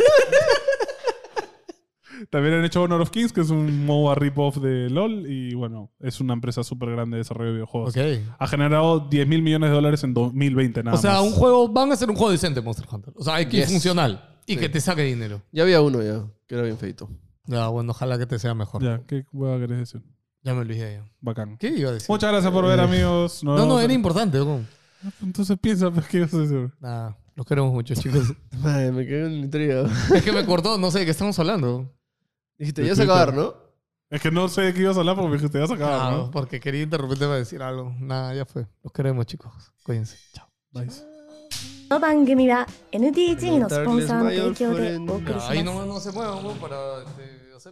Speaker 4: También han hecho Honor of Kings, que es un MOBA rip-off de LOL. Y bueno, es una empresa súper grande de desarrollo de videojuegos.
Speaker 6: Ok.
Speaker 4: Ha generado 10 mil millones de dólares en 2020, nada
Speaker 6: O sea,
Speaker 4: más.
Speaker 6: un juego, van a hacer un juego decente Monster Hunter. O sea, hay que ir
Speaker 5: Yes.
Speaker 6: funcional y que te saque dinero.
Speaker 5: Ya había uno ya, que era bien feito.
Speaker 6: Ya, bueno, ojalá que te sea mejor. Ya,
Speaker 4: Ya, ¿qué hueva querés decir?
Speaker 6: me olvidé ya.
Speaker 4: Bacán.
Speaker 6: ¿Qué iba a decir?
Speaker 4: Muchas gracias por ver, amigos. Nos
Speaker 6: No, no,
Speaker 4: vemos
Speaker 6: era
Speaker 4: en-
Speaker 6: importante. ¿no?
Speaker 4: Entonces piensa, pues, ¿qué ibas a decir?
Speaker 6: Nada, los queremos mucho, chicos.
Speaker 5: Madre, me quedé en intriga.
Speaker 6: es que me cortó, no sé de qué estamos hablando.
Speaker 5: Dijiste,
Speaker 4: De
Speaker 5: ya se
Speaker 4: Twitter.
Speaker 5: acabar, ¿no?
Speaker 4: Es que no sé de qué ibas a hablar porque me dijiste, ya se acaba,
Speaker 6: Claro,
Speaker 4: ¿no?
Speaker 6: porque quería interrumpirte para decir algo. Nada, ya fue. Los queremos, chicos. Cuídense. Chao.
Speaker 3: この番組は NTT のスポンサーの
Speaker 5: Darkness, my
Speaker 3: 提供で
Speaker 5: old friend.
Speaker 3: お送りします。
Speaker 6: Ahí no, no se muevan, ¿no? para este, hacer